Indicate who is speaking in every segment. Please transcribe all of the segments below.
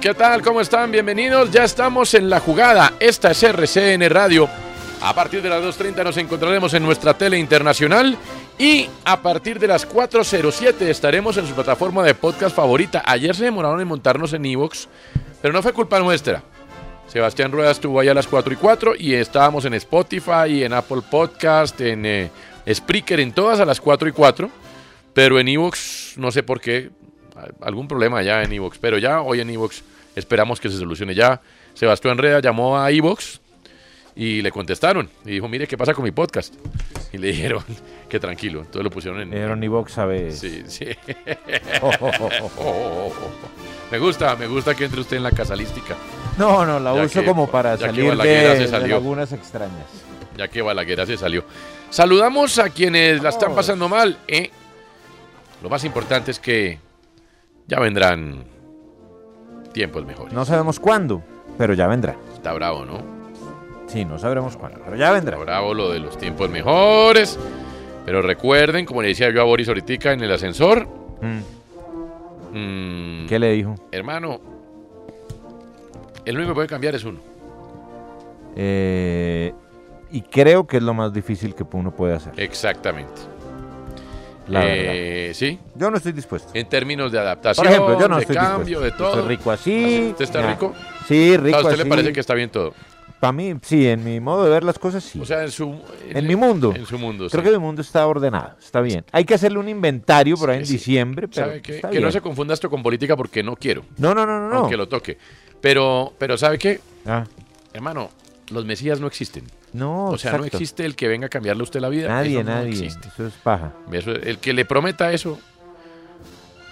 Speaker 1: ¿Qué tal? ¿Cómo están? Bienvenidos. Ya estamos en la jugada. Esta es RCN Radio. A partir de las 2.30 nos encontraremos en nuestra tele internacional y a partir de las 4.07 estaremos en su plataforma de podcast favorita. Ayer se demoraron en montarnos en Evox, pero no fue culpa nuestra. Sebastián Rueda estuvo allá a las 4 y 4 y estábamos en Spotify, en Apple Podcast, en eh, Spreaker, en todas a las 4 y 4. Pero en Evox, no sé por qué, algún problema ya en Evox, pero ya hoy en Evox esperamos que se solucione ya. Sebastián Reda llamó a Evox y le contestaron y dijo, mire, ¿qué pasa con mi podcast? Y le dijeron que tranquilo, entonces lo pusieron en...
Speaker 2: Era Evox, ¿sabes?
Speaker 1: Sí, sí. Oh, oh, oh, me gusta, me gusta que entre usted en la casalística.
Speaker 2: No, no, la ya uso que, como para salir de, se de lagunas extrañas.
Speaker 1: Ya que Balaguer se salió. Saludamos a quienes la están pasando mal. ¿eh? Lo más importante es que ya vendrán tiempos mejores.
Speaker 2: No sabemos cuándo, pero ya vendrá.
Speaker 1: Está bravo, ¿no?
Speaker 2: Sí, no sabremos cuándo, pero ya vendrá.
Speaker 1: Está bravo lo de los tiempos mejores. Pero recuerden, como le decía yo a Boris ahorita en el ascensor.
Speaker 2: Mm. Mm, ¿Qué le dijo?
Speaker 1: Hermano, el único que puede cambiar es uno.
Speaker 2: Eh, y creo que es lo más difícil que uno puede hacer.
Speaker 1: Exactamente. La eh, sí.
Speaker 2: Yo no estoy dispuesto.
Speaker 1: En términos de adaptación, Por ejemplo, yo no de estoy cambio, dispuesto. de todo.
Speaker 2: Estoy rico así.
Speaker 1: ¿Usted está ya. rico?
Speaker 2: Sí, rico
Speaker 1: ¿A usted
Speaker 2: así.
Speaker 1: le parece que está bien todo?
Speaker 2: Para mí, sí, en mi modo de ver las cosas, sí.
Speaker 1: O sea, en su...
Speaker 2: En, en mi mundo.
Speaker 1: En su mundo,
Speaker 2: Creo sí. que mi mundo está ordenado, está bien. Hay que hacerle un inventario por ahí sí, en sí. diciembre, pero
Speaker 1: ¿Sabe qué?
Speaker 2: Está
Speaker 1: Que
Speaker 2: bien.
Speaker 1: no se confunda esto con política porque no quiero.
Speaker 2: No, no, no, no.
Speaker 1: Aunque
Speaker 2: no.
Speaker 1: lo toque. Pero, pero ¿sabe qué? Ah. Hermano, los mesías no existen.
Speaker 2: No,
Speaker 1: o sea,
Speaker 2: exacto.
Speaker 1: no existe el que venga a cambiarle a usted la vida.
Speaker 2: Nadie,
Speaker 1: eso
Speaker 2: no nadie.
Speaker 1: Existe.
Speaker 2: Eso es paja.
Speaker 1: Eso, el que le prometa eso.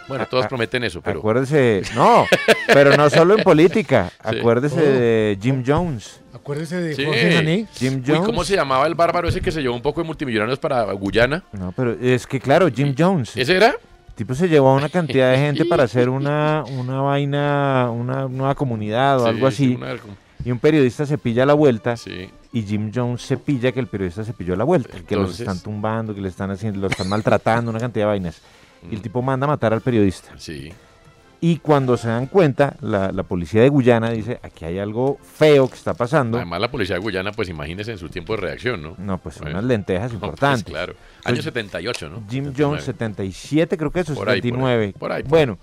Speaker 1: Bueno, todos
Speaker 2: A-
Speaker 1: prometen eso, pero.
Speaker 2: Acuérdese, no, pero no solo en política. Acuérdese
Speaker 3: Oh.
Speaker 2: de Jim Jones.
Speaker 3: Acuérdese de
Speaker 1: Sí.
Speaker 3: Jorge Naní.
Speaker 2: Jim
Speaker 1: Uy,
Speaker 2: Jones.
Speaker 1: ¿cómo se llamaba el bárbaro ese que se llevó un poco de multimillonarios para Guyana?
Speaker 2: No, pero es que claro, Jim Jones.
Speaker 1: ¿Ese era?
Speaker 2: El tipo se llevó a una cantidad de gente para hacer una, una vaina, una nueva comunidad o
Speaker 1: Sí,
Speaker 2: algo así.
Speaker 1: sí, una-
Speaker 2: Y un periodista se pilla la vuelta
Speaker 1: sí.
Speaker 2: y Jim Jones se pilla que el periodista se pilló la vuelta. Que los
Speaker 1: Entonces-
Speaker 2: están tumbando, que le están haciendo, lo están maltratando, una cantidad de vainas. Y el tipo manda a matar al periodista.
Speaker 1: Mm. Sí.
Speaker 2: Y cuando se dan cuenta, la, la policía de Guyana dice, aquí hay algo feo que está pasando.
Speaker 1: Además, la policía de Guyana, pues imagínese en su tiempo de reacción, ¿no?
Speaker 2: No, pues
Speaker 1: Bueno.
Speaker 2: unas lentejas
Speaker 1: No, pues,
Speaker 2: importantes.
Speaker 1: claro. Año
Speaker 2: Entonces,
Speaker 1: 78, ¿no?
Speaker 2: Jim
Speaker 1: 79.
Speaker 2: Jones, 77, creo que eso,
Speaker 1: Por ahí, por ahí,
Speaker 2: 79.
Speaker 1: por ahí, por ahí.
Speaker 2: bueno,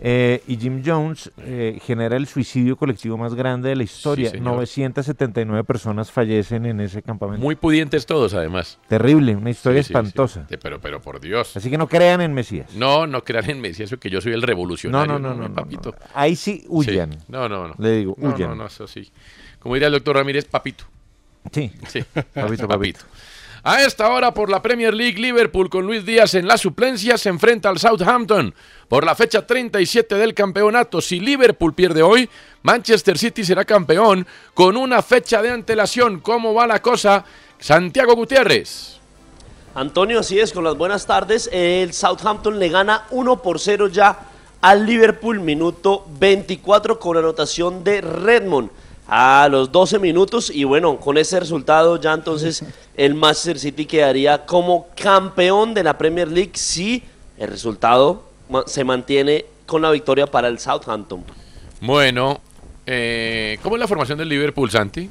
Speaker 2: eh, y Jim Jones eh, genera el suicidio colectivo más grande de la historia.
Speaker 1: señor.
Speaker 2: 979 personas fallecen en ese campamento.
Speaker 1: Muy pudientes todos, además.
Speaker 2: Terrible, una historia
Speaker 1: Sí, sí, sí.
Speaker 2: espantosa.
Speaker 1: Sí, Pero, pero por Dios.
Speaker 2: Así que no crean en Mesías.
Speaker 1: No, no crean en Mesías, eso que yo soy el revolucionario.
Speaker 2: no, no, no, no,
Speaker 1: papito.
Speaker 2: no. Ahí sí huyan.
Speaker 1: Sí. No, no, no.
Speaker 2: Le digo,
Speaker 1: no,
Speaker 2: huyan.
Speaker 1: No, no, eso sí. Como diría el doctor Ramírez, papito.
Speaker 2: Sí,
Speaker 1: Sí.
Speaker 2: papito, papito.
Speaker 1: A esta hora por la Premier League, Liverpool con Luis Díaz en la suplencia se enfrenta al Southampton. Por la fecha 37 del campeonato, si Liverpool pierde hoy, Manchester City será campeón con una fecha de antelación. ¿Cómo va la cosa? Santiago Gutiérrez.
Speaker 4: Antonio, así es, con las buenas tardes. El Southampton le gana 1 por 0 ya
Speaker 3: al Liverpool, minuto 24 con anotación de Redmond a los 12 minutos y bueno, con ese resultado ya entonces el Manchester City quedaría como campeón de la Premier League si el resultado ma- se mantiene con la victoria para el Southampton.
Speaker 1: Bueno, eh, ¿cómo es la formación del Liverpool, Santi?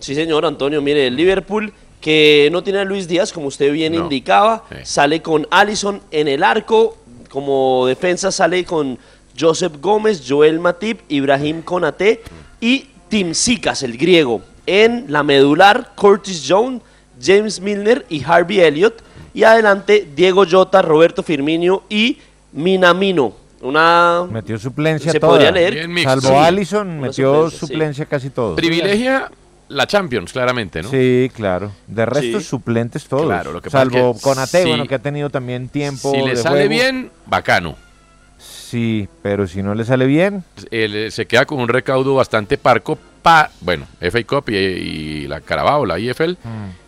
Speaker 3: Sí, señor Antonio, mire, el Liverpool que no tiene a Luis Díaz, como usted bien
Speaker 1: No.
Speaker 3: indicaba,
Speaker 1: Sí.
Speaker 3: sale con Allison en el arco, como defensa sale con Joseph Gómez, Joel Matip, Ibrahim Konaté y Tim Sikas, el griego. En la medular, Curtis Jones, James Milner y Harvey Elliott. Y adelante, Diego Jota, Roberto Firmino y Minamino. Una...
Speaker 2: Metió suplencia
Speaker 3: Se
Speaker 2: toda.
Speaker 3: podría leer.
Speaker 1: Bien mixto.
Speaker 2: Salvo
Speaker 1: Sí.
Speaker 2: Allison,
Speaker 3: Una
Speaker 2: metió
Speaker 3: suplencia, sí.
Speaker 2: suplencia casi todo.
Speaker 1: Privilegia la Champions, claramente, ¿no?
Speaker 2: Sí, claro. De resto,
Speaker 3: Sí.
Speaker 2: suplentes todos.
Speaker 1: Claro, lo que pasa
Speaker 2: Salvo
Speaker 1: es que
Speaker 2: Conate,
Speaker 1: sí.
Speaker 2: bueno, que ha tenido también tiempo.
Speaker 1: si le
Speaker 2: de
Speaker 1: sale
Speaker 2: juego.
Speaker 1: bien, bacano.
Speaker 2: Sí, pero si no le sale bien,
Speaker 1: Él, eh, se queda con un recaudo bastante parco pa, bueno, FA Cup y, y la Carabao, la IFL,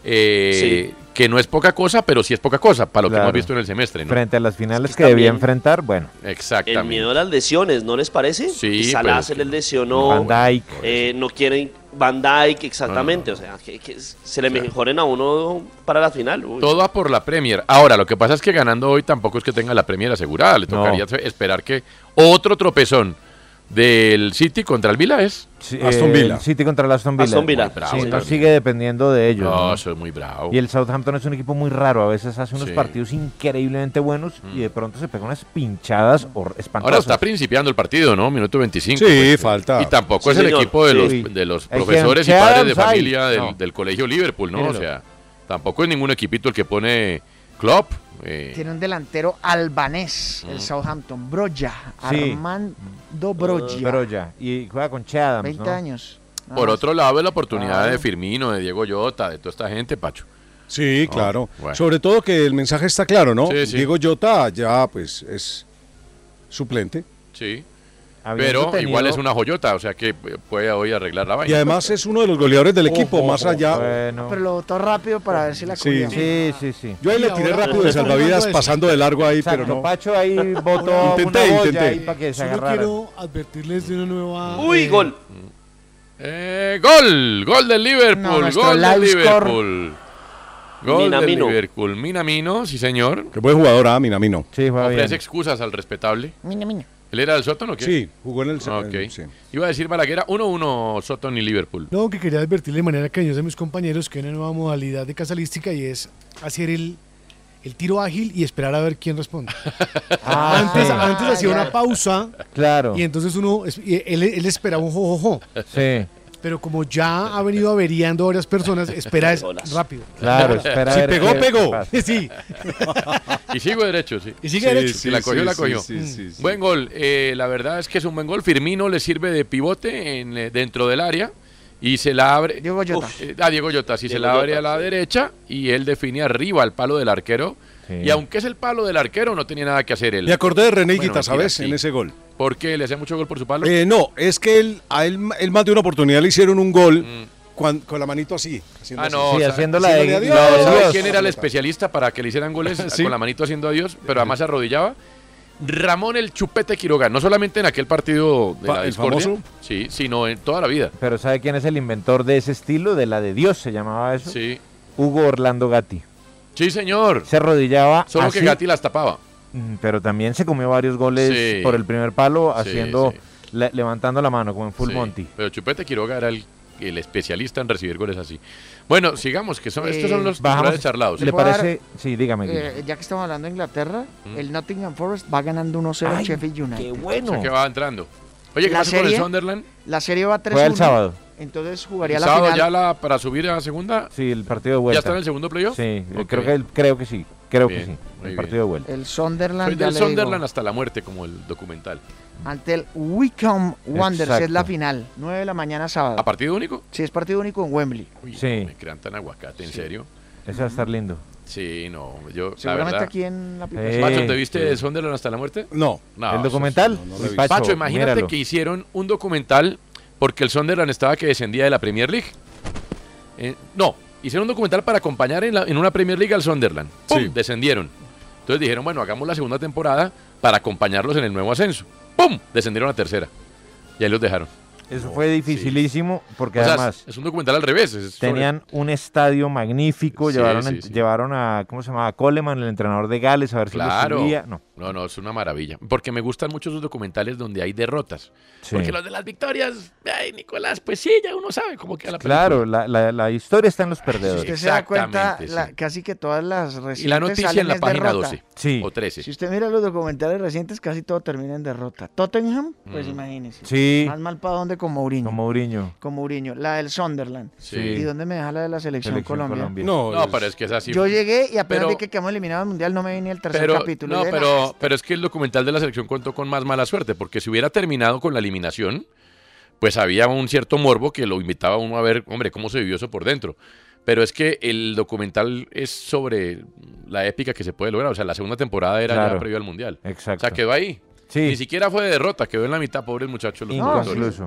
Speaker 1: eh, que no es poca cosa, pero sí es poca cosa, para lo que
Speaker 2: Claro.
Speaker 1: hemos visto en el semestre, ¿no?
Speaker 2: frente a las finales
Speaker 3: Es
Speaker 2: que,
Speaker 3: que
Speaker 2: debía
Speaker 3: también-
Speaker 2: enfrentar, bueno,
Speaker 1: Exactamente.
Speaker 3: El miedo a las lesiones, ¿no les parece?
Speaker 1: Sí,
Speaker 3: Y Salah
Speaker 1: pero es
Speaker 3: se
Speaker 1: que-
Speaker 3: les lesionó.
Speaker 2: Van Dijk.
Speaker 3: eh, no quieren Van Dyke, exactamente. O sea, que, que se le mejoren a uno para la final. uy.
Speaker 1: Todo a por la Premier. Ahora, lo que pasa es que ganando hoy tampoco es que tenga la Premier asegurada. Le
Speaker 2: No.
Speaker 1: tocaría fe- esperar que otro tropezón del City contra el Vila es.
Speaker 2: Sí,
Speaker 4: Aston
Speaker 2: eh,
Speaker 4: Villa.
Speaker 2: el City contra el Aston Villa.
Speaker 3: Aston Villa.
Speaker 1: Muy bravo
Speaker 2: Sí, no
Speaker 1: también.
Speaker 2: sigue dependiendo de ellos.
Speaker 1: No,
Speaker 2: ¿no?
Speaker 1: soy muy bravo.
Speaker 2: Y el Southampton es un equipo muy raro. A veces hace unos
Speaker 1: Sí. Mm.
Speaker 2: partidos increíblemente buenos y de pronto se pega unas pinchadas hor-
Speaker 1: Ahora
Speaker 2: espantosas.
Speaker 1: está principiando el partido, ¿no? Minuto 25.
Speaker 4: Sí, falta.
Speaker 1: Y tampoco
Speaker 3: Sí,
Speaker 1: es el
Speaker 3: señor.
Speaker 1: equipo de
Speaker 3: Sí.
Speaker 1: los,
Speaker 2: Sí.
Speaker 1: de los
Speaker 2: Hay que
Speaker 1: profesores y
Speaker 2: Adams
Speaker 1: padres de
Speaker 2: hay.
Speaker 1: familia del,
Speaker 2: No.
Speaker 1: del colegio Liverpool, ¿no?
Speaker 2: Míralo.
Speaker 1: O sea, tampoco es ningún equipito el que pone Klopp. eh,
Speaker 5: Tiene un delantero albanés, el Southampton, Broya,
Speaker 2: Mm. Sí.
Speaker 5: Armando Broya,
Speaker 2: Pero ya. Y juega con Che Adams,
Speaker 5: 20
Speaker 2: ¿no? Ah,
Speaker 5: años. nada
Speaker 1: por
Speaker 5: más.
Speaker 1: otro lado, es la oportunidad
Speaker 2: Claro.
Speaker 1: de Firmino, de Diego Llota, de toda esta gente, Pacho.
Speaker 4: Sí,
Speaker 1: No,
Speaker 4: claro.
Speaker 1: Oh, bueno.
Speaker 4: Sobre todo que el mensaje está claro, ¿no?
Speaker 1: Sí, sí.
Speaker 4: Diego Jota ya pues es suplente.
Speaker 1: Sí.
Speaker 2: Habiendo
Speaker 1: Pero igual
Speaker 2: tenido-
Speaker 1: es una joyota, o sea que eh, puede hoy arreglar la
Speaker 4: Y
Speaker 1: vaina.
Speaker 4: además es uno de los goleadores del equipo, más allá.
Speaker 2: Bueno.
Speaker 5: Pero lo votó rápido para ver si la
Speaker 4: Sí.
Speaker 5: cogía.
Speaker 2: Sí, sí, sí.
Speaker 4: Yo ahí le tiré rápido de salvavidas pasando de largo ahí, pero no.
Speaker 2: Pacho ahí votó
Speaker 4: Intenté,
Speaker 2: una boya
Speaker 4: intenté.
Speaker 2: ahí para que se agarraran.
Speaker 6: advertirles de una nueva.
Speaker 3: Uy, gol.
Speaker 1: Eh, gol, gol del
Speaker 5: No,
Speaker 1: Liverpool,
Speaker 5: nuestro
Speaker 1: gol del
Speaker 5: live score.
Speaker 1: Liverpool. Gol del
Speaker 3: Minamino.
Speaker 1: Liverpool, Minamino, sí señor.
Speaker 4: Qué buen jugador, ah, Minamino.
Speaker 2: Sí, juega bien.
Speaker 1: Ofrece excusas al respetable.
Speaker 5: Mira, mira.
Speaker 1: ¿Él era del Soton o qué?
Speaker 4: Sí, jugó en el.
Speaker 1: Ah,
Speaker 4: en-
Speaker 1: ok.
Speaker 4: sí.
Speaker 1: Iba a decir Balaguer, 1-1 Soton y Liverpool.
Speaker 6: No, que quería advertirle de manera cariñosa a mis compañeros que hay una nueva modalidad de casalística y es hacer el, el tiro ágil y esperar a ver quién responde.
Speaker 2: Ah,
Speaker 6: antes
Speaker 2: sí,
Speaker 6: antes hacía
Speaker 5: ya.
Speaker 6: una pausa
Speaker 2: Claro.
Speaker 6: y entonces uno, es- y él, él esperaba un jojojo.
Speaker 2: Sí,
Speaker 6: Pero como ya ha venido averiando a varias personas, espera es
Speaker 3: Golazo.
Speaker 6: rápido.
Speaker 2: claro. Espera a
Speaker 4: Si
Speaker 2: ver
Speaker 4: pegó,
Speaker 2: qué- qué
Speaker 4: pegó.
Speaker 2: pasa.
Speaker 6: Sí,
Speaker 1: Y sigo derecho, sí.
Speaker 6: y sigue derecho.
Speaker 1: la cogió, la cogió.
Speaker 4: sí, sí, sí.
Speaker 1: Buen gol. eh, la verdad es que es un buen gol. Firmino le sirve de pivote en, eh, dentro del área y se la abre.
Speaker 5: Diego Jota.
Speaker 1: Eh, a Diego Llota, si se
Speaker 3: Diego
Speaker 1: la abre
Speaker 3: Llota,
Speaker 1: a la
Speaker 3: sí.
Speaker 1: derecha y él define arriba al palo del arquero.
Speaker 2: Sí.
Speaker 1: Y aunque es el palo del arquero, no tenía nada que hacer él.
Speaker 4: Me acordé de René Guita,
Speaker 1: Bueno,
Speaker 4: ¿sabes?
Speaker 1: mentira, sí.
Speaker 4: En ese gol.
Speaker 1: Porque le hacía mucho gol por su palo.
Speaker 4: Eh, no, es que él, a él, él más de una oportunidad le hicieron un gol cuan- con la manito así. haciendo
Speaker 1: Mm. Ah,
Speaker 4: así.
Speaker 1: no,
Speaker 2: Sí,
Speaker 1: ¿sabe-
Speaker 2: haciendo la de...
Speaker 4: Sí,
Speaker 1: no,
Speaker 4: Dios.
Speaker 1: ¿sabe
Speaker 4: Dios.
Speaker 1: quién era el especialista para que le hicieran goles
Speaker 4: Sí.
Speaker 1: con la manito haciendo adiós? Pero además se arrodillaba. Ramón el Chupete Quiroga, no solamente en aquel partido de
Speaker 4: Fa-
Speaker 1: la
Speaker 4: el
Speaker 1: discordia,
Speaker 4: famoso.
Speaker 1: sí, sino en toda la vida.
Speaker 2: Pero ¿sabe quién es el inventor de ese estilo? De la de Dios se llamaba eso.
Speaker 1: Sí,
Speaker 2: Hugo Orlando Gatti.
Speaker 1: sí señor.
Speaker 2: Se arrodillaba
Speaker 1: Solo
Speaker 2: así,
Speaker 1: que Gatti las tapaba.
Speaker 2: mm, pero también se comió varios goles
Speaker 1: Sí.
Speaker 2: por el primer palo,
Speaker 1: Sí,
Speaker 2: haciendo,
Speaker 1: sí.
Speaker 2: la- levantando la mano como en full
Speaker 1: Sí,
Speaker 2: Monty.
Speaker 1: Pero Chupete Quiroga era el, el especialista en recibir goles así. Bueno, sigamos, que son, estos son
Speaker 5: Eh,
Speaker 1: los
Speaker 2: Bajamos.
Speaker 1: titulares charlados.
Speaker 2: ¿Le
Speaker 5: ¿Le puedo
Speaker 2: parece? Sí, dígame.
Speaker 5: Eh,
Speaker 2: Guille.
Speaker 5: ya que estamos hablando de Inglaterra,
Speaker 1: Mm.
Speaker 5: el Nottingham Forest va ganando 1-0 a
Speaker 2: Ay,
Speaker 5: Sheffield
Speaker 2: Qué
Speaker 5: United.
Speaker 1: O sea,
Speaker 2: bueno.
Speaker 1: que va entrando. Oye, ¿qué
Speaker 5: ¿La
Speaker 1: pasó con el
Speaker 5: serie?
Speaker 1: Sunderland?
Speaker 5: La serie va 3-1.
Speaker 2: Juega el sábado.
Speaker 5: Entonces
Speaker 1: El
Speaker 5: jugaría la
Speaker 1: sábado
Speaker 5: final.
Speaker 1: ya la, para subir a segunda.
Speaker 2: Sí, el partido de
Speaker 1: ¿Ya
Speaker 2: vuelta.
Speaker 1: está en el segundo playoff?
Speaker 2: Sí, eh,
Speaker 1: Ok.
Speaker 2: creo, que, el- creo que sí. Creo
Speaker 1: Bien,
Speaker 2: que sí.
Speaker 1: muy
Speaker 2: El
Speaker 1: bien.
Speaker 2: partido de vuelta.
Speaker 5: El Sunderland,
Speaker 1: Soy
Speaker 5: ya
Speaker 1: del
Speaker 5: le digo,
Speaker 1: Sunderland hasta la muerte, como el documental.
Speaker 5: ante el Wickham Wanderers es la
Speaker 2: Exacto.
Speaker 5: final, 9 de la mañana sábado.
Speaker 1: ¿A partido único?
Speaker 5: Si es partido único en Wembley.
Speaker 1: Uy,
Speaker 2: Sí.
Speaker 1: me crean tan aguacate, ¿en serio?
Speaker 2: Ese va a estar lindo.
Speaker 1: Sí, no, yo, la
Speaker 5: Seguramente
Speaker 1: verdad.
Speaker 5: aquí en la
Speaker 2: Eh,
Speaker 5: aplicación.
Speaker 1: Pacho, ¿te viste
Speaker 2: sí.
Speaker 1: de Sunderland hasta la muerte?
Speaker 4: No.
Speaker 1: No,
Speaker 2: el
Speaker 1: eso
Speaker 2: documental.
Speaker 4: no, no lo he
Speaker 2: Uy,
Speaker 4: visto.
Speaker 1: Pacho, imagínate
Speaker 2: míralo.
Speaker 1: que hicieron un documental porque el Sunderland estaba que descendía de la Premier League. Eh, no, hicieron un documental para acompañar en, la- en una Premier League al Sunderland. ¡Pum!
Speaker 4: Sí.
Speaker 1: Descendieron. Entonces dijeron, bueno, hagamos la segunda temporada para acompañarlos en el nuevo ascenso. ¡Pum! Descendieron a tercera. Y ahí los dejaron.
Speaker 2: Eso fue dificilísimo porque
Speaker 1: O sea,
Speaker 2: además
Speaker 1: es un documental al revés. es sobre-
Speaker 2: tenían un estadio magnífico,
Speaker 1: Sí,
Speaker 2: llevaron,
Speaker 1: sí,
Speaker 2: en-
Speaker 1: sí.
Speaker 2: llevaron a, ¿cómo se llamaba? Coleman, el entrenador de Gales, a ver si
Speaker 1: Claro.
Speaker 2: lo subía. No.
Speaker 1: no, no, es una maravilla. Porque me gustan mucho esos documentales donde hay derrotas.
Speaker 2: Sí.
Speaker 1: Porque los de las victorias, ay, Nicolás, pues sí, ya uno sabe cómo queda la
Speaker 2: Claro, la, la- la historia está en los perdedores.
Speaker 5: Usted se da cuenta,
Speaker 1: Exactamente,
Speaker 5: la- casi que todas las recientes
Speaker 1: Y la noticia
Speaker 5: salen
Speaker 1: en la
Speaker 5: es
Speaker 1: página
Speaker 5: derrota.
Speaker 1: 12 o 13.
Speaker 5: Si usted mira los documentales recientes, casi todo termina en derrota. Tottenham, pues
Speaker 2: Mm.
Speaker 5: imagínese.
Speaker 2: Sí.
Speaker 5: Más mal para dónde con Mourinho.
Speaker 2: Con Mourinho.
Speaker 5: Con Mourinho. La del Sunderland.
Speaker 1: Sí.
Speaker 5: ¿Y dónde me deja la de la selección,
Speaker 1: Selección
Speaker 5: Colombia?
Speaker 1: Colombia. No, No, es- pero es que es así.
Speaker 5: Yo llegué y apenas
Speaker 1: Pero-
Speaker 5: vi que quedamos eliminados del mundial, no me venía el tercer
Speaker 1: Pero,
Speaker 5: capítulo.
Speaker 1: no,
Speaker 5: Y de-
Speaker 1: pero, pero es que el documental de la selección contó con más mala suerte, porque si hubiera terminado con la eliminación, pues había un cierto morbo que lo invitaba a uno a ver, hombre, cómo se vivió eso por dentro. Pero es que el documental es sobre la épica que se puede lograr. O sea, la segunda temporada era ya
Speaker 2: Claro.
Speaker 1: previo al Mundial.
Speaker 2: Exacto.
Speaker 1: O sea, quedó ahí. Ni siquiera fue de derrota, quedó en la mitad, pobres muchachos. Los
Speaker 5: No,
Speaker 1: jugadores.
Speaker 5: sí.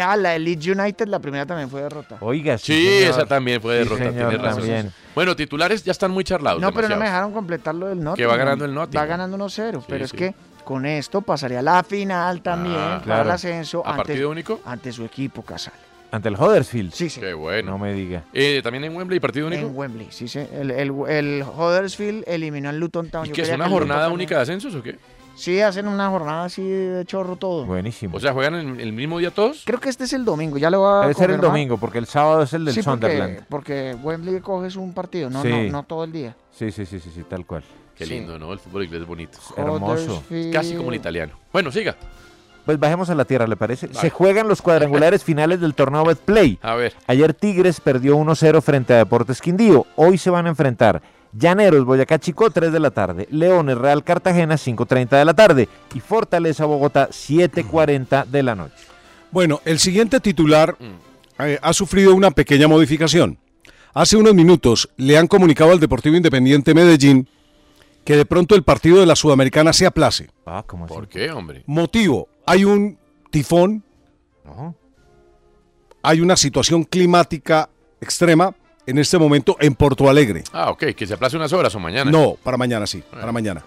Speaker 5: Ah, la del Leeds United, la primera también fue derrota.
Speaker 1: Oh,
Speaker 2: Oiga,
Speaker 1: sí,
Speaker 2: señor.
Speaker 1: esa también fue
Speaker 2: Sí,
Speaker 1: derrota,
Speaker 2: señor,
Speaker 1: tienes razón.
Speaker 2: también.
Speaker 1: Bueno, titulares ya están muy charlados.
Speaker 5: No, pero no me
Speaker 1: demasiados.
Speaker 5: dejaron completar lo del Nottingham.
Speaker 1: Que va ganando el
Speaker 5: Va
Speaker 1: Nottingham.
Speaker 5: ganando 1-0, pero es
Speaker 1: sí. Ah,
Speaker 5: que con esto pasaría a la final también para el
Speaker 2: claro.
Speaker 5: ascenso.
Speaker 1: ¿A partido único?
Speaker 5: Ante su equipo, Casal.
Speaker 2: Ante el Huddersfield.
Speaker 5: Sí, sí.
Speaker 1: Qué bueno.
Speaker 2: No me diga.
Speaker 1: Eh, también en Wembley, partido único.
Speaker 5: En Wembley, sí, sí. El, el, el Huddersfield eliminó al Luton Town.
Speaker 1: ¿Y
Speaker 5: Yo
Speaker 1: que es
Speaker 5: creía
Speaker 1: una
Speaker 5: el Luton
Speaker 1: jornada
Speaker 5: también-
Speaker 1: única de ascensos o qué?
Speaker 5: Sí, hacen una jornada así de chorro todo.
Speaker 2: Buenísimo.
Speaker 1: O sea, ¿juegan en el mismo día todos?
Speaker 5: Creo que este es el domingo, ya le voy a
Speaker 2: Debe ser el
Speaker 5: confirmar.
Speaker 2: domingo, porque el sábado es el del
Speaker 5: Sí, porque-
Speaker 2: Sunderland.
Speaker 5: Porque, Wembley coges un partido, no,
Speaker 2: Sí.
Speaker 5: no, no todo el día.
Speaker 2: Sí, sí, sí, sí, sí, tal cual.
Speaker 1: Qué
Speaker 2: Sí.
Speaker 1: lindo, ¿no? El fútbol inglés es bonito.
Speaker 2: Hermoso.
Speaker 1: Casi como el italiano. Bueno, siga.
Speaker 2: Pues bajemos a la tierra, ¿le parece?
Speaker 1: Vale. Ah.
Speaker 2: Se juegan los cuadrangulares finales del torneo Betplay.
Speaker 1: A ver.
Speaker 2: Ayer Tigres perdió 1-0 frente a Deportes Quindío. Hoy se van a enfrentar Llaneros, Boyacá Chico, 3 de la tarde. Leones, Real Cartagena, 5.30 de la tarde. Y Fortaleza, Bogotá, 7.40 de la noche.
Speaker 4: Bueno, el siguiente titular
Speaker 1: Mm.
Speaker 4: eh, ha sufrido una pequeña modificación. Hace unos minutos le han comunicado al Deportivo Independiente Medellín que de pronto el partido de la Sudamericana se aplace.
Speaker 2: Ah, ¿cómo
Speaker 1: ¿Por qué, hombre?
Speaker 4: Motivo, hay un tifón, hay una situación climática extrema en este momento en Porto Alegre.
Speaker 1: Ah, ok, que se aplace unas horas o mañana.
Speaker 4: No, para mañana sí, para mañana.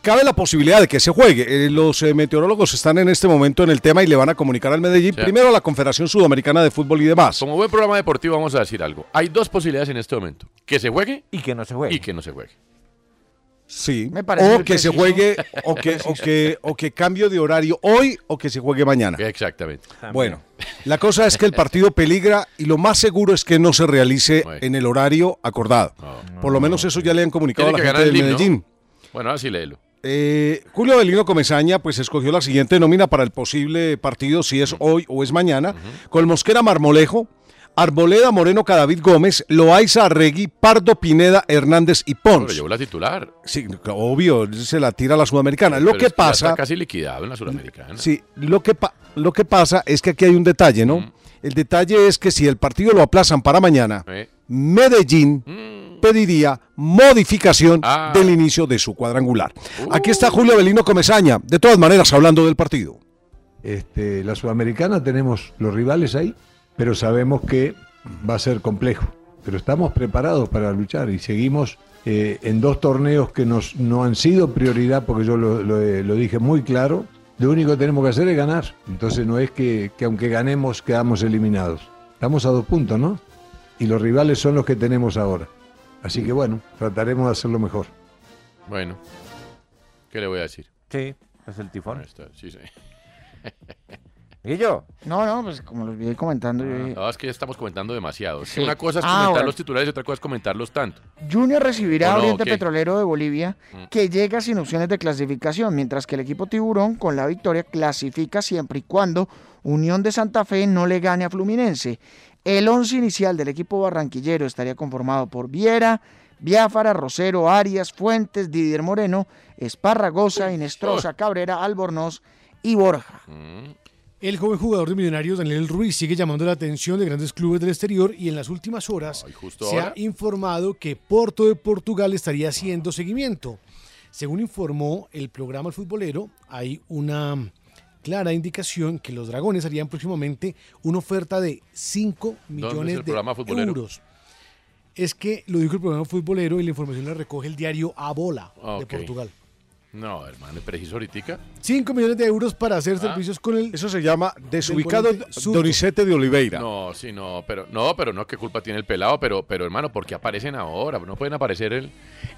Speaker 4: Cabe la posibilidad de que se juegue. Eh, los eh, meteorólogos están en este momento en el tema y le van a comunicar al Medellín,
Speaker 1: Sí.
Speaker 4: primero a la Confederación Sudamericana de Fútbol y demás.
Speaker 1: Como buen programa deportivo vamos a decir algo. Hay dos posibilidades en este momento. Que se juegue
Speaker 2: y que no se juegue.
Speaker 1: Y que no se juegue.
Speaker 4: Sí.
Speaker 5: Me parece
Speaker 4: o
Speaker 5: muy
Speaker 4: que se
Speaker 5: preciso.
Speaker 4: juegue, o que, o, que, o que cambio de horario hoy o que se juegue mañana.
Speaker 1: Exactamente.
Speaker 4: Bueno, la cosa es que el partido peligra y lo más seguro es que no se realice en el horario acordado. Por lo menos eso ya le han comunicado a
Speaker 1: Tiene
Speaker 4: la
Speaker 1: que ganar
Speaker 4: gente de
Speaker 1: el himno.
Speaker 4: Medellín.
Speaker 1: Bueno, ahora sí léelo.
Speaker 4: Eh, Julio Avelino Comesaña pues escogió la siguiente nómina para el posible partido, si es hoy o es mañana, con Mosquera Marmolejo, Arboleda Moreno Cadavid Gómez, Loaiza Arregui, Pardo Pineda Hernández y
Speaker 1: Pero
Speaker 4: Pons.
Speaker 1: llevó la titular.
Speaker 4: Sí, obvio, se la tira a la sudamericana. Lo
Speaker 1: Pero
Speaker 4: que
Speaker 1: es ya
Speaker 4: pasa...
Speaker 1: Está casi liquidado en la Sudamericana.
Speaker 4: Sí, lo que, pa- lo que pasa es que aquí hay un detalle, ¿no? El detalle es que si el partido lo aplazan para mañana,
Speaker 1: Eh.
Speaker 4: Medellín pediría modificación del inicio de su cuadrangular. Aquí está Julio Belino Comesaña, de todas maneras hablando del partido.
Speaker 7: Este, la Sudamericana tenemos los rivales ahí, pero sabemos que va a ser complejo. Pero estamos preparados para luchar y seguimos eh, en dos torneos que nos, no han sido prioridad, porque yo lo, lo, eh, lo dije muy claro. Lo único que tenemos que hacer es ganar. Entonces no es que, que aunque ganemos quedamos eliminados. Estamos a dos puntos, ¿no? Y los rivales son los que tenemos ahora. Así que bueno, trataremos de hacerlo mejor.
Speaker 1: Bueno. ¿Qué le voy a decir?
Speaker 2: Sí, es el tifón.
Speaker 1: Sí, sí.
Speaker 2: ¿Y yo? Ah.
Speaker 5: No, no, pues como los vi comentando, yo dije,
Speaker 1: Ah, No, es que ya estamos comentando demasiado.
Speaker 5: Sí.
Speaker 1: Una cosa es
Speaker 5: Ah,
Speaker 1: comentar
Speaker 5: bueno.
Speaker 1: los titulares y otra cosa es comentarlos tanto.
Speaker 5: Junior recibirá
Speaker 1: ¿O
Speaker 5: a
Speaker 1: no?
Speaker 5: Oriente
Speaker 1: ¿Qué?
Speaker 5: Petrolero de Bolivia,
Speaker 1: Mm.
Speaker 5: que llega sin opciones de clasificación, mientras que el equipo Tiburón, con la victoria, clasifica siempre y cuando Unión de Santa Fe no le gane a Fluminense. El once inicial del equipo barranquillero estaría conformado por Viera, Biafara, Rosero, Arias, Fuentes, Didier Moreno, Esparragosa, Inestrosa, Cabrera, Albornoz y Borja.
Speaker 6: El joven jugador de Millonarios, Daniel Ruiz, sigue llamando la atención de grandes clubes del exterior y en las últimas horas
Speaker 1: justo
Speaker 6: se
Speaker 1: ahora.
Speaker 6: ha informado que Porto de Portugal estaría haciendo seguimiento. Según informó el programa El Futbolero, hay una clara indicación que los dragones harían próximamente una oferta de 5
Speaker 1: ¿Dónde es el
Speaker 6: millones de
Speaker 1: programa Futbolero?
Speaker 6: euros. Es que lo dijo el programa futbolero y la información la recoge el diario A Bola
Speaker 1: Ah, ok.
Speaker 6: de Portugal.
Speaker 1: No, hermano, preciso ahorita.
Speaker 6: 5 millones de euros para hacer
Speaker 1: Ah.
Speaker 6: servicios con el.
Speaker 4: Eso se llama desubicado
Speaker 6: del volante zurdo.
Speaker 4: Donizete de Oliveira.
Speaker 1: No, sí, no, pero no, pero no, qué culpa tiene el pelado, pero, pero hermano, ¿por qué aparecen ahora? No pueden aparecer el.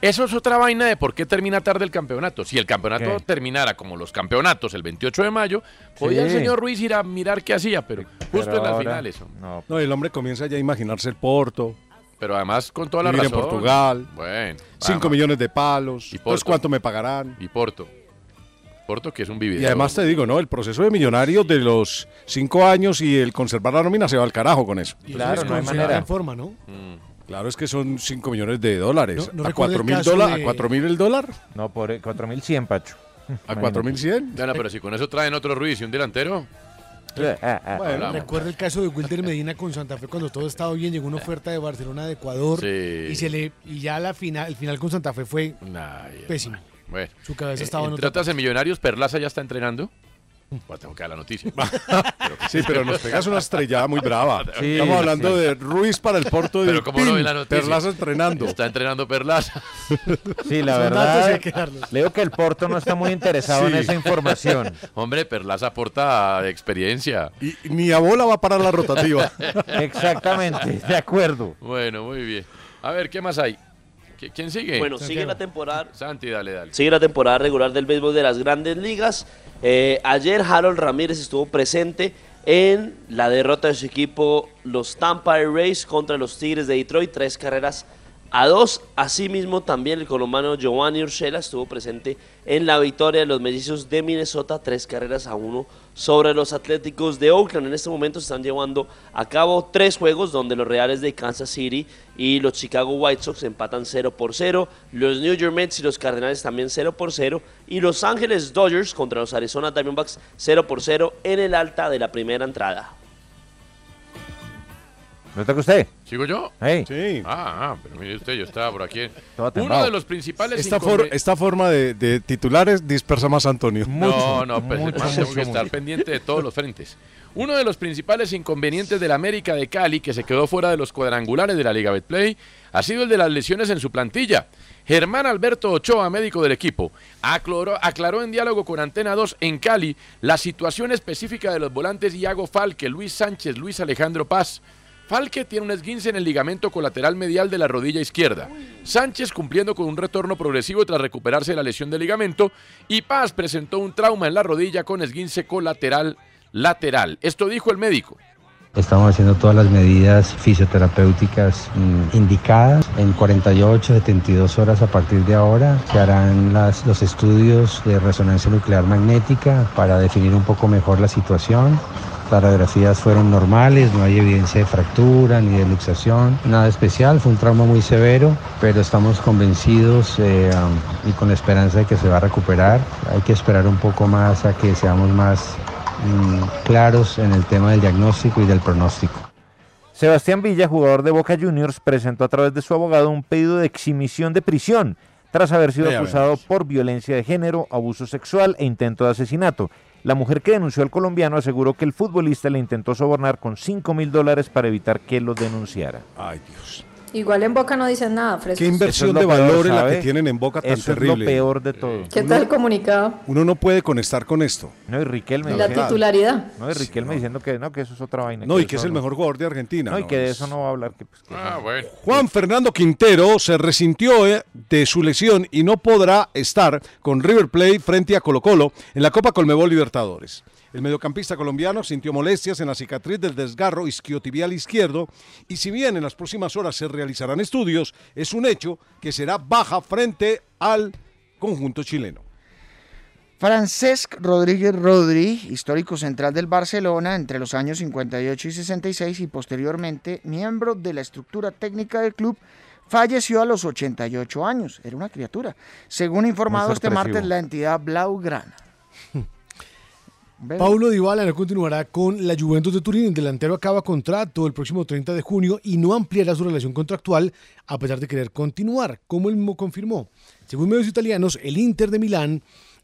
Speaker 1: Eso es otra vaina de por qué termina tarde el campeonato. Si el campeonato
Speaker 8: ¿Qué?
Speaker 1: terminara como los campeonatos el 28 de mayo, podía el
Speaker 4: Sí.
Speaker 1: señor Ruiz ir a mirar qué hacía, pero justo en las finales. hombre.
Speaker 4: No. el hombre comienza ya a imaginarse el Porto.
Speaker 1: Pero además con toda la
Speaker 4: Vivir en
Speaker 1: razón.
Speaker 4: Portugal.
Speaker 1: Bueno.
Speaker 4: 5 millones de palos.
Speaker 1: Y
Speaker 4: Entonces,
Speaker 1: Porto.
Speaker 4: ¿cuánto me pagarán?
Speaker 1: Y Porto. Porto que es un vividor.
Speaker 4: Y además te digo, ¿no? El proceso de millonarios de los 5 años y el conservar la nómina se va al carajo con eso.
Speaker 6: Y eso Claro, es no hay conservar manera. en forma, ¿no?
Speaker 4: Claro, es que son 5 millones de dólares.
Speaker 6: No- no
Speaker 4: a
Speaker 6: recuerdo el
Speaker 4: 4 mil
Speaker 6: caso
Speaker 4: dólares,
Speaker 6: de-
Speaker 4: a 4 mil el dólar.
Speaker 2: No, por e- 4 Eh, mil 100, Pacho.
Speaker 4: ¿A 4 mil 100?
Speaker 1: Bueno, pero si con eso traen otro Ruiz y un delantero.
Speaker 6: Bueno,
Speaker 4: eh,
Speaker 1: Hablamos.
Speaker 6: recuerda el caso de Wilder Medina con Santa Fe cuando todo estaba bien, llegó una oferta de Barcelona de Ecuador
Speaker 1: Sí.
Speaker 6: y se le y ya la final, el final con Santa Fe fue pésimo.
Speaker 1: Bueno,
Speaker 6: Su cabeza
Speaker 1: eh,
Speaker 6: estaba en
Speaker 1: entre
Speaker 6: otra
Speaker 1: otras en Millonarios, Perlaza ya está entrenando. Bueno, tengo que dar la noticia.
Speaker 4: Sí, pero nos pegas una estrellada muy brava.
Speaker 1: Sí,
Speaker 4: Estamos hablando
Speaker 1: sí.
Speaker 4: de Ruiz para el Porto de
Speaker 1: Pero como no
Speaker 4: Pin,
Speaker 1: ve la noticia.
Speaker 4: Perlaza entrenando.
Speaker 1: Está entrenando Perlaza.
Speaker 2: Sí, la verdad. Leo que el Porto no está muy interesado en
Speaker 1: Sí.
Speaker 2: esa información.
Speaker 1: Hombre, Perlaza aporta experiencia.
Speaker 4: Y ni a bola va a parar la rotativa.
Speaker 2: Exactamente, de acuerdo.
Speaker 1: Bueno, muy bien. A ver, ¿qué más hay? ¿Qui- ¿Quién sigue?
Speaker 3: Bueno, sigue Santiago. la temporada.
Speaker 1: Santi, dale, dale.
Speaker 3: Sigue la temporada regular del béisbol de las grandes ligas. Eh, ayer Harold Ramírez estuvo presente en la derrota de su equipo, los Tampa Bay Rays contra los Tigres de Detroit, tres carreras a dos. Asimismo, también el colombiano Giovanni Urshela estuvo presente en la victoria de los mellizos de Minnesota, tres carreras a uno sobre los Atléticos de Oakland. En este momento se están llevando a cabo tres juegos donde los Reales de Kansas City y los Chicago White Sox empatan 0 por 0, los New York Mets y los Cardenales también 0 por 0 y los Ángeles Dodgers contra los Arizona Diamondbacks 0 por 0 en el alta de la primera entrada.
Speaker 2: ¿No toca usted?
Speaker 1: ¿Sigo yo?
Speaker 4: Sí.
Speaker 1: Ah, ah, pero mire usted, yo estaba por aquí. Uno
Speaker 4: temblado.
Speaker 1: de los principales
Speaker 4: Esta, for-
Speaker 1: inconven-
Speaker 4: esta forma de, de titulares dispersa más a Antonio.
Speaker 1: no, no, pues hermano, tengo que estar pendiente de todos los frentes. Uno de los principales inconvenientes de la América de Cali, que se quedó fuera de los cuadrangulares de la Liga Betplay, ha sido el de las lesiones en su plantilla. Germán Alberto Ochoa, médico del equipo, aclaró, aclaró en diálogo con Antena 2 en Cali la situación específica de los volantes Iago Falque, Luis Sánchez, Luis Alejandro Paz. Falque tiene un esguince en el ligamento colateral medial de la rodilla izquierda. Sánchez cumpliendo con un retorno progresivo tras recuperarse de la lesión del ligamento. Y Paz presentó un trauma en la rodilla con esguince colateral lateral. Esto dijo el médico.
Speaker 9: Estamos haciendo todas las medidas fisioterapéuticas mm, indicadas. En 48, 72 horas a partir de ahora se harán las- los estudios de resonancia nuclear magnética para definir un poco mejor la situación. Las radiografías fueron normales, no hay evidencia de fractura ni de luxación, nada especial, fue un trauma muy severo, pero estamos convencidos eh, um, y con la esperanza de que se va a recuperar. Hay que esperar un poco más a que seamos más mm, claros en el tema del diagnóstico y del pronóstico.
Speaker 2: Sebastián Villa, jugador de Boca Juniors, presentó a través de su abogado un pedido de exhibición de prisión tras haber sido
Speaker 4: Ya
Speaker 2: acusado por violencia de género, abuso sexual e intento de asesinato. La mujer que denunció al colombiano aseguró que el futbolista le intentó sobornar con 5 mil dólares para evitar que lo denunciara.
Speaker 4: Ay, Dios.
Speaker 10: Igual en Boca no dicen nada, frescos.
Speaker 4: Qué inversión
Speaker 2: Eso
Speaker 4: de
Speaker 2: es lo peor,
Speaker 4: valor en la
Speaker 2: ¿sabe?
Speaker 4: que tienen en boca tan
Speaker 2: Eso es lo
Speaker 4: terrible.
Speaker 2: peor de todo.
Speaker 10: ¿Qué tal el comunicado?
Speaker 4: Uno no puede conectar con esto.
Speaker 2: No, y Riquelme.
Speaker 10: La
Speaker 2: diciendo-
Speaker 10: titularidad.
Speaker 2: No, y Riquelme diciendo que no, que eso es otra vaina.
Speaker 4: No, y que
Speaker 2: eso
Speaker 4: es el mejor jugador de Argentina.
Speaker 2: No, y
Speaker 4: no,
Speaker 2: que de
Speaker 4: es-
Speaker 2: eso no va a hablar. que, pues, que eso-
Speaker 4: Juan Fernando Quintero se resintió eh, de su lesión y no podrá estar con River Plate frente a Colo Colo en la Copa Colmebol Libertadores. El mediocampista colombiano sintió molestias en la cicatriz del desgarro isquiotibial izquierdo y si bien en las próximas horas se realizarán estudios, es un hecho que será baja frente al conjunto chileno.
Speaker 5: Francesc Rodríguez Rodri, histórico central del Barcelona entre los años 58 y 66 y posteriormente miembro de la estructura técnica del club, falleció a los 88 años. Era una criatura. Según informado
Speaker 6: Muy
Speaker 5: este
Speaker 6: sorpresivo.
Speaker 5: martes la entidad Blaugrana. Ve-
Speaker 6: Paulo Dybala no continuará con la Juventus de Turín. El delantero acaba contrato el próximo 30 de junio y no ampliará su relación contractual a pesar de querer continuar, como él mismo confirmó. Según medios italianos, el Inter de Milán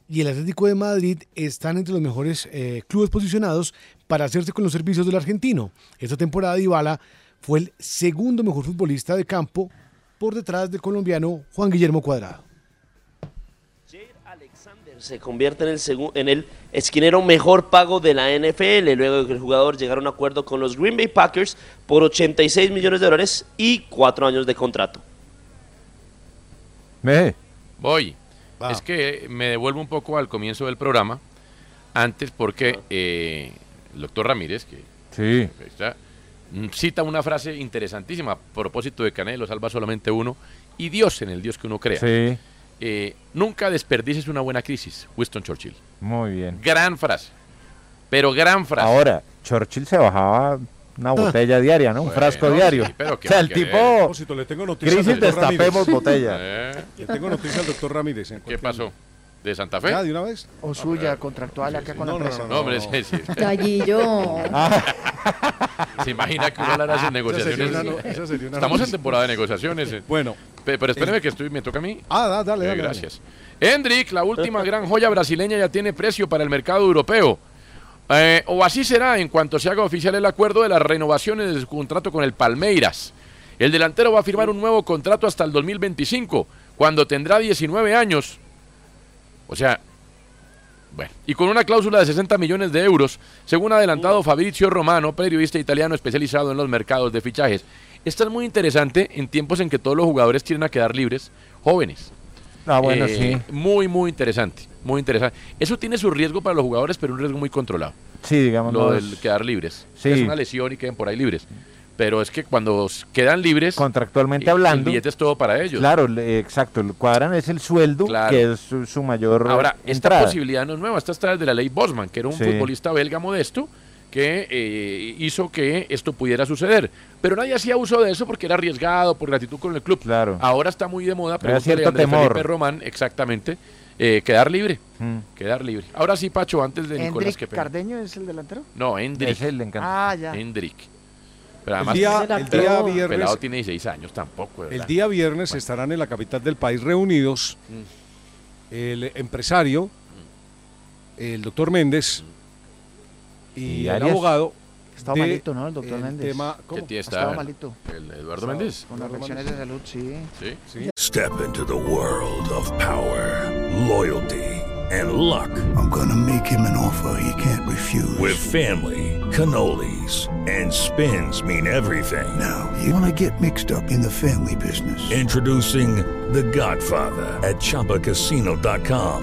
Speaker 6: y el Atlético de Madrid están entre los mejores eh, clubes posicionados para hacerse con los servicios del argentino. Esta temporada Dybala fue el segundo mejor futbolista de campo por detrás del colombiano Juan Guillermo Cuadrado.
Speaker 3: se convierte en el, segu- en el esquinero mejor pago de la NFL, luego de que el jugador llegara a un acuerdo con los Green Bay Packers por 86 millones de dólares y cuatro años de contrato.
Speaker 1: Voy. Es que me devuelvo un poco al comienzo del programa. Antes porque eh, el doctor Ramírez, que
Speaker 2: Sí.
Speaker 1: ahí está, mm, cita una frase interesantísima a propósito de Canelo, salva solamente uno, y Dios en el Dios que uno crea.
Speaker 2: Sí.
Speaker 1: Eh, nunca desperdices una buena crisis, Winston Churchill.
Speaker 2: Muy bien.
Speaker 1: Gran frase. Pero gran frase.
Speaker 2: Ahora, Churchill se bajaba una botella diaria, ¿no? Un
Speaker 1: Ah. Bueno,
Speaker 2: frasco diario.
Speaker 1: sí, pero qué
Speaker 2: o sea, el
Speaker 1: va a querer.
Speaker 2: tipo.
Speaker 4: Propósito, le tengo noticias
Speaker 2: crisis
Speaker 4: al doctor
Speaker 2: destapemos
Speaker 4: Ramírez.
Speaker 2: botella.
Speaker 1: Eh.
Speaker 4: Le tengo noticias al doctor Ramírez. ¿eh?
Speaker 1: ¿Qué pasó? ¿De Santa Fe? Ah,
Speaker 4: Ya, de una vez.
Speaker 5: O suya, contractual acá con la empresa.
Speaker 1: No, hombre, sí, sí.
Speaker 10: Gallillo.
Speaker 1: Se imagina que uno hablará de
Speaker 4: Esa sería
Speaker 1: negociaciones.
Speaker 4: una no- esa sería una
Speaker 1: Estamos en
Speaker 4: noticia.
Speaker 1: temporada de negociaciones. eh.
Speaker 4: Bueno.
Speaker 1: pero espéreme que estoy, me toca a mí.
Speaker 4: Ah, da- dale,
Speaker 1: Eh,
Speaker 4: dale.
Speaker 1: gracias. Hendrik, la última gran joya brasileña ya tiene precio para el mercado europeo. Eh, o así será en cuanto se haga oficial el acuerdo de las renovaciones de su contrato con el Palmeiras. El delantero va a firmar un nuevo contrato hasta el 2025, cuando tendrá 19 años. O sea, bueno, y con una cláusula de 60 millones de euros, según ha adelantado Fabrizio Romano, periodista italiano especializado en los mercados de fichajes. Esta es muy interesante en tiempos en que todos los jugadores tienden a quedar libres, jóvenes. Eh,
Speaker 2: Ah, bueno, sí.
Speaker 1: Muy, muy interesante, muy interesante. Eso tiene su riesgo para los jugadores, pero un riesgo muy controlado.
Speaker 2: Sí, digamos.
Speaker 1: Lo
Speaker 2: no
Speaker 1: del
Speaker 2: es-
Speaker 1: quedar libres.
Speaker 2: Sí.
Speaker 1: Es una lesión y queden por ahí libres. Pero es que cuando s- quedan libres,
Speaker 2: Contractualmente
Speaker 1: eh, el
Speaker 2: hablando.
Speaker 1: billete es todo para ellos.
Speaker 2: Claro, le- exacto. El cuadran es el sueldo,
Speaker 1: Claro.
Speaker 2: que es su, su mayor.
Speaker 1: Ahora, esta
Speaker 2: entrada.
Speaker 1: posibilidad no es nueva, esta está de la ley Bosman, que era un
Speaker 2: Sí.
Speaker 1: futbolista belga modesto que eh, hizo que esto pudiera suceder. Pero nadie hacía uso de eso porque era arriesgado, por gratitud con el club.
Speaker 2: Claro.
Speaker 1: Ahora está muy de moda,
Speaker 2: Era
Speaker 1: pero
Speaker 2: cierto temor.
Speaker 1: Felipe Román, exactamente, eh, quedar libre.
Speaker 2: Mm.
Speaker 1: Quedar libre. Ahora sí, Pacho, antes de Nicolás
Speaker 5: Hendrik
Speaker 1: que pena.
Speaker 5: Cardeño es el delantero.
Speaker 1: No, Hendrik.
Speaker 2: Ese le encanta.
Speaker 5: Ah, ya.
Speaker 1: Hendrik. Pero además,
Speaker 4: día- el día
Speaker 1: el
Speaker 4: viernes-
Speaker 1: pelado tiene 16 años tampoco. ¿verdad?
Speaker 4: El día viernes estarán en la capital del país reunidos
Speaker 1: Mm.
Speaker 4: el empresario, el doctor Méndez y,
Speaker 1: Mm. Y
Speaker 4: el
Speaker 1: Arias.
Speaker 4: abogado.
Speaker 5: Estaba
Speaker 4: de
Speaker 5: malito, ¿no? El doctor
Speaker 4: el
Speaker 5: Méndez.
Speaker 4: tema- ¿cómo?
Speaker 1: Que tiene esta-
Speaker 5: Estaba malito.
Speaker 1: El Eduardo Méndez.
Speaker 5: Con las reacciones de salud, sí.
Speaker 1: Sí.
Speaker 8: Step into the world of power, loyalty, and luck.
Speaker 11: I'm gonna make him an offer he can't refuse.
Speaker 8: With family, cannolis, and spins mean everything. Now,
Speaker 11: You wanna get mixed up in the family business.
Speaker 8: introducing The Godfather at ChumbaCasino.com.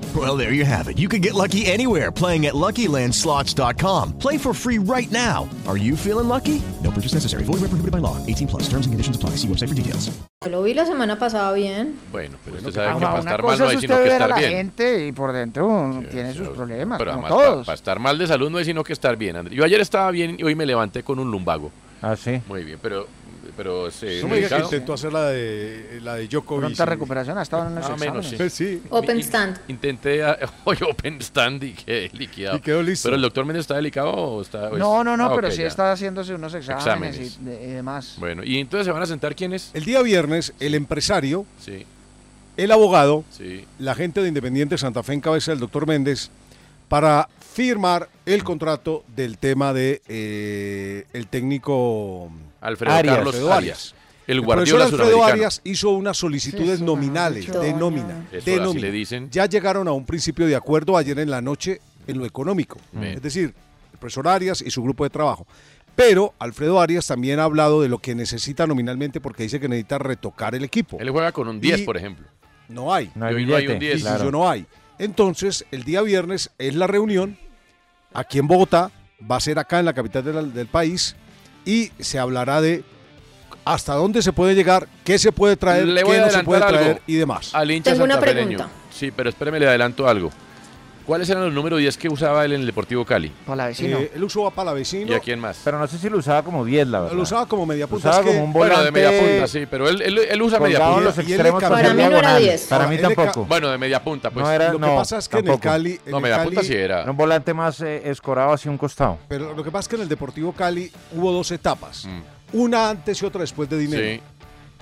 Speaker 12: Well, there you have it. You can get lucky anywhere playing at LuckyLandSlots.com. Play for free right now. Are you feeling lucky? No purchase necessary. Void where prohibited by law. 18 plus. Terms and conditions apply. See website for details.
Speaker 10: Lo vi la semana pasada bien.
Speaker 1: Bueno, pero usted
Speaker 5: Ah,
Speaker 1: sabe que para
Speaker 5: una
Speaker 1: estar
Speaker 5: cosa
Speaker 1: mal no
Speaker 5: es
Speaker 1: hay
Speaker 5: usted
Speaker 1: sino que
Speaker 5: ver a
Speaker 1: estar
Speaker 5: la
Speaker 1: bien.
Speaker 5: gente y por dentro tiene sus
Speaker 2: Ah,
Speaker 5: problemas,
Speaker 1: Pero
Speaker 5: como
Speaker 1: además, para
Speaker 5: todos.
Speaker 1: estar mal de salud no es sino que estar bien, Andrés. Yo ayer estaba bien y hoy me levanté con un lumbago.
Speaker 2: Ah, sí.
Speaker 1: Muy bien, pero... pero este, se
Speaker 4: No me diga que intentó hacer la de, la de Djokovic.
Speaker 5: Pronta recuperación, ha estado en unos
Speaker 1: Más o Ah, menos, sí.
Speaker 5: exámenes.
Speaker 1: Mi- in- Intenté ah, hoy Open Stand y quedé liquidado.
Speaker 5: Y quedó listo.
Speaker 1: Pero el doctor Méndez está delicado o está... o es-
Speaker 5: No, no, no,
Speaker 1: Ah,
Speaker 5: pero
Speaker 1: ok,
Speaker 5: sí
Speaker 1: ya.
Speaker 5: está haciéndose unos exámenes,
Speaker 1: Exámenes.
Speaker 5: Y, de- y demás.
Speaker 1: Bueno, y entonces se van a sentar quiénes?
Speaker 4: El día viernes, el empresario,
Speaker 1: Sí,
Speaker 4: el abogado,
Speaker 1: sí.
Speaker 4: la gente de Independiente Santa Fe en cabeza del doctor Méndez, para firmar el contrato del tema de eh, el técnico
Speaker 1: Alfredo
Speaker 4: Arias.
Speaker 1: Carlos
Speaker 4: Alfredo
Speaker 1: Arias. El
Speaker 4: El profesor
Speaker 1: Guardiola
Speaker 4: Alfredo
Speaker 1: suramericano.
Speaker 4: Arias hizo unas solicitudes nominales, de nómina.
Speaker 1: Eso
Speaker 4: de
Speaker 1: así
Speaker 4: nómina.
Speaker 1: le dicen.
Speaker 4: Ya llegaron a un principio de acuerdo ayer en la noche en lo económico.
Speaker 1: Bien.
Speaker 4: Es decir, el profesor Arias y su grupo de trabajo. Pero Alfredo Arias también ha hablado de lo que necesita nominalmente porque dice que necesita retocar el equipo.
Speaker 1: Él juega con un 10,
Speaker 4: Y-
Speaker 1: por ejemplo.
Speaker 4: no hay.
Speaker 1: No hay Y hoy no hay billete, un 10.
Speaker 4: Y
Speaker 1: claro.
Speaker 4: yo no hay. Entonces, el día viernes es la reunión aquí en Bogotá, va a ser acá en la capital de la- del país y se hablará de hasta dónde se puede llegar, qué se puede traer,
Speaker 1: Le
Speaker 4: qué
Speaker 1: voy a
Speaker 4: no se puede
Speaker 1: adelantar
Speaker 4: traer
Speaker 1: algo
Speaker 4: y demás.
Speaker 1: Al hincha
Speaker 10: Tengo una
Speaker 1: santafereño.
Speaker 10: pregunta.
Speaker 1: Sí, pero espéreme, le adelanto algo. ¿Cuáles eran los números 10 que usaba él en el Deportivo Cali?
Speaker 5: Palavecino.
Speaker 4: Eh, él usó a Palavecino.
Speaker 1: ¿Y a quién más?
Speaker 2: Pero no sé si lo usaba como 10, la verdad.
Speaker 4: Lo usaba como media punta.
Speaker 2: Usaba
Speaker 4: es que-
Speaker 2: como un volante.
Speaker 1: Bueno, de media punta, sí, pero él, él- él usa media
Speaker 2: Colgado
Speaker 1: punta.
Speaker 2: en los Y él le extremos cambió- para Para mí no era diagonales. 10. Para mí
Speaker 1: Él le ca-
Speaker 2: tampoco.
Speaker 1: Bueno, de media punta, pues.
Speaker 2: No era,
Speaker 4: Lo que
Speaker 2: no,
Speaker 4: pasa es que en el
Speaker 2: tampoco.
Speaker 4: Cali- en
Speaker 1: No,
Speaker 4: el
Speaker 1: media punta
Speaker 4: Cali-
Speaker 1: sí era.
Speaker 2: Un volante más eh, escorado hacia un costado.
Speaker 4: Pero lo que pasa es que en el Deportivo Cali hubo dos etapas.
Speaker 1: Mm.
Speaker 4: Una antes y otra después de Dinero.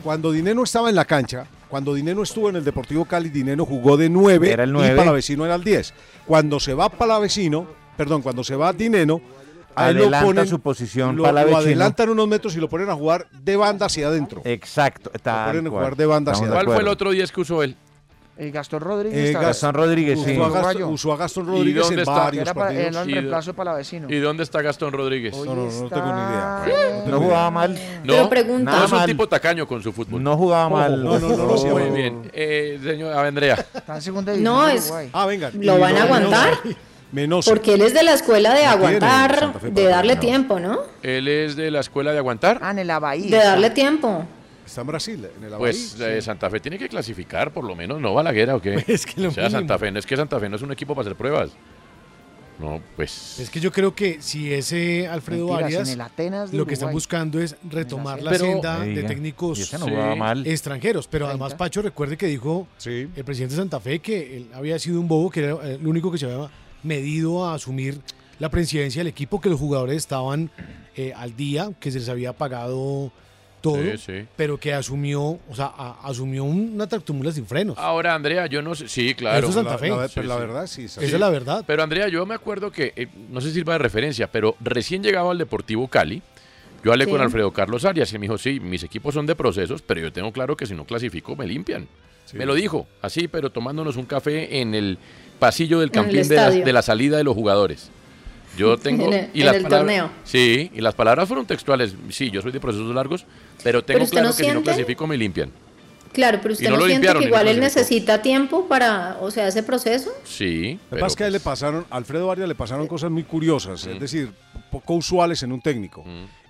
Speaker 4: Cuando Dinero estaba en la cancha, cuando Dinero estuvo en el Deportivo Cali, Dinero jugó de 9
Speaker 2: Era el
Speaker 4: y
Speaker 2: nueve.
Speaker 4: Palavecino era el 10. Cuando se va Palavecino, perdón, cuando se va Dinero, a él
Speaker 2: Adelanta
Speaker 4: lo ponen,
Speaker 2: su posición
Speaker 4: lo, lo
Speaker 2: Palavecino.
Speaker 4: adelantan unos metros y lo ponen a jugar de banda hacia adentro.
Speaker 2: Exacto.
Speaker 4: Lo ponen a
Speaker 2: cual.
Speaker 4: jugar de banda hacia
Speaker 2: Estamos de
Speaker 4: adentro.
Speaker 1: ¿Cuál fue el otro 10 que usó él?
Speaker 5: El Gastón Rodríguez.
Speaker 4: Eh,
Speaker 5: estaba-
Speaker 2: Gastón Rodríguez,
Speaker 4: usó
Speaker 2: sí.
Speaker 4: a Gastón-
Speaker 5: Uruguayo.
Speaker 4: usó a Gastón
Speaker 5: ¿Y
Speaker 4: Rodríguez
Speaker 1: dónde
Speaker 4: en
Speaker 1: está?
Speaker 4: varios
Speaker 5: Era para-
Speaker 4: partidos.
Speaker 5: era el
Speaker 1: Y do-
Speaker 5: reemplazo de Palavecino.
Speaker 1: ¿Y dónde está Gastón Rodríguez?
Speaker 5: No, no, no
Speaker 4: tengo ni idea.
Speaker 2: No jugaba mal.
Speaker 1: No,
Speaker 2: Pero pregunta.
Speaker 1: no es un
Speaker 2: Nada
Speaker 1: tipo tacaño con su fútbol.
Speaker 2: No jugaba mal.
Speaker 1: No, no, no, no,
Speaker 2: Oh.
Speaker 1: Muy bien. Eh, señor Andrea.
Speaker 5: Está en segunda división.
Speaker 10: No,
Speaker 5: de
Speaker 10: es.
Speaker 5: Uruguay.
Speaker 1: Ah,
Speaker 10: ¿Lo van a aguantar?
Speaker 4: Menos.
Speaker 10: Porque él es de la escuela de aguantar, de darle
Speaker 1: no.
Speaker 10: tiempo, ¿no?
Speaker 1: Él es de la escuela de aguantar.
Speaker 5: Ah, en el Abahí.
Speaker 10: De darle tiempo.
Speaker 4: Está en Brasil, en el
Speaker 1: Pues
Speaker 4: Avaí,
Speaker 1: eh,
Speaker 4: sí.
Speaker 1: Santa Fe tiene que clasificar, por lo menos, no Balaguer o qué.
Speaker 6: Es que lo
Speaker 1: o sea,
Speaker 6: mínimo.
Speaker 1: Santa Fe, no es que Santa Fe no es un equipo para hacer pruebas. No, pues.
Speaker 6: Es que yo creo que si ese Alfredo
Speaker 5: Mentiras,
Speaker 6: Arias,
Speaker 5: en el Atenas de
Speaker 6: lo que están
Speaker 5: Uruguay.
Speaker 6: buscando es retomar la
Speaker 5: Pero-
Speaker 6: senda
Speaker 5: Oiga,
Speaker 6: de técnicos
Speaker 5: y ese no jugaba
Speaker 6: sí,
Speaker 5: mal.
Speaker 6: extranjeros. Pero además, Pacho, recuerde que dijo el presidente de Santa Fe que él había sido un bobo, que era el único que se había medido a asumir la presidencia del equipo, que los jugadores estaban eh, al día, que se les había pagado todo,
Speaker 1: Sí, sí.
Speaker 6: pero que asumió, o sea, a- asumió una tractumula sin frenos.
Speaker 1: Ahora, Andrea, yo no sé. Sí, claro.
Speaker 6: Eso es Santa La- Fe. la-
Speaker 4: pero la verdad, sí,
Speaker 6: Santa Esa Fe. es la verdad.
Speaker 1: Pero, Andrea, yo me acuerdo que, eh, no sé si sirva de referencia, pero recién llegado al Deportivo Cali, yo hablé
Speaker 10: Sí.
Speaker 1: con Alfredo Carlos Arias y él me dijo: Sí, mis equipos son de procesos, pero yo tengo claro que si no clasifico, me limpian. Me lo dijo, así, pero tomándonos un café en el pasillo del
Speaker 10: En el
Speaker 1: campín de la,
Speaker 10: estadio.
Speaker 1: de la salida de los jugadores. Yo tengo.
Speaker 10: En el-
Speaker 1: y
Speaker 10: en
Speaker 1: las
Speaker 10: el
Speaker 1: palabras-
Speaker 10: torneo.
Speaker 1: Sí, y las palabras fueron textuales. Sí, yo soy de procesos largos, pero tengo
Speaker 10: Pero usted
Speaker 1: claro
Speaker 10: no
Speaker 1: que si no
Speaker 10: siente-
Speaker 1: clasifico, me limpian.
Speaker 10: Claro, pero
Speaker 1: Y
Speaker 10: usted
Speaker 1: no
Speaker 10: no,
Speaker 1: lo
Speaker 10: siente
Speaker 1: limpiaron
Speaker 10: que
Speaker 1: y no
Speaker 10: igual él
Speaker 1: clasificó.
Speaker 10: necesita tiempo para, o sea, ese proceso.
Speaker 1: Sí.
Speaker 4: Lo que pasa es que a
Speaker 1: pues-
Speaker 4: él le pasaron, a Alfredo Arias le pasaron
Speaker 1: Eh,
Speaker 4: cosas muy curiosas,
Speaker 1: mm.
Speaker 4: es decir, poco usuales en un técnico.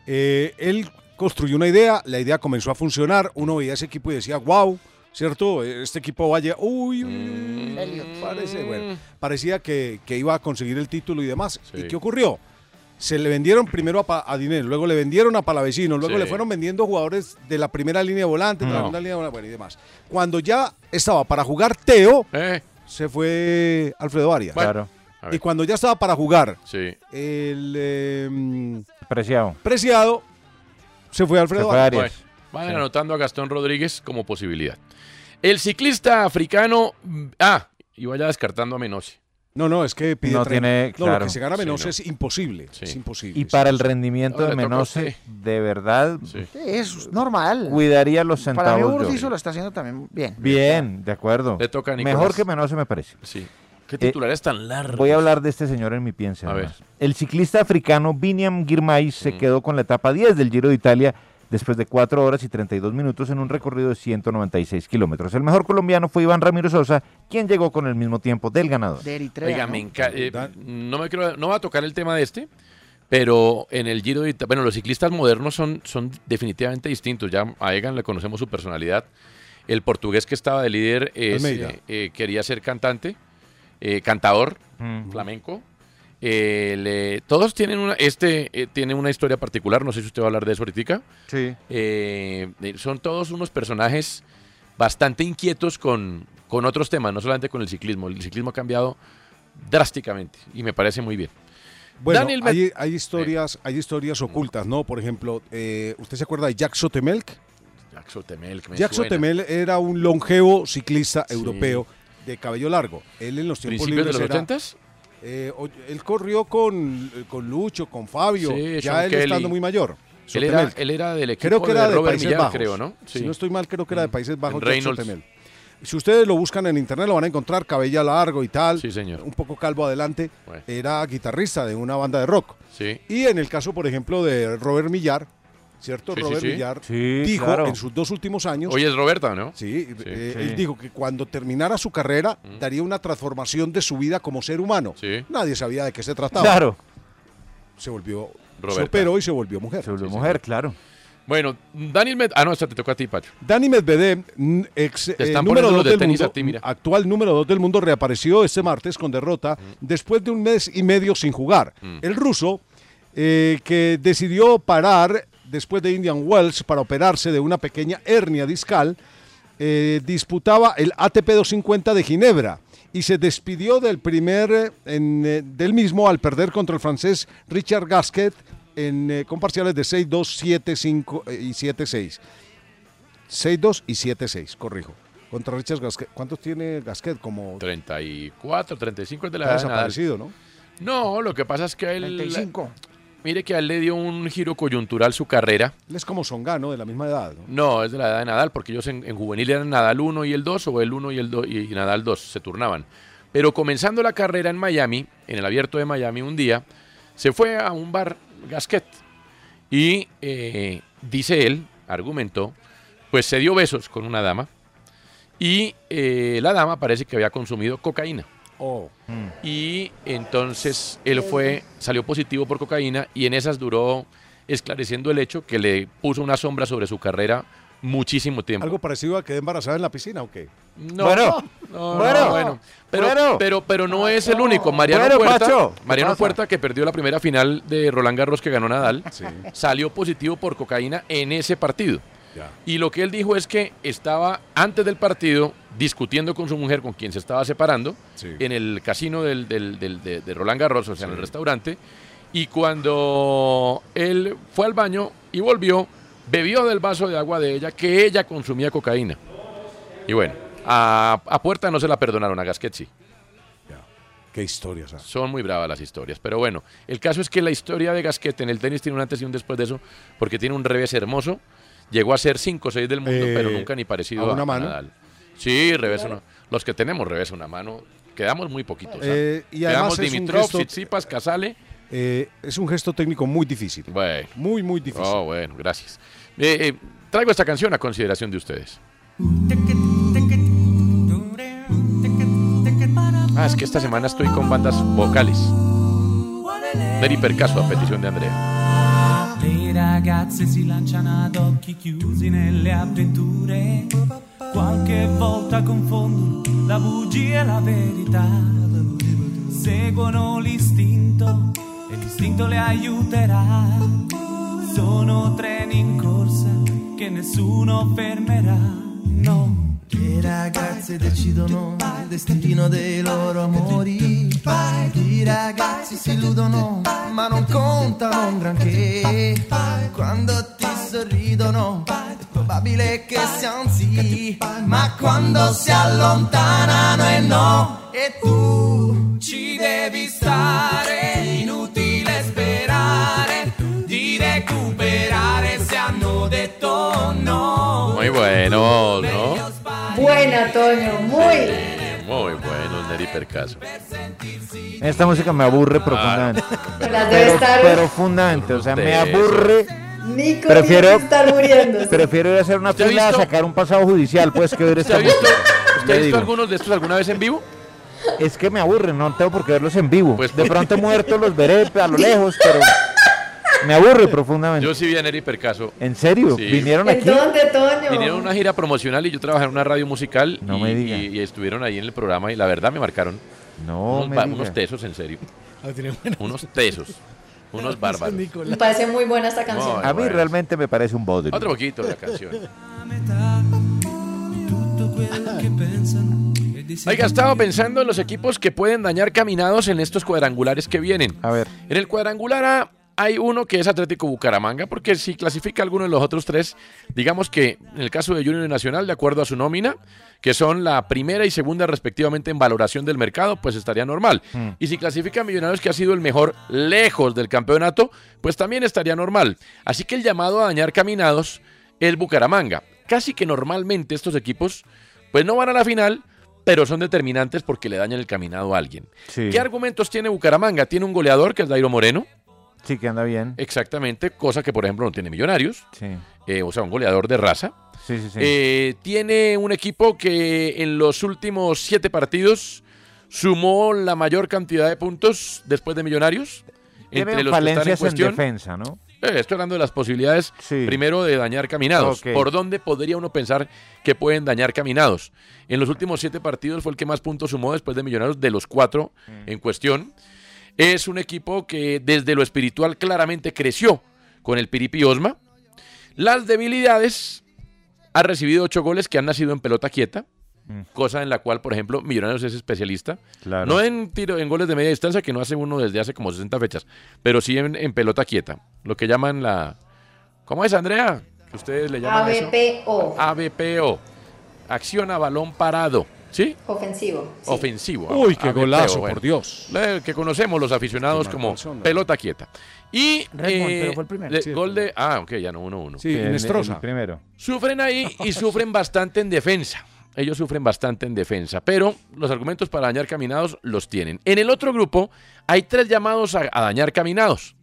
Speaker 4: Eh, él construyó una idea, la idea comenzó a funcionar, uno veía ese equipo y decía, wow, ¿cierto? Este equipo vaya, uy, uy,
Speaker 1: Mm.
Speaker 4: uy, uy, parece, bueno, parecía que, que iba a conseguir el título y demás. ¿Y qué ocurrió? Se le vendieron primero a, Pa- a Dinero, luego le vendieron a Palavecino, luego
Speaker 1: Sí.
Speaker 4: le fueron vendiendo jugadores de la primera línea de volante, de la
Speaker 1: No.
Speaker 4: segunda línea de volante, bueno, y demás. Cuando ya estaba para jugar Teo,
Speaker 1: Eh.
Speaker 4: se fue Alfredo Arias.
Speaker 2: Bueno.
Speaker 1: A ver.
Speaker 4: Y cuando ya estaba para jugar,
Speaker 1: Sí.
Speaker 4: el eh, mm,
Speaker 2: Preciado.
Speaker 4: preciado se fue Alfredo
Speaker 2: fue
Speaker 4: Arias.
Speaker 1: Bueno, vayan anotando a Gastón Rodríguez como posibilidad. El ciclista africano. mm, Ah, y vaya descartando a Menossi.
Speaker 4: No, no, es que pide
Speaker 2: No
Speaker 4: treinta.
Speaker 2: tiene-
Speaker 4: No,
Speaker 2: claro.
Speaker 4: lo que se gana
Speaker 2: Sí,
Speaker 4: menos
Speaker 1: no.
Speaker 4: es imposible. Es imposible.
Speaker 2: Y para el
Speaker 4: Sí, sí.
Speaker 2: rendimiento
Speaker 4: Ahora
Speaker 2: de
Speaker 4: le toca a
Speaker 2: Menose, de verdad,
Speaker 5: Es normal.
Speaker 2: cuidaría los
Speaker 5: Para mí,
Speaker 2: centavos. de
Speaker 5: Urdizo
Speaker 2: oro.
Speaker 5: lo está haciendo también bien.
Speaker 2: Bien, de acuerdo.
Speaker 1: Le toca a Nicolás.
Speaker 2: Mejor que Menose me parece. Eh,
Speaker 1: Sí. ¿Qué titulares tan largos?
Speaker 2: Voy a hablar de este señor en mi piensa.
Speaker 1: A ver. Mm.
Speaker 2: además. El ciclista africano Biniam Girmay se quedó con la etapa 10 del Giro de Italia después de 4 horas y 32 minutos en un recorrido de 196 kilómetros. El mejor colombiano fue Iván Ramiro Sosa, quien llegó con el mismo tiempo del ganador.
Speaker 5: De Eritrea.
Speaker 1: Oiga,
Speaker 5: ¿no?
Speaker 1: me enca- eh, no me quiero- no va a tocar el tema de este, pero en el Giro de Ita- bueno, los ciclistas modernos son, son definitivamente distintos. Ya a Egan le conocemos su personalidad. El portugués que estaba de líder es,
Speaker 4: Almeida.
Speaker 1: eh, eh, quería ser cantante, eh, cantador, flamenco. El, eh, todos tienen una, este eh, tiene una historia particular, no sé si usted va a hablar de eso ahorita.
Speaker 2: Sí.
Speaker 1: Eh, eh, son todos unos personajes bastante inquietos con, con otros temas, no solamente con el ciclismo. El ciclismo ha cambiado drásticamente y me parece muy bien.
Speaker 4: Bueno,
Speaker 1: Daniel Met-
Speaker 4: hay, hay historias, hay historias ocultas, ¿no? Por ejemplo, eh, ¿usted se acuerda de Jack Sotemelk?
Speaker 1: Jack Sotemel, que me
Speaker 4: Jack
Speaker 1: suena.
Speaker 4: Sotemel era un longevo ciclista europeo de cabello largo. Él en los tiempos
Speaker 1: ¿Principios de
Speaker 4: libres
Speaker 1: los
Speaker 4: era-
Speaker 1: 80s?
Speaker 4: Eh, o- él corrió con, eh, con Lucho, con Fabio,
Speaker 1: Sí,
Speaker 4: ya
Speaker 1: Sean
Speaker 4: él
Speaker 1: Kelly.
Speaker 4: estando muy mayor.
Speaker 1: Él era,
Speaker 4: Sotemelk.
Speaker 1: él era del equipo
Speaker 4: creo que era
Speaker 1: de
Speaker 4: de,
Speaker 1: Robert
Speaker 4: Países
Speaker 1: Millán,
Speaker 4: Bajos.
Speaker 1: creo, ¿no? Sí. Mm.
Speaker 4: Si no estoy mal, creo que era de Países Bajos.
Speaker 1: En
Speaker 4: Jack
Speaker 1: Reynolds.
Speaker 4: Sotemel. Si ustedes lo buscan en internet, lo van a encontrar, cabello largo y tal.
Speaker 1: Sí, señor.
Speaker 4: Un poco calvo adelante.
Speaker 1: Bueno.
Speaker 4: Era guitarrista de una banda de rock.
Speaker 1: Sí.
Speaker 4: Y en el caso, por ejemplo, de Robert Millar, ¿cierto?
Speaker 1: Sí, sí,
Speaker 4: Robert
Speaker 1: sí.
Speaker 4: Millar
Speaker 1: Sí,
Speaker 4: dijo
Speaker 1: claro.
Speaker 4: en sus dos últimos años.
Speaker 1: Hoy es Roberta, ¿no?
Speaker 4: Sí, eh,
Speaker 1: sí.
Speaker 4: él dijo que cuando terminara su carrera daría una transformación de su vida como ser humano.
Speaker 1: Sí.
Speaker 4: Nadie sabía de qué se trataba.
Speaker 2: Claro.
Speaker 4: Se volvió, se
Speaker 1: Roberta.
Speaker 4: operó y se volvió mujer.
Speaker 2: Se volvió mujer, claro.
Speaker 1: Bueno, Daniel Med... Ah, no, esta te tocó a ti, Pacho.
Speaker 4: Dani Medvedev, mm, ex eh,
Speaker 1: están
Speaker 4: número
Speaker 1: poniendo los
Speaker 4: 2
Speaker 1: de
Speaker 4: del
Speaker 1: tenis a
Speaker 4: mundo,
Speaker 1: ti, mira.
Speaker 4: actual número 2 del mundo, reapareció este martes con derrota después de un mes y medio sin jugar. El ruso, eh, que decidió parar después de Indian Wells para operarse de una pequeña hernia discal, eh, disputaba el ATP 250 de Ginebra y se despidió del primer eh, en, eh, del mismo al perder contra el francés Richard Gasquet en, eh, con parciales de 6-2, 7-5 eh, y 7-6. 6-2 y 7-6, corrijo. Contra Richard Gasquet. ¿Cuántos tiene Gasquet? Como
Speaker 1: 34, 35 es de la
Speaker 4: Está
Speaker 1: edad de Nadal.
Speaker 4: Ah, desaparecido, ¿no?
Speaker 1: No, lo que pasa es que a él...
Speaker 4: 35.
Speaker 1: Mire que a él le dio un giro coyuntural su carrera.
Speaker 4: Él es como Songano, de la misma edad. ¿no?
Speaker 1: No, es de la edad de Nadal, porque ellos en, en juvenil eran Nadal 1 y el 2, o el 1 y el 2 y y Nadal 2, se turnaban. Pero comenzando la carrera en Miami, en el abierto de Miami un día, se fue a un bar Gasquet y eh, dice él, argumentó, pues se dio besos con una dama y eh, la dama parece que había consumido cocaína.
Speaker 4: Oh.
Speaker 1: mm, Y entonces él fue, salió positivo por cocaína y en esas duró esclareciendo el hecho que le puso una sombra sobre su carrera muchísimo tiempo.
Speaker 4: ¿Algo parecido a quedar embarazada en la piscina o qué?
Speaker 1: No, Bueno, no, no, bueno, bueno. Pero, pero, pero no es el único. Mariano
Speaker 4: Bueno,
Speaker 1: Puerta,
Speaker 4: Pacho, ¿qué
Speaker 1: Mariano
Speaker 4: pasa?
Speaker 1: Puerta, que perdió la primera final de Roland Garros que ganó Nadal, salió positivo por cocaína en ese partido.
Speaker 4: Ya.
Speaker 1: Y lo que él dijo es que estaba antes del partido discutiendo con su mujer, con quien se estaba separando,
Speaker 4: Sí.
Speaker 1: en el casino del- del- del- de, de Roland Garros, o sea, en el
Speaker 4: Sí.
Speaker 1: restaurante. Y cuando él fue al baño y volvió, bebió del vaso de agua de ella, que ella consumía cocaína. Y bueno, a, a Puerta no se la perdonaron, a Gasquet sí.
Speaker 4: Qué historias. ah.
Speaker 1: Son muy bravas las historias. Pero bueno, el caso es que la historia de Gasquet en el tenis tiene un antes y un después de eso, porque tiene un revés hermoso. Llegó a ser 5 o 6 del mundo,
Speaker 4: Eh,
Speaker 1: pero nunca ni parecido
Speaker 4: ¿a
Speaker 1: a,
Speaker 4: una
Speaker 1: a
Speaker 4: mano?
Speaker 1: Nadal. Sí, revés una. Los que tenemos revés una mano, quedamos muy poquitos. ¿ah?
Speaker 4: Eh, y además
Speaker 1: quedamos
Speaker 4: es un
Speaker 1: Dimitrov,
Speaker 4: gesto-
Speaker 1: Tsitsipas, Casale.
Speaker 4: Eh, es un gesto técnico muy difícil. Muy, muy difícil.
Speaker 1: Oh, bueno, gracias. Eh, eh, traigo esta canción a consideración de ustedes. Ah, es que esta semana estoy con bandas vocales. Del hipercaso a petición de Andrea.
Speaker 13: Le ragazze si lanciano ad occhi chiusi nelle avventure. Qualche volta confondono la bugia e la verità. Seguono l'istinto e l'istinto le aiuterà. Sono treni in corsa che nessuno fermerà. No.
Speaker 14: Le ragazze decidono il destino dei loro amori. I ragazzi si illudono, ma non contano un granché. Quando ti sorridono, è probabile che sia un sì. Ma quando si allontanano e no, e tu ci devi stare. Inutile
Speaker 1: eh,
Speaker 14: sperare di recuperare se hanno detto no.
Speaker 1: Muy bueno, ¿no?
Speaker 14: Buena, Toño, muy.
Speaker 1: Muy bueno, Neri Percaso.
Speaker 2: Esta música me aburre profundamente.
Speaker 14: Las
Speaker 15: debe
Speaker 2: Pero
Speaker 15: estar-
Speaker 2: profundamente, o sea, me aburre.
Speaker 15: Nico
Speaker 2: Prefiero,
Speaker 15: tiene que estar muriéndose.
Speaker 2: prefiero ir a hacer una
Speaker 1: ¿Usted ha
Speaker 2: fila a
Speaker 1: visto?
Speaker 2: sacar un pasado judicial, pues que ver
Speaker 1: ¿Usted ha
Speaker 2: esta
Speaker 1: visto,
Speaker 2: música.
Speaker 1: usted ha
Speaker 2: Le
Speaker 1: visto
Speaker 2: digo.
Speaker 1: algunos de estos alguna vez en vivo?
Speaker 2: Es que me aburre, no tengo por qué verlos en vivo.
Speaker 1: Pues,
Speaker 2: de pronto muertos los veré a lo lejos, pero me aburre profundamente.
Speaker 1: Yo sí vi a Neri Percaso.
Speaker 2: ¿En serio?
Speaker 1: Sí.
Speaker 2: ¿Vinieron aquí?
Speaker 14: Toño.
Speaker 1: Vinieron a una gira promocional y yo trabajé en una radio musical y, y- y estuvieron ahí en el programa y la verdad me marcaron.
Speaker 2: No,
Speaker 1: unos,
Speaker 2: me
Speaker 1: ba-
Speaker 2: diga.
Speaker 1: unos tesos, en serio.
Speaker 6: Ah, tiene
Speaker 1: unos tesos. Unos bárbaros.
Speaker 10: Me parece muy buena esta canción.
Speaker 2: A mí realmente me parece un bodrio.
Speaker 1: Otro poquito de la canción. Oiga, estaba pensando en los equipos que pueden dañar caminados en estos cuadrangulares que vienen.
Speaker 2: A ver.
Speaker 1: En el cuadrangular A hay uno que es Atlético Bucaramanga, porque si clasifica alguno de los otros tres, digamos que en el caso de Junior y Nacional, de acuerdo a su nómina, que son la primera y segunda respectivamente en valoración del mercado, pues estaría normal.
Speaker 2: Hmm.
Speaker 16: Mm.
Speaker 1: Y si clasifica a Millonarios, que ha sido el mejor lejos del campeonato, pues también estaría normal. Así que el llamado a dañar caminados es Bucaramanga. Casi que normalmente estos equipos, pues no van a la final, pero son determinantes porque le dañan el caminado a alguien.
Speaker 2: Sí.
Speaker 1: ¿Qué argumentos tiene Bucaramanga? Tiene un goleador que es Dairo Moreno.
Speaker 2: Sí, que anda bien.
Speaker 1: Exactamente, cosa que por ejemplo no tiene Millonarios.
Speaker 2: Sí.
Speaker 1: Eh, o sea, un goleador de raza.
Speaker 2: Sí, sí, sí.
Speaker 1: Eh, tiene un equipo que en los últimos siete partidos sumó la mayor cantidad de puntos después de Millonarios.
Speaker 2: Tienen
Speaker 1: Entre los que están
Speaker 2: falencias
Speaker 1: en
Speaker 2: en,
Speaker 1: cuestión.
Speaker 2: defensa, ¿no?
Speaker 1: Eh, estoy hablando de las posibilidades, primero, de dañar caminados.
Speaker 2: Ok.
Speaker 1: ¿Por dónde podría uno pensar que pueden dañar caminados? En los últimos siete partidos fue el que más puntos sumó después de Millonarios de los cuatro
Speaker 2: Mm.
Speaker 1: en cuestión. Es un equipo que desde lo espiritual claramente creció con el Piripi Osma. Las debilidades, ha recibido ocho goles que han nacido en pelota quieta,
Speaker 4: Mm.
Speaker 1: cosa en la cual, por ejemplo, Millonarios es especialista.
Speaker 2: Claro.
Speaker 1: No en, tiro, en goles de media distancia, que no hace uno desde hace como 60 fechas, pero sí en, en pelota quieta, lo que llaman la... ¿Cómo es, Andrea? Que ustedes le llaman eso.
Speaker 10: ABPO,
Speaker 1: ABPO. Acción a balón parado, ¿sí?
Speaker 10: ofensivo.
Speaker 1: Ofensivo.
Speaker 4: Uy, qué
Speaker 1: ABPO,
Speaker 4: golazo, por
Speaker 1: Dios. La que conocemos los aficionados como pelota quieta. Y eh,
Speaker 4: Redmond, pero fue el primero.
Speaker 1: le-
Speaker 4: Sí, el
Speaker 1: gol de... Ah, ok, ya no, 1-1.
Speaker 4: Sí, Sí, en- Inestrosa. en-
Speaker 2: primero.
Speaker 1: Sufren ahí y sufren bastante en defensa. Ellos sufren bastante en defensa, pero los argumentos para dañar caminados los tienen. En el otro grupo hay tres llamados a, a dañar caminados.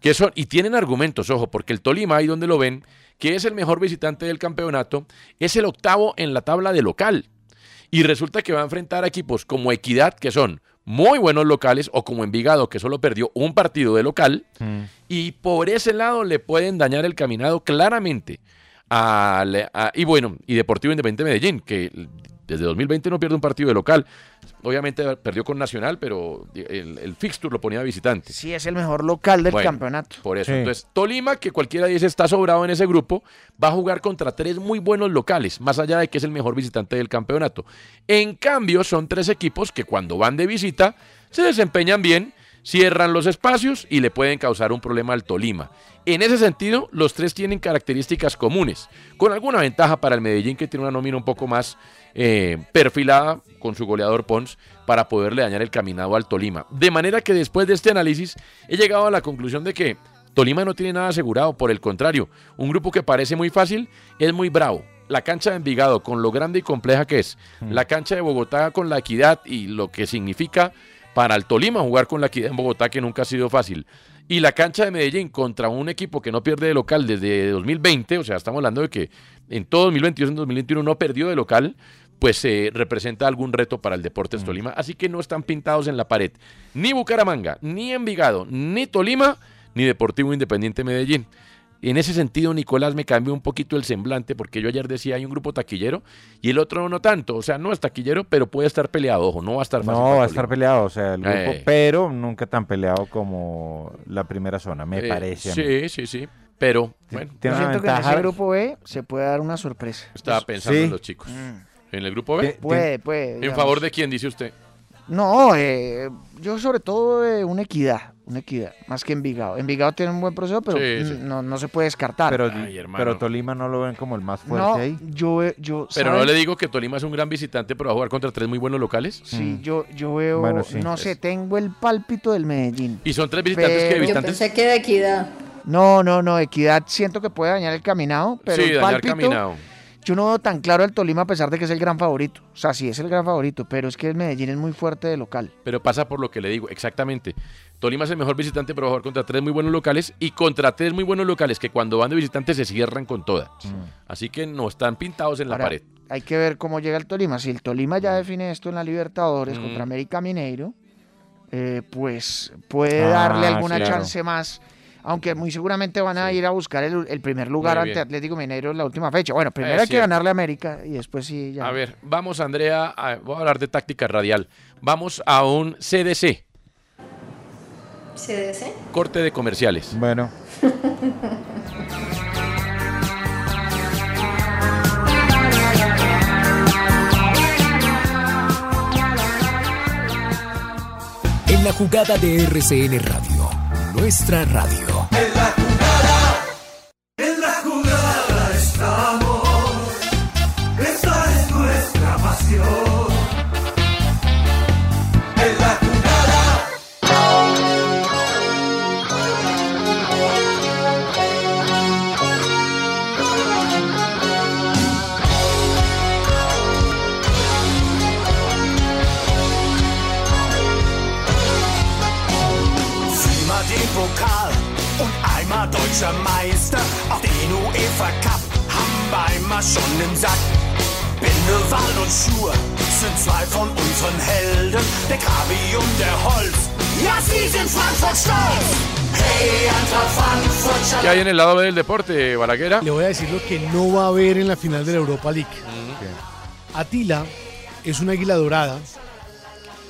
Speaker 1: Que son, y tienen argumentos, ojo, porque el Tolima, ahí donde lo ven, que es el mejor visitante del campeonato, es el octavo en la tabla de local. Y resulta que va a enfrentar a equipos como Equidad, que son muy buenos locales, o como Envigado, que solo perdió un partido de local. Y por ese lado le pueden dañar el caminado claramente. al- a- y bueno, y Deportivo Independiente de Medellín, que desde 2020 no pierde un partido de local. Obviamente perdió con Nacional, pero el, el fixture lo ponía de visitante.
Speaker 5: Sí, es el mejor local del
Speaker 1: Bueno,
Speaker 5: campeonato.
Speaker 1: Por eso.
Speaker 5: Sí.
Speaker 1: Entonces, Tolima, que cualquiera dice está sobrado en ese grupo, va a jugar contra tres muy buenos locales, más allá de que es el mejor visitante del campeonato. En cambio, son tres equipos que cuando van de visita se desempeñan bien, cierran los espacios y le pueden causar un problema al Tolima. En ese sentido, los tres tienen características comunes, con alguna ventaja para el Medellín, que tiene una nómina un poco más eh, perfilada con su goleador Pons para poderle dañar el caminado al Tolima. De manera que después de este análisis he llegado a la conclusión de que Tolima no tiene nada asegurado, por el contrario, un grupo que parece muy fácil es muy bravo. La cancha de Envigado, con lo grande y compleja que es, la cancha de Bogotá con la equidad y lo que significa para el Tolima jugar con la equidad en Bogotá, que nunca ha sido fácil. Y la cancha de Medellín contra un equipo que no pierde de local desde 2020, o sea, estamos hablando de que en todo 2022 en 2021 no perdió de local, pues eh, representa algún reto para el
Speaker 2: Mm.
Speaker 1: Deportes Tolima. Así que no están pintados en la pared ni Bucaramanga, ni Envigado, ni Tolima, ni Deportivo Independiente Medellín. En ese sentido, Nicolás me cambió un poquito el semblante porque yo ayer decía hay un grupo taquillero y el otro no tanto. O sea, no es taquillero, pero puede estar peleado. Ojo, no va a estar fácil.
Speaker 2: No,
Speaker 1: para
Speaker 2: va a estar peleado, o sea, el grupo,
Speaker 1: Eh.
Speaker 2: pero nunca tan peleado como la primera zona, me
Speaker 1: Eh,
Speaker 2: parece. a mí.
Speaker 1: Sí, sí, sí. Pero, bueno, pues,
Speaker 2: tiene
Speaker 5: Yo
Speaker 2: una
Speaker 5: siento que en ese
Speaker 2: ventaja.
Speaker 5: grupo B se puede dar una sorpresa. Mm.
Speaker 1: estaba pensando
Speaker 2: Sí.
Speaker 1: en los chicos.
Speaker 2: Mm.
Speaker 1: ¿En el grupo B?
Speaker 5: Te- Puede, puede,
Speaker 1: ¿En
Speaker 5: digamos.
Speaker 1: favor de quién dice usted?
Speaker 5: No, eh, yo sobre todo de una equidad, una equidad, más que Envigado. Envigado tiene un buen proceso, pero
Speaker 2: Sí, sí.
Speaker 5: mm, No, no se puede descartar.
Speaker 2: Pero, pero Tolima no lo ven como el más fuerte
Speaker 5: no,
Speaker 2: ahí.
Speaker 5: yo, ve- yo,
Speaker 1: Pero
Speaker 5: ¿saben?
Speaker 1: no le digo que Tolima es un gran visitante, pero va a jugar contra tres muy buenos locales.
Speaker 5: Sí, yo, yo veo,
Speaker 1: Bueno, sí.
Speaker 5: no sé, tengo el pálpito del Medellín.
Speaker 1: Y son tres visitantes que
Speaker 5: Pero-
Speaker 10: Yo
Speaker 1: visitantes.
Speaker 10: pensé que de equidad.
Speaker 5: No, no, no, Equidad siento que puede dañar el caminado, pero
Speaker 1: Sí,
Speaker 5: el
Speaker 1: dañar
Speaker 5: pálpito,
Speaker 1: caminado.
Speaker 5: yo no veo tan claro al Tolima a pesar de que es el gran favorito. O sea, sí es el gran favorito, pero es que el Medellín es muy fuerte de local.
Speaker 1: Pero pasa por lo que le digo, exactamente. Tolima es el mejor visitante, pero va a jugar contra tres muy buenos locales y contra tres muy buenos locales que cuando van de visitantes se cierran con toda. Así que no están pintados en la
Speaker 5: Ahora,
Speaker 1: pared.
Speaker 5: Hay que ver cómo llega el Tolima. Si el Tolima
Speaker 6: Mm.
Speaker 5: ya define esto en la Libertadores
Speaker 1: Mm.
Speaker 5: contra América Mineiro, eh, pues puede
Speaker 2: Ah,
Speaker 5: darle alguna
Speaker 2: claro.
Speaker 5: chance más. Aunque muy seguramente van a ir a buscar el, el primer lugar
Speaker 1: Muy
Speaker 5: ante
Speaker 1: bien.
Speaker 5: Atlético Mineiro en la última fecha. Bueno, primero
Speaker 1: Es
Speaker 5: hay que
Speaker 1: cierto.
Speaker 5: ganarle a América y después sí ya.
Speaker 1: A ver, vamos Andrea, a- voy a hablar de táctica radial. Vamos a un CDC,
Speaker 10: ¿CDC?
Speaker 1: corte de comerciales.
Speaker 2: Bueno.
Speaker 17: En la jugada de RCN Radio, nuestra radio.
Speaker 14: En la jugada estamos, esta es nuestra pasión. En la jugada.
Speaker 18: Zweimal den Pokal und einmal deutscher Meister. Auch den UEFA Cup haben wir einmal schon im Sack. Bindewald und Schur sind zwei von unseren Helden. Der Kabi und der Holz Ja, Sie sind Frankfurt stolz. Hey, Eintracht Frankfurt,
Speaker 1: ¿Qué hay en el lado B del deporte, Balaguera?
Speaker 6: Le voy a decir lo que no va a haber en la final de la Europa League. Atila es una águila dorada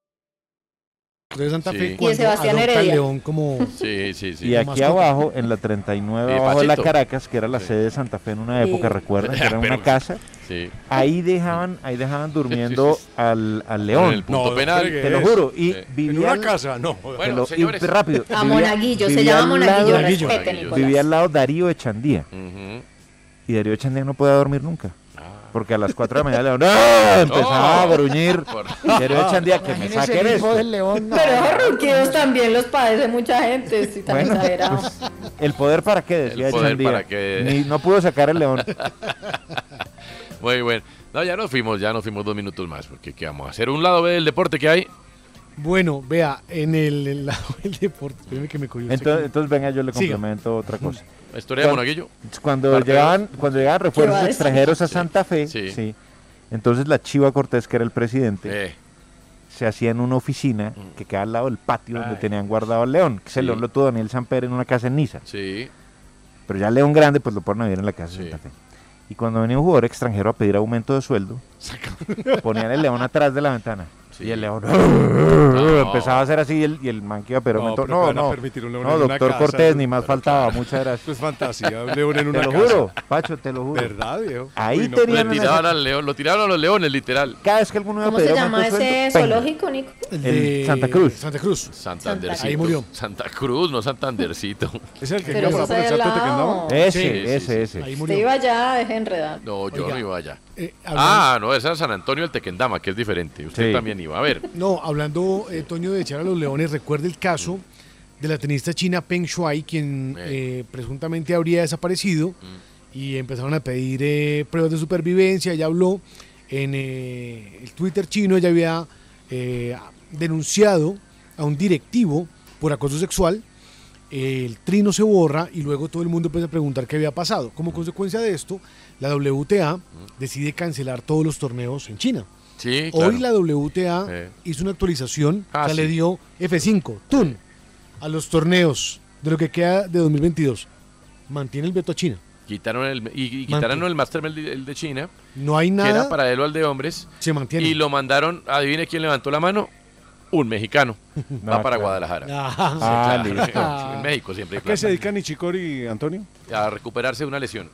Speaker 6: de Santa Fe
Speaker 19: Sí. Y de
Speaker 6: cuando
Speaker 16: Sebastián
Speaker 6: adopta
Speaker 16: Heredia.
Speaker 6: al León como
Speaker 1: Sí, sí, sí.
Speaker 2: Y aquí abajo, en la 39,
Speaker 1: Eh,
Speaker 2: abajo de la
Speaker 1: Pachito.
Speaker 2: Caracas, que era la sede de Santa Fe en una época,
Speaker 1: Sí.
Speaker 2: recuerdan, que era
Speaker 1: Pero-
Speaker 2: una casa.
Speaker 1: Sí.
Speaker 2: Ahí dejaban, ahí dejaban durmiendo Al, al león.
Speaker 1: En el punto No, penal.
Speaker 2: Te lo juro. Y
Speaker 1: Sí.
Speaker 2: vivía
Speaker 4: En una
Speaker 2: al-
Speaker 4: casa, no.
Speaker 2: te
Speaker 4: Bueno,
Speaker 2: lo- y
Speaker 4: señores.
Speaker 2: rápido.
Speaker 16: A
Speaker 2: vivía-
Speaker 16: Monaguillo, se
Speaker 2: vivía
Speaker 16: llama
Speaker 2: al
Speaker 16: Monaguillo,
Speaker 2: lado-
Speaker 16: respete, Monaguillo. Nicolás.
Speaker 2: Vivía al lado Darío Echandía. Y Darío Echandía no podía dormir nunca.
Speaker 1: Ah.
Speaker 2: Porque a las 4 de la mañana el león ¡ah! empezaba a
Speaker 16: No.
Speaker 2: gruñir.
Speaker 16: Por-
Speaker 2: Darío Echandía, que me
Speaker 16: Imagínese
Speaker 2: saquen
Speaker 16: el
Speaker 2: esto.
Speaker 16: Pero esos ronquidos también los padece mucha gente, si tan
Speaker 2: Bueno,
Speaker 16: exagerado.
Speaker 2: pues, el poder para qué, decía
Speaker 1: El poder
Speaker 2: Echandía.
Speaker 1: para qué.
Speaker 2: Ni- no pudo sacar el león.
Speaker 1: Muy bueno. No, ya nos fuimos, ya nos fuimos dos minutos más, porque ¿qué vamos a hacer? Un lado ve el deporte que hay.
Speaker 6: Bueno, vea, en el, el lado del deporte, espéreme que me cogió el
Speaker 2: Entonces,
Speaker 6: segundo.
Speaker 2: entonces, venga, yo le
Speaker 6: Siga.
Speaker 2: complemento otra cosa.
Speaker 1: La historia de
Speaker 2: Pues, Cuan-
Speaker 1: Monaguillo.
Speaker 2: Cuando
Speaker 1: Parte
Speaker 2: llegaban, cuando llegaban
Speaker 1: ¿Qué va a
Speaker 2: refuerzos
Speaker 1: decir?
Speaker 2: extranjeros a
Speaker 1: Sí,
Speaker 2: Santa Fe,
Speaker 1: sí.
Speaker 2: sí, entonces la Chiva Cortés, que era el presidente,
Speaker 1: Eh, Mm.
Speaker 2: se hacía en una oficina que queda al lado del patio donde
Speaker 1: Ay.
Speaker 2: tenían guardado al león. Que ese
Speaker 1: Sí.
Speaker 2: león lo tuvo Daniel Samper en una casa en Niza.
Speaker 1: sí.
Speaker 2: Pero ya el león grande, pues lo ponen a vivir en la casa de Santa Fe. Y cuando venía un jugador extranjero a pedir aumento de sueldo, ponían el león atrás de la ventana. Y el león empezaba a hacer así y el, y el man que iba a pedir
Speaker 4: No,
Speaker 2: aumento.
Speaker 4: pero
Speaker 2: No,
Speaker 4: van a
Speaker 2: no,
Speaker 4: permitir un león
Speaker 2: no,
Speaker 4: en una
Speaker 2: doctor
Speaker 4: casa,
Speaker 2: Cortés, ni
Speaker 4: pero-
Speaker 2: más faltaba. Muchas gracias.
Speaker 4: Esto es fantasía, un león en una
Speaker 2: Te lo
Speaker 4: casa.
Speaker 2: juro, Pacho, te lo juro.
Speaker 4: ¿Verdad, viejo?
Speaker 2: Ahí
Speaker 4: Uy, no pues,
Speaker 2: tenían
Speaker 1: Le
Speaker 2: una-
Speaker 1: tiraban al león, lo tiraron a los leones, literal.
Speaker 2: Cada vez que alguno iba a
Speaker 16: ¿Cómo se
Speaker 2: pedir
Speaker 16: llama
Speaker 2: aumento de
Speaker 16: ese
Speaker 2: sueldo, venga.
Speaker 16: zoológico, Nico?
Speaker 6: El
Speaker 2: en
Speaker 6: de
Speaker 2: Santa Cruz.
Speaker 6: Santa Cruz.
Speaker 1: Santandercito.
Speaker 6: Ahí murió.
Speaker 1: Santa Cruz, no Santandercito.
Speaker 4: Es el
Speaker 16: que Pero queda por eso la- está por el al Santo lado. Tequendama.
Speaker 2: Ese, ese, ese.
Speaker 6: Ahí
Speaker 16: Te
Speaker 6: murió.
Speaker 16: iba allá, deje de enredar.
Speaker 1: No, yo
Speaker 6: Oiga,
Speaker 1: no iba allá.
Speaker 6: eh, hablando-
Speaker 1: ah, no, esa es San Antonio del Tequendama, que es diferente. Usted
Speaker 6: Sí.
Speaker 1: también iba. A ver,
Speaker 6: No, hablando, eh, Toño, de echar a los leones, recuerda el caso de la tenista china Peng Shuai, quien eh, presuntamente habría desaparecido y empezaron a pedir eh, pruebas de supervivencia. Ella habló en eh, el Twitter chino, ella había eh, denunciado a un directivo por acoso sexual. El trino se borra y luego todo el mundo empieza a preguntar qué había pasado.
Speaker 1: Mm.
Speaker 6: Como consecuencia de esto, la WTA decide cancelar todos los torneos en China.
Speaker 1: sí,
Speaker 6: Hoy
Speaker 1: claro.
Speaker 6: la WTA
Speaker 1: Eh.
Speaker 6: hizo una actualización,
Speaker 1: Ah,
Speaker 6: o sea, le
Speaker 1: sí.
Speaker 6: dio F5, TUN, a los torneos de lo que queda de 2022. Mantiene el veto a China.
Speaker 1: Quitaron el, y, y quitaron
Speaker 6: Mantiene.
Speaker 1: el Master el de- el de China,
Speaker 6: No hay
Speaker 1: que era
Speaker 6: nada.
Speaker 1: paralelo al de hombres.
Speaker 6: Se mantiene.
Speaker 1: Y lo mandaron, adivine quién levantó la mano, un mexicano. Va para
Speaker 4: claro.
Speaker 1: Guadalajara.
Speaker 4: Ah,
Speaker 1: Sí,
Speaker 4: listo.
Speaker 1: claro. En México siempre.
Speaker 4: ¿A
Speaker 1: hay
Speaker 4: qué se
Speaker 1: plata.
Speaker 4: dedican Ichicori y Antonio?
Speaker 1: a recuperarse de una lesión.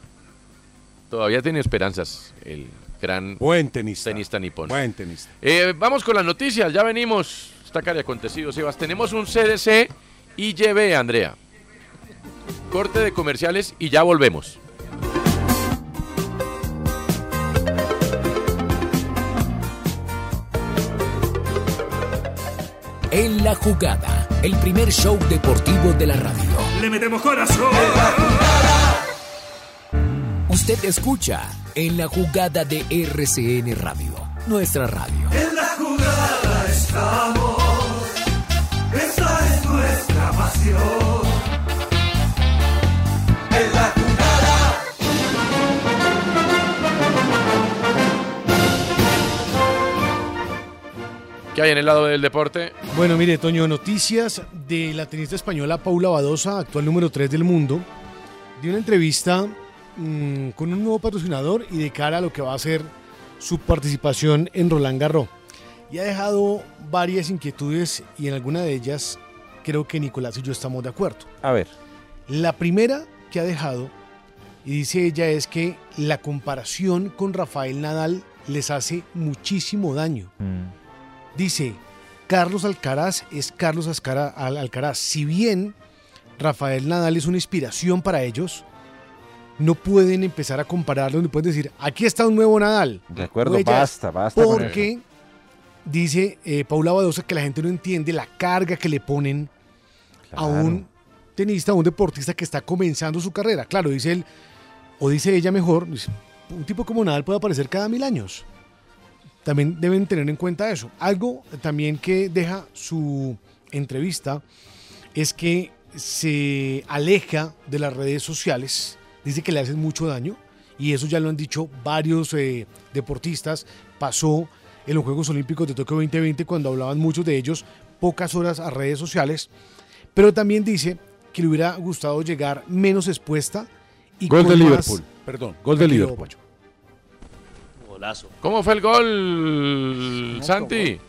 Speaker 1: Todavía tiene esperanzas el gran tenista. nipón.
Speaker 4: Buen tenista.
Speaker 1: Eh, vamos con las noticias, ya venimos. Está cara de acontecidos, Sebas. Tenemos un CDC y YB, Andrea. Corte de comerciales y ya volvemos.
Speaker 17: En la jugada, el primer show deportivo de la radio.
Speaker 20: Le metemos corazón.
Speaker 17: Usted escucha En la jugada de RCN Radio, nuestra radio.
Speaker 20: En la jugada estamos. Esa es nuestra pasión. En la jugada.
Speaker 1: ¿Qué hay en el lado del deporte?
Speaker 6: Bueno, mire, Toño, noticias de la tenista española Paula Badosa, actual número 3 del mundo, dio una entrevista mm, con un nuevo patrocinador y de cara a lo que va a ser su participación en Roland Garros. y ha dejado varias inquietudes y en alguna de ellas creo que Nicolás y yo estamos de acuerdo.
Speaker 2: A ver.
Speaker 6: La primera que ha dejado, y dice ella, es que la comparación con Rafael Nadal les hace muchísimo daño. Dice, Carlos Alcaraz es Carlos Ascara- Al- Alcaraz. Si bien Rafael Nadal es una inspiración para ellos, no pueden empezar a compararlo, ni pueden decir, aquí está un nuevo Nadal.
Speaker 2: De acuerdo,
Speaker 6: Huellas,
Speaker 2: basta, basta con
Speaker 6: Porque dice eh, Paula Badosa que la gente no entiende la carga que le ponen a un tenista, a un deportista que está comenzando su carrera. Claro, dice él, o dice ella mejor, dice, un tipo como Nadal puede aparecer cada mil años. También deben tener en cuenta eso. Algo también que deja su entrevista es que se aleja de las redes sociales, dice que le hacen mucho daño y eso ya lo han dicho varios eh, deportistas. Pasó en los Juegos Olímpicos de Tokio 2020 cuando hablaban muchos de ellos pocas horas a redes sociales, pero también dice que le hubiera gustado llegar menos expuesta y
Speaker 4: Gol
Speaker 6: con
Speaker 4: de
Speaker 6: más-
Speaker 4: Liverpool. Perdón, gol de
Speaker 6: Tranquilo,
Speaker 4: Liverpool.
Speaker 6: Pacho.
Speaker 3: Golazo.
Speaker 1: ¿Cómo fue el
Speaker 3: Mm,
Speaker 1: gol, Santi?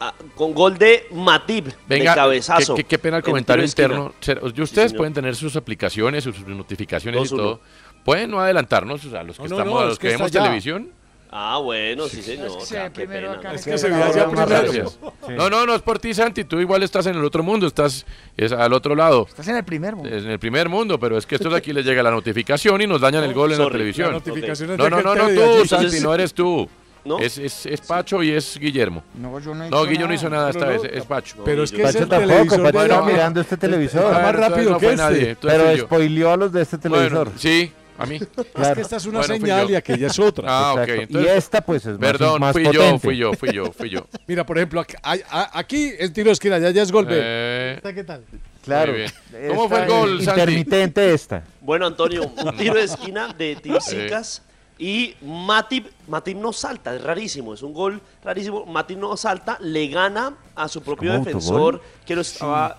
Speaker 3: Ah, con gol de Matip,
Speaker 1: Venga,
Speaker 3: de cabezazo.
Speaker 1: Qué, qué- qué pena el
Speaker 3: En
Speaker 1: comentario
Speaker 3: tiro de esquina.
Speaker 1: interno. Ser- y ustedes
Speaker 3: señor.
Speaker 1: pueden tener sus aplicaciones, sus notificaciones
Speaker 3: Dos,
Speaker 1: y todo.
Speaker 3: uno.
Speaker 1: Pueden no adelantarnos, o sea, a los que,
Speaker 3: No, no,
Speaker 1: estamos,
Speaker 3: no,
Speaker 1: a
Speaker 3: es
Speaker 1: los que,
Speaker 3: que está
Speaker 1: vemos
Speaker 3: allá.
Speaker 1: televisión.
Speaker 3: Ah, bueno, sí, señor.
Speaker 5: Es que se ve
Speaker 3: Ah, qué
Speaker 5: primero
Speaker 3: pena.
Speaker 5: acá.
Speaker 3: Es
Speaker 5: que se
Speaker 1: Muchas
Speaker 5: vea ya primero.
Speaker 1: gracias.
Speaker 5: Sí.
Speaker 1: No, no, no es por ti, Santi. Tú igual estás en el otro mundo, estás es al otro lado.
Speaker 5: Estás en el primer mundo.
Speaker 1: Es en el primer mundo, pero es que esto de aquí les llega la notificación y nos dañan el gol en la
Speaker 3: Sorry,
Speaker 1: televisión.
Speaker 3: la notificación
Speaker 1: no,
Speaker 3: es
Speaker 1: no,
Speaker 3: de
Speaker 1: no,
Speaker 3: que
Speaker 1: no,
Speaker 3: el tele de
Speaker 1: tú,
Speaker 3: allí.
Speaker 1: Santi,
Speaker 3: Entonces-
Speaker 1: no eres tú.
Speaker 3: ¿No?
Speaker 1: Es, es, es Pacho y es Guillermo.
Speaker 5: No, yo no he
Speaker 1: No,
Speaker 5: hecho
Speaker 1: Guillo no
Speaker 5: nada.
Speaker 1: hizo nada esta
Speaker 5: No,
Speaker 1: vez,
Speaker 5: no,
Speaker 1: es Pacho.
Speaker 5: pero es que
Speaker 2: Pacho tampoco, Pacho está mirando este televisor.
Speaker 1: Está más rápido que este.
Speaker 2: Pero spoileó a los de este
Speaker 1: Bueno,
Speaker 2: televisor.
Speaker 1: sí, a mí.
Speaker 2: Claro.
Speaker 1: Bueno, fui yo. Ah, ok.
Speaker 2: Exacto.
Speaker 1: entonces-
Speaker 2: y esta, pues, es más,
Speaker 1: Perdón,
Speaker 2: más
Speaker 1: fui
Speaker 2: potente.
Speaker 1: yo, fui yo, fui yo, fui yo.
Speaker 4: Mira, por ejemplo, aquí, ay- a- aquí el tiro de esquina, ya, ya es golpe.
Speaker 1: Eh,
Speaker 6: ¿Qué tal?
Speaker 2: Claro.
Speaker 1: Muy bien.
Speaker 2: Esta
Speaker 1: ¿Cómo fue el gol,
Speaker 2: es
Speaker 1: Santi?
Speaker 2: Intermitente esta.
Speaker 3: Bueno, Antonio, un tiro de esquina de Timsicas y Matip, Matip no salta, es rarísimo, es un gol rarísimo. Matip no salta, le gana a su propio
Speaker 2: ¿Cómo,
Speaker 3: defensor
Speaker 2: autogol?
Speaker 3: que lo estaba.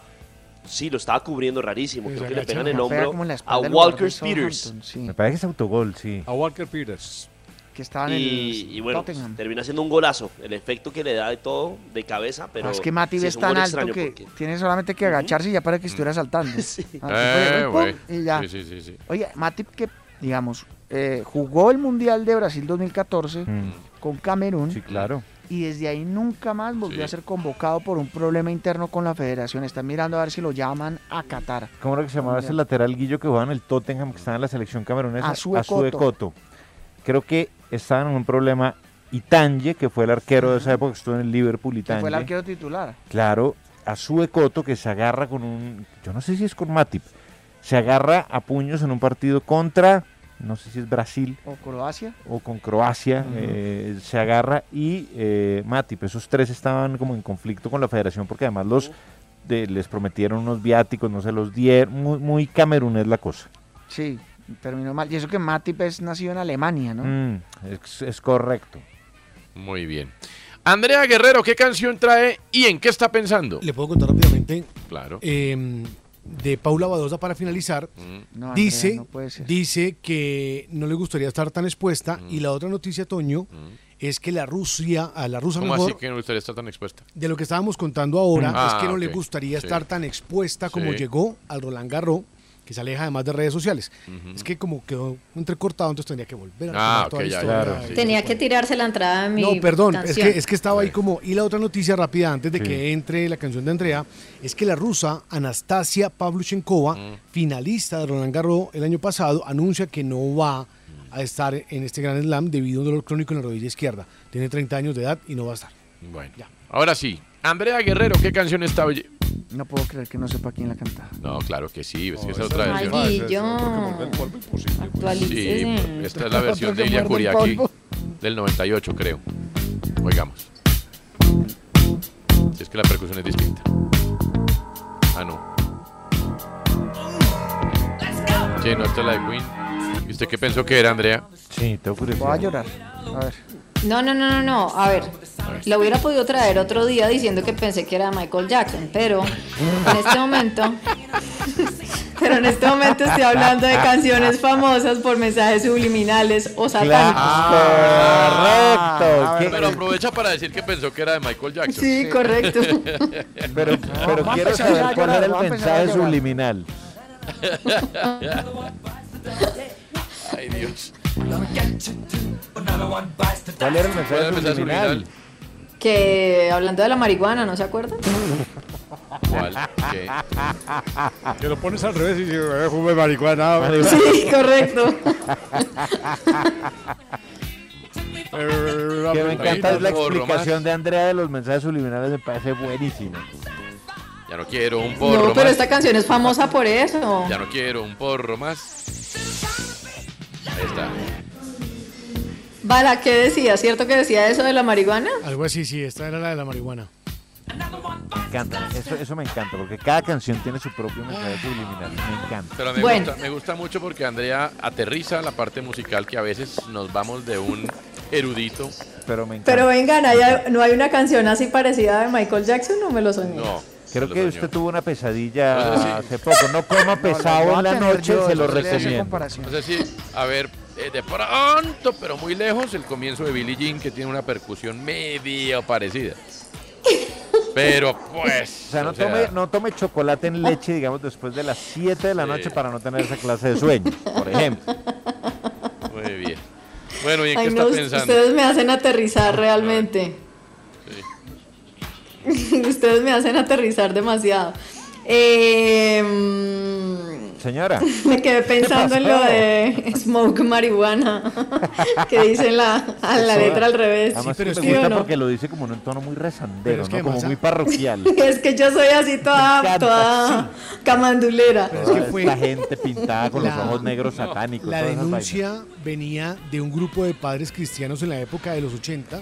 Speaker 3: Sí, lo estaba cubriendo rarísimo. Creo que le pegan el
Speaker 5: Una fea
Speaker 3: hombro
Speaker 5: como en la espalda
Speaker 3: a
Speaker 5: del
Speaker 3: Walker
Speaker 5: guardameta
Speaker 3: Peters.
Speaker 5: Southampton, sí,
Speaker 2: Me parece que es autogol, sí.
Speaker 4: A Walker Peters.
Speaker 5: que estaba en
Speaker 3: Y,
Speaker 5: el
Speaker 3: y bueno,
Speaker 5: Tottenham.
Speaker 3: termina siendo un golazo. El efecto que le da de todo, de cabeza, pero.
Speaker 5: Ah, es que Matip
Speaker 3: sí,
Speaker 5: es
Speaker 3: un
Speaker 5: tan
Speaker 3: gol
Speaker 5: alto
Speaker 3: extraño
Speaker 5: que
Speaker 3: porque- Mm.
Speaker 5: tiene solamente que agacharse y ya para que estuviera saltando. Ah,
Speaker 1: Eh,
Speaker 5: pum,
Speaker 1: güey.
Speaker 5: y ya.
Speaker 1: Sí, sí, sí, sí.
Speaker 5: Oye, Matip que, digamos, eh, jugó el Mundial de Brasil 2014 con Camerún.
Speaker 2: Mm. Sí, claro.
Speaker 5: Y desde ahí nunca más volvió
Speaker 2: Sí.
Speaker 5: a ser convocado por un problema interno con la federación. Están mirando a ver si lo llaman a Qatar.
Speaker 2: ¿Cómo era que se llamaba ese lateral Guillo que jugaba en el Tottenham, que estaba en la selección camerunesa?
Speaker 5: Azue Coto.
Speaker 2: Coto. Creo que estaban en un problema Itanje, que fue el arquero de esa época, que estuvo en el Liverpool,
Speaker 5: Que
Speaker 2: Itanje.
Speaker 5: fue el arquero titular.
Speaker 2: Claro, Azue Coto que se agarra con un, yo no sé si es con Matip, se agarra a puños en un partido contra, no sé si es Brasil
Speaker 5: O Croacia.
Speaker 2: o con Croacia,
Speaker 5: Ujú.
Speaker 2: eh, se agarra y eh, Matip, esos tres estaban como en conflicto con la federación porque además los de- les prometieron unos viáticos, no se los dieron, muy, muy camerunés la cosa.
Speaker 5: Sí, terminó mal. Y eso que Matip es nacido en Alemania, ¿no?
Speaker 2: Mm, es, es correcto.
Speaker 1: Muy bien. Andrea Guerrero, ¿qué canción trae y en qué está pensando?
Speaker 6: Le puedo contar rápidamente.
Speaker 1: Claro.
Speaker 6: eh, de Paula Badosa para finalizar.
Speaker 1: Mm.
Speaker 5: No, Andrea,
Speaker 6: dice,
Speaker 5: no puede ser.
Speaker 6: dice que no le gustaría estar tan expuesta.
Speaker 1: Mm.
Speaker 6: Y la otra noticia, Toño,
Speaker 2: Mm.
Speaker 6: es que la Rusia, a la rusa
Speaker 1: ¿Cómo
Speaker 6: mejor,
Speaker 1: así que no usted está tan expuesta?
Speaker 6: de lo que estábamos contando ahora,
Speaker 1: Mm. Ah,
Speaker 6: es que no le
Speaker 1: ok.
Speaker 6: gustaría
Speaker 1: Sí.
Speaker 6: estar tan expuesta como
Speaker 1: Sí.
Speaker 6: llegó al Roland Garros, que se aleja además de redes sociales. Es que como quedó entrecortado, entonces tendría que volver a
Speaker 1: Ah,
Speaker 6: retomar toda
Speaker 1: ok,
Speaker 6: la
Speaker 1: ya,
Speaker 6: historia.
Speaker 1: claro, sí.
Speaker 10: Tenía que tirarse la entrada de mi
Speaker 6: No, perdón, es
Speaker 10: canción.
Speaker 6: que, es que estaba ahí como... Y la otra noticia rápida antes de que entre la canción de Andrea, es que la rusa Anastasia Pavluchenkova,
Speaker 1: Mm.
Speaker 6: finalista de Roland Garros el año pasado, anuncia que no va a estar en este Gran Slam debido a un dolor crónico en la rodilla izquierda. Tiene 30 años de edad y no va a estar.
Speaker 1: Bueno, ahora sí. Andrea Guerrero, ¿qué canción está oye-
Speaker 5: No puedo creer que no sepa quién la canta.
Speaker 1: No, claro que sí, es que Oh, esa es otra
Speaker 10: Ay,
Speaker 1: versión.
Speaker 10: Guillo.
Speaker 1: Sí, pues,
Speaker 10: Actualícese.
Speaker 1: esta es la versión de Ilia
Speaker 10: Porque
Speaker 1: Kuriaki
Speaker 10: muerde
Speaker 1: del 98, creo. Oigamos. Si es que la percusión es distinta. Ah, no. Sí, no, esta es la de Queen. ¿Y usted qué pensó que era, Andrea?
Speaker 2: Sí, te ocurre.
Speaker 5: Voy a llorar. A ver.
Speaker 10: No, no, no, no, no. A ver, la hubiera podido traer otro día diciendo que pensé que era Michael Jackson, pero en este momento
Speaker 7: Pero en este momento estoy hablando de canciones famosas por mensajes subliminales o satánicos.
Speaker 1: Ah, correcto. ¿Qué? Pero aprovecha para decir que pensó que era de Michael Jackson.
Speaker 7: Sí, correcto.
Speaker 2: Pero, pero
Speaker 1: va a
Speaker 2: quiero
Speaker 1: empezar a
Speaker 2: saber cuál
Speaker 1: llorar,
Speaker 2: era el
Speaker 1: va a empezar a
Speaker 2: mensaje
Speaker 1: llorar.
Speaker 2: subliminal.
Speaker 1: Ay, Dios.
Speaker 2: ¿Cuál era el
Speaker 1: ¿Cuál era
Speaker 2: mensaje
Speaker 1: el mensaje
Speaker 2: subliminal?
Speaker 7: Que hablando de la marihuana, ¿no se acuerdan?
Speaker 1: ¿Cuál? ¿Qué?
Speaker 4: Que lo pones al revés y dices, eh, fume marihuana.
Speaker 7: Sí, correcto.
Speaker 2: Que me encanta es la explicación de Andrea de los mensajes subliminales, me parece buenísimo.
Speaker 1: Ya no quiero un porro
Speaker 7: No, pero
Speaker 1: más.
Speaker 7: esta canción es famosa por eso.
Speaker 1: Ya no quiero un porro más. Ahí está.
Speaker 7: Bala, ¿qué decía? ¿Cierto que decía eso de la marihuana?
Speaker 6: Algo así, sí, esta era la de la marihuana.
Speaker 2: Me encanta, eso, eso me encanta, porque cada canción tiene su propio mensaje subliminal. Me encanta.
Speaker 1: Pero me,
Speaker 7: Bueno.
Speaker 1: gusta, me gusta mucho porque Andrea aterriza la parte musical que a veces nos vamos de un erudito.
Speaker 2: Pero me
Speaker 7: Pero vengan, ¿hay- ¿no hay una canción así parecida de Michael Jackson o me lo soñé?
Speaker 1: No.
Speaker 2: Creo que usted tuvo una
Speaker 1: Ah, sí.
Speaker 2: pesadilla hace poco. No coma pesado
Speaker 5: voy a
Speaker 2: en la
Speaker 5: tener
Speaker 2: noche,
Speaker 5: yo,
Speaker 2: se lo
Speaker 5: eso le hace
Speaker 2: recomiendo.
Speaker 5: comparación.
Speaker 1: No sé si, a ver, eh, de pronto, pero muy lejos, el comienzo de Billie Jean que tiene una percusión medio parecida. Pero pues.
Speaker 2: O sea, no
Speaker 1: o sea,
Speaker 2: tome, no tome chocolate en leche, digamos, después de las 7 de la noche para no tener esa clase de sueño, por ejemplo.
Speaker 1: Muy bien. Bueno, ¿y en
Speaker 7: Ay,
Speaker 1: qué
Speaker 7: no,
Speaker 1: está pensando? Ah,
Speaker 7: ustedes me hacen aterrizar realmente. ustedes me hacen aterrizar demasiado. Eh, mm,
Speaker 2: Señora.
Speaker 7: me quedé pensando en lo
Speaker 2: pasó?
Speaker 7: de smoke marihuana que dice en la, a la
Speaker 2: Eso,
Speaker 7: letra al revés.
Speaker 2: Además,
Speaker 7: ¿Sí
Speaker 2: me gusta
Speaker 7: o no?
Speaker 2: porque lo dice como en un tono muy
Speaker 6: Pero
Speaker 2: rezandero,
Speaker 6: es que
Speaker 2: ¿no? Como
Speaker 6: además-
Speaker 2: muy parroquial.
Speaker 7: Es que yo soy así toda,
Speaker 2: encanta,
Speaker 7: toda camandulera.
Speaker 2: La gente pintada con
Speaker 6: La-
Speaker 2: los ojos negros satánicos.
Speaker 6: La
Speaker 2: todas esas vainas.
Speaker 6: denuncia venía de un grupo de padres cristianos en la época de los 80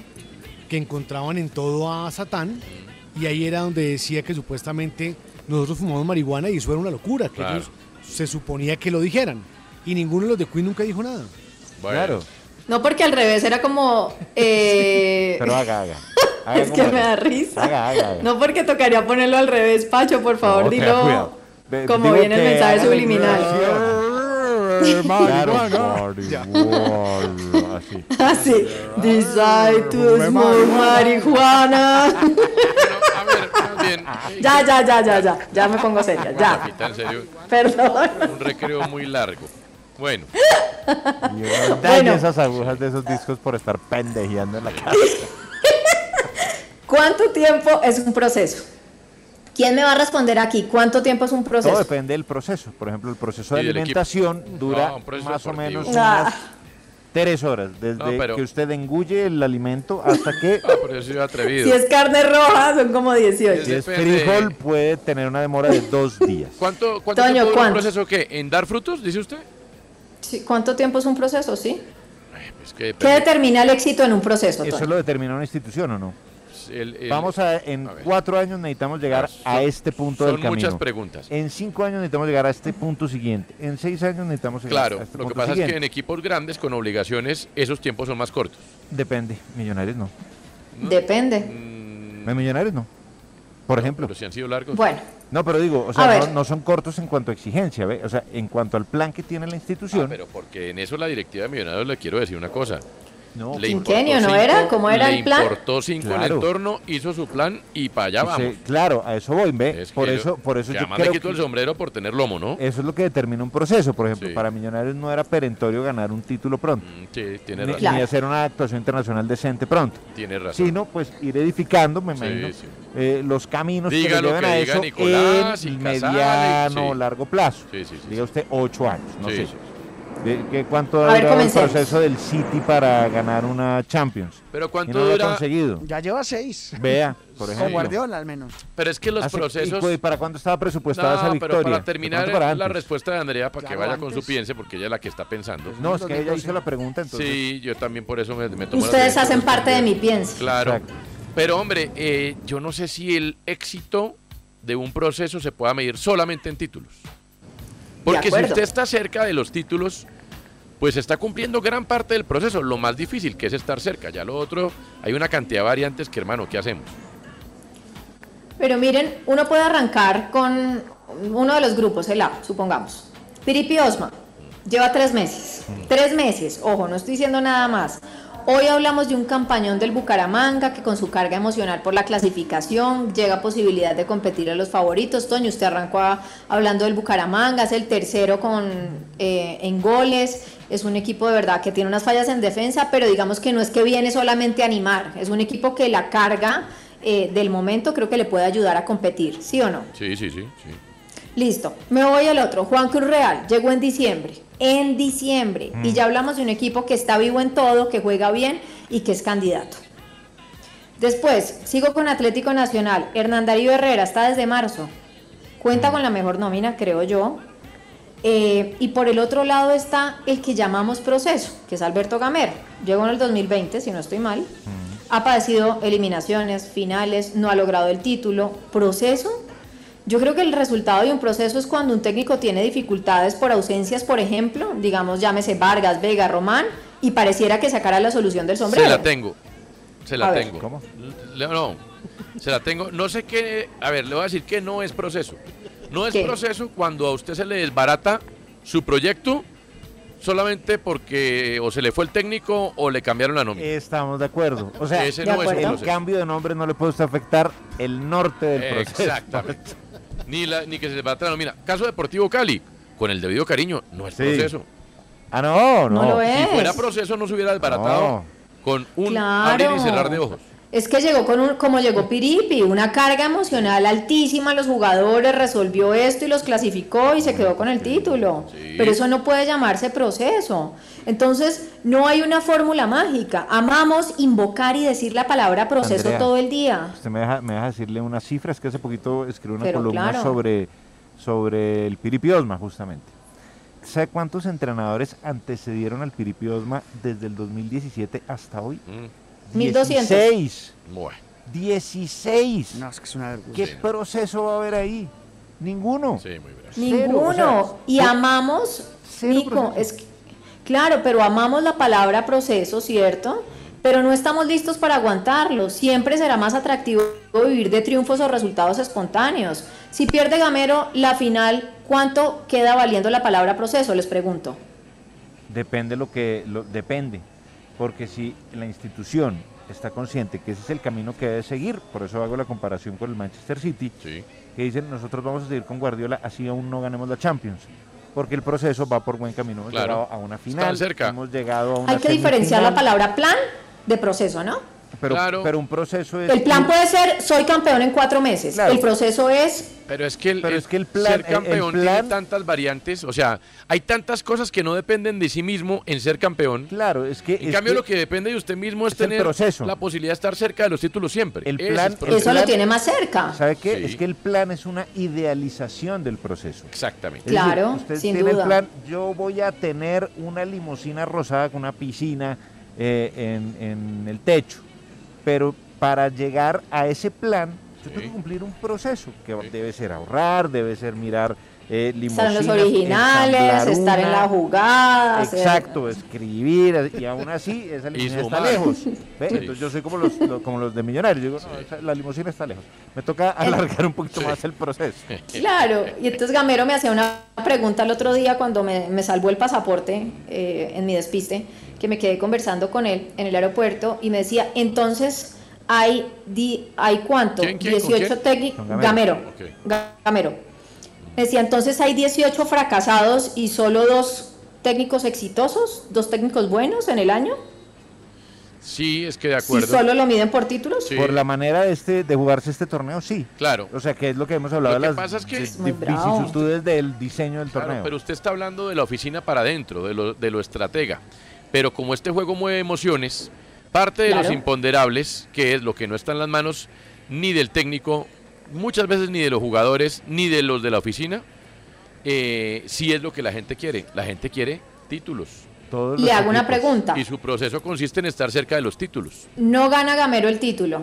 Speaker 6: que encontraban en todo a Satán y ahí era donde decía que supuestamente nosotros fumamos marihuana y eso era una locura, que
Speaker 1: Claro.
Speaker 6: ellos se suponía que lo dijeran y ninguno de los de Queen nunca dijo nada.
Speaker 1: Bueno,
Speaker 7: No, porque al revés era como. eh,
Speaker 2: Pero haga, haga. Haga
Speaker 7: es que
Speaker 2: como-
Speaker 7: me da risa.
Speaker 2: Haga, haga, haga.
Speaker 7: No, porque tocaría ponerlo al revés, Pacho, por favor,
Speaker 2: No, tenga
Speaker 7: dilo
Speaker 2: cuidado. Ve-
Speaker 7: como
Speaker 2: digo
Speaker 7: viene el
Speaker 2: que
Speaker 7: mensaje
Speaker 2: haga la
Speaker 7: subliminal.
Speaker 2: inversión. Claro, marihuana, así.
Speaker 7: Así, decide Ah, to smoke marihuana. Ya, ya, ya, ya, ya, ya me pongo seria, ya.
Speaker 1: Capitán, en serio,
Speaker 7: Perdón.
Speaker 1: un recreo muy largo. Bueno,
Speaker 2: Dañe
Speaker 7: Bueno.
Speaker 2: esas agujas de esos discos por estar pendejeando en la casa.
Speaker 7: ¿Cuánto tiempo es un proceso? ¿Quién me va a responder aquí? ¿Cuánto tiempo es un
Speaker 2: Todo
Speaker 7: proceso?
Speaker 2: depende del proceso. Por ejemplo, el proceso de
Speaker 1: Y del equipo.
Speaker 2: alimentación dura
Speaker 1: No, un proceso
Speaker 2: más o
Speaker 1: deportivo.
Speaker 2: menos
Speaker 7: Ah.
Speaker 2: unas tres horas, desde
Speaker 1: No, pero-
Speaker 2: que usted engulle el alimento hasta que
Speaker 1: ah, pero yo soy atrevido.
Speaker 7: Si es carne roja, son como
Speaker 2: si
Speaker 7: 18.
Speaker 2: es
Speaker 1: depende.
Speaker 2: frijol puede tener una demora de dos días.
Speaker 1: ¿Cuánto, cuánto
Speaker 7: Toño,
Speaker 1: tiempo dura un
Speaker 7: ¿cuánto?
Speaker 1: proceso qué? ¿En dar frutos, dice usted?
Speaker 7: Sí, ¿Cuánto tiempo es un proceso? Sí.
Speaker 1: Es que
Speaker 7: ¿Qué
Speaker 1: depende.
Speaker 7: determina el éxito en un proceso?
Speaker 2: Eso
Speaker 7: Toño?
Speaker 2: lo determina una institución o no.
Speaker 1: El- el-
Speaker 2: Vamos a en
Speaker 1: ver.
Speaker 2: cuatro años necesitamos llegar a este punto
Speaker 1: son
Speaker 2: del camino.
Speaker 1: muchas preguntas.
Speaker 2: En cinco años necesitamos llegar a este punto siguiente. En seis años necesitamos llegar
Speaker 1: Claro,
Speaker 2: a este
Speaker 1: lo que
Speaker 2: punto
Speaker 1: pasa es que
Speaker 2: siguiente.
Speaker 1: en equipos grandes con obligaciones esos tiempos son más cortos.
Speaker 2: Depende. Millonarios no.
Speaker 1: Mm.
Speaker 2: Mm.
Speaker 7: Depende.
Speaker 2: En Millonarios no. Por ejemplo.
Speaker 1: Pero si han sido largos.
Speaker 7: Bueno,
Speaker 2: No, pero digo, o
Speaker 7: A
Speaker 2: sea, no,
Speaker 7: ver.
Speaker 2: no son cortos en cuanto a exigencia, ¿ve? O sea, en cuanto al plan que tiene la institución.
Speaker 1: Ah, pero porque en eso la directiva de Millonarios le quiero decir una cosa.
Speaker 2: No,
Speaker 1: Le
Speaker 7: Quinquenio,
Speaker 1: importó
Speaker 7: ¿no era? ¿Cómo era
Speaker 1: le
Speaker 7: el plan?
Speaker 1: importó cinco el
Speaker 2: Claro.
Speaker 1: entorno, hizo su plan y para allá
Speaker 2: o sea,
Speaker 1: vamos.
Speaker 2: claro, a eso voy, ¿ve?
Speaker 1: Es que
Speaker 2: por
Speaker 1: yo-
Speaker 2: eso, por
Speaker 1: que
Speaker 2: eso yo
Speaker 1: además
Speaker 2: creo
Speaker 1: le quito
Speaker 2: que
Speaker 1: el sombrero por tener lomo, ¿no?
Speaker 2: eso es lo que determina un proceso. Por ejemplo,
Speaker 1: Sí. Mm,
Speaker 2: para Millonarios no era perentorio ganar un título pronto.
Speaker 1: Sí, tiene
Speaker 2: ni,
Speaker 1: razón.
Speaker 2: ni hacer una actuación internacional decente pronto.
Speaker 1: Tiene razón.
Speaker 2: Sino, pues, ir edificando, me
Speaker 1: Sí,
Speaker 2: imagino,
Speaker 1: sí.
Speaker 2: eh, los caminos
Speaker 1: Diga lo
Speaker 2: que le lleven
Speaker 1: que
Speaker 2: a
Speaker 1: diga
Speaker 2: eso
Speaker 1: Nicolás y
Speaker 2: en
Speaker 1: Casale,
Speaker 2: mediano o
Speaker 1: sí.
Speaker 2: largo plazo.
Speaker 1: Sí, sí, sí,
Speaker 2: Diga usted ocho años, no
Speaker 1: Sí,
Speaker 2: sé.
Speaker 1: sí,
Speaker 2: ¿De qué- ¿Cuánto
Speaker 7: A
Speaker 2: ha
Speaker 7: ver,
Speaker 2: durado el
Speaker 7: comencemos.
Speaker 2: proceso del City para ganar una Champions?
Speaker 1: Pero
Speaker 2: Y
Speaker 1: cuánto
Speaker 2: no lo ha
Speaker 1: dura.
Speaker 2: conseguido.
Speaker 5: Ya lleva seis.
Speaker 2: Vea, por
Speaker 5: Con
Speaker 2: ejemplo.
Speaker 5: Guardiola al menos.
Speaker 1: Pero es que los
Speaker 2: Hace-
Speaker 1: procesos.
Speaker 2: Ah, ¿Y cu- pues, para cuándo estaba presupuestada esa
Speaker 1: No,
Speaker 2: victoria?
Speaker 1: pero para
Speaker 2: ¿De
Speaker 1: terminar
Speaker 2: pronto para
Speaker 1: la
Speaker 2: antes?
Speaker 1: respuesta de Andrea, para que
Speaker 2: Claro,
Speaker 1: vaya con su
Speaker 2: antes.
Speaker 1: piense, porque ella es la que está pensando.
Speaker 2: No, es que ella hizo la pregunta, entonces.
Speaker 1: Sí, yo también por eso me, me tomo la
Speaker 7: ustedes
Speaker 1: atención.
Speaker 7: hacen parte de mi pienso.
Speaker 1: Claro. Pero hombre, eh, yo no sé si el éxito de un proceso se pueda medir solamente en títulos. Porque si
Speaker 7: acuerdo.
Speaker 1: usted está cerca de los títulos, pues está cumpliendo gran parte del proceso. Lo más difícil que es estar cerca. Ya lo otro, hay una cantidad de variantes que, hermano, ¿qué hacemos?
Speaker 7: Pero miren, uno puede arrancar con uno de los grupos, el A, supongamos. Piripi Osma, lleva tres meses. Tres meses, ojo, no estoy diciendo nada más. Hoy hablamos de un campañón del Bucaramanga que con su carga emocional por la clasificación llega a posibilidad de competir a los favoritos. Toño, usted arrancó a- hablando del Bucaramanga, es el tercero con, eh, en goles. Es un equipo de verdad que tiene unas fallas en defensa, pero digamos que no es que viene solamente a animar. Es un equipo que la carga eh, del momento creo que le puede ayudar a competir, ¿sí o no?
Speaker 1: Sí, sí, sí. sí.
Speaker 7: Listo, me voy al otro. Juan Cruz Real llegó en diciembre. En diciembre.
Speaker 1: Mm.
Speaker 7: Y ya hablamos de un equipo que está vivo en todo, que juega bien y que es candidato. Después, sigo con Atlético Nacional. Hernán Darío Herrera está desde marzo. Cuenta con la mejor nómina, creo yo. Eh, y por el otro lado está el que llamamos proceso, que es Alberto Gamero. Llegó en el 2020, si no estoy mal. Ha padecido eliminaciones, finales, no ha logrado el título. Proceso yo creo que el resultado de un proceso es cuando un técnico tiene dificultades por ausencias, por ejemplo, digamos, llámese Vargas, Vega, Román, y pareciera que sacara la solución del sombrero.
Speaker 1: Se la tengo. Se la
Speaker 7: A ver.
Speaker 1: tengo. L- No, se la tengo. No sé qué. A ver, le voy a decir que no es proceso. No es
Speaker 7: ¿Qué?
Speaker 1: proceso cuando a usted se le desbarata su proyecto solamente porque o se le fue el técnico o le cambiaron la nómina.
Speaker 2: Estamos de acuerdo. O sea,
Speaker 1: Ese no De es un acuerdo.
Speaker 2: el
Speaker 1: proceso.
Speaker 2: cambio de nombre no le puede usted afectar el norte del proceso.
Speaker 1: Exactamente. Ni, la, ni que se desbarata la nómina. Caso Deportivo Cali, con el debido cariño, no es
Speaker 2: Sí.
Speaker 1: proceso.
Speaker 2: Ah, no, no.
Speaker 1: Si fuera proceso, no se hubiera desbaratado
Speaker 2: No.
Speaker 1: con un
Speaker 7: Claro.
Speaker 1: abrir y cerrar de ojos.
Speaker 7: Es que llegó con un, como llegó Piripi, una carga emocional altísima, los jugadores resolvió esto y los clasificó y se quedó con el título. Pero eso no puede llamarse proceso. Entonces, no hay una fórmula mágica. Amamos invocar y decir la palabra proceso
Speaker 2: Andrea,
Speaker 7: todo el día.
Speaker 2: Usted me deja, me deja decirle unas cifras que hace poquito escribí una
Speaker 7: Pero
Speaker 2: columna
Speaker 7: claro.
Speaker 2: sobre, sobre el Piripiosma, justamente. ¿Sabe cuántos entrenadores antecedieron al Piripiosma desde el 2017 hasta hoy?
Speaker 7: Mm. 1200.
Speaker 2: 16.
Speaker 1: Bueno.
Speaker 2: 16.
Speaker 5: No, es que es una vergüenza.
Speaker 2: ¿Qué proceso va a haber ahí? Ninguno.
Speaker 1: Sí, muy bien.
Speaker 7: Ninguno. y amamos, Nico, es que- claro, pero amamos la palabra proceso, ¿cierto? Pero no estamos listos para aguantarlo. Siempre será más atractivo vivir de triunfos o resultados espontáneos. Si pierde Gamero la final, ¿cuánto queda valiendo la palabra proceso? Les pregunto.
Speaker 2: Depende lo que lo- depende, porque si la institución está consciente que ese es el camino que debe seguir, por eso hago la comparación con el Manchester City, que dicen nosotros vamos a seguir con Guardiola así aún no ganemos la Champions, porque el proceso va por buen camino. Hemos
Speaker 1: Claro.
Speaker 2: llegado a una
Speaker 1: Están
Speaker 2: final,
Speaker 1: cerca.
Speaker 2: hemos llegado a una
Speaker 7: Hay que diferenciar la
Speaker 2: semifinal,
Speaker 7: palabra plan de proceso, ¿no?
Speaker 2: Pero, pero un proceso es
Speaker 7: El plan puede ser soy campeón en cuatro meses.
Speaker 1: Claro.
Speaker 7: El proceso es
Speaker 1: Pero es que el,
Speaker 2: Pero
Speaker 1: el
Speaker 2: es que el plan-
Speaker 1: ser
Speaker 2: el- el
Speaker 1: campeón tiene
Speaker 2: plan-
Speaker 1: tantas variantes, o sea, hay tantas cosas que no dependen de sí mismo en ser campeón.
Speaker 2: Claro, es que
Speaker 1: en
Speaker 2: es
Speaker 1: cambio
Speaker 2: que-
Speaker 1: lo que depende de usted mismo es,
Speaker 2: el
Speaker 1: tener
Speaker 2: proceso.
Speaker 1: la posibilidad de estar cerca de los títulos siempre. El
Speaker 2: plan-
Speaker 7: eso lo tiene más cerca.
Speaker 2: ¿Sabe qué?
Speaker 1: Sí.
Speaker 2: Es que el plan es una idealización del proceso.
Speaker 1: Exactamente.
Speaker 7: Claro,
Speaker 2: usted
Speaker 7: sin
Speaker 2: tiene
Speaker 7: duda.
Speaker 2: el plan, yo voy a tener una limusina rosada con una piscina eh, en, en el techo. Pero para llegar a ese plan, yo tengo que cumplir un proceso, que debe ser ahorrar, debe ser mirar eh,
Speaker 7: estar en
Speaker 2: limusinas.
Speaker 7: los originales,
Speaker 2: ensamblar
Speaker 7: estar en
Speaker 2: una.
Speaker 7: la jugada. hacer-
Speaker 2: Exacto, escribir, y aún así esa limusina está
Speaker 1: sumar.
Speaker 2: lejos. ¿ve?
Speaker 1: Sí.
Speaker 2: Entonces yo soy como los, lo- como los de millonarios, yo digo, no, esa- la limusina está lejos. Me toca alargar un poquito más el proceso.
Speaker 7: Eh. Claro, y entonces Gamero me hacía una pregunta el otro día cuando me, me salvó el pasaporte eh, en mi despiste, que me quedé conversando con él en el aeropuerto y me decía, entonces hay, di, hay cuánto,
Speaker 8: ¿Quién, quién, con
Speaker 7: 18
Speaker 8: quién?
Speaker 7: técnicos,
Speaker 8: Con
Speaker 7: Gamero,
Speaker 8: Gamero.
Speaker 7: Ga- Gamero. Me decía, entonces hay 18 fracasados y solo dos técnicos exitosos, dos técnicos buenos en el año,
Speaker 1: Sí, es que de
Speaker 7: si
Speaker 1: acuerdo.
Speaker 7: solo lo miden por títulos.
Speaker 2: Por la manera de, este, de jugarse este torneo, sí.
Speaker 1: Claro.
Speaker 2: O sea, que es lo que hemos hablado
Speaker 1: Lo
Speaker 2: de
Speaker 1: que
Speaker 2: las
Speaker 1: pasa es que-
Speaker 2: vi-
Speaker 1: Es muy
Speaker 2: vi-
Speaker 1: bravo.
Speaker 2: vicisitudes del diseño del
Speaker 1: Claro,
Speaker 2: torneo.
Speaker 1: pero usted está hablando de la oficina para adentro, de lo, de lo estratega. Pero como este juego mueve emociones, parte de los
Speaker 2: Claro.
Speaker 1: imponderables, que es lo que no está en las manos ni del técnico, muchas veces ni de los jugadores, ni de los de la oficina, eh, sí es lo que la gente quiere. La gente quiere títulos.
Speaker 2: Todos
Speaker 7: Le los hago una equipos. pregunta.
Speaker 1: Y su proceso consiste en estar cerca de los títulos.
Speaker 7: No gana Gamero el título.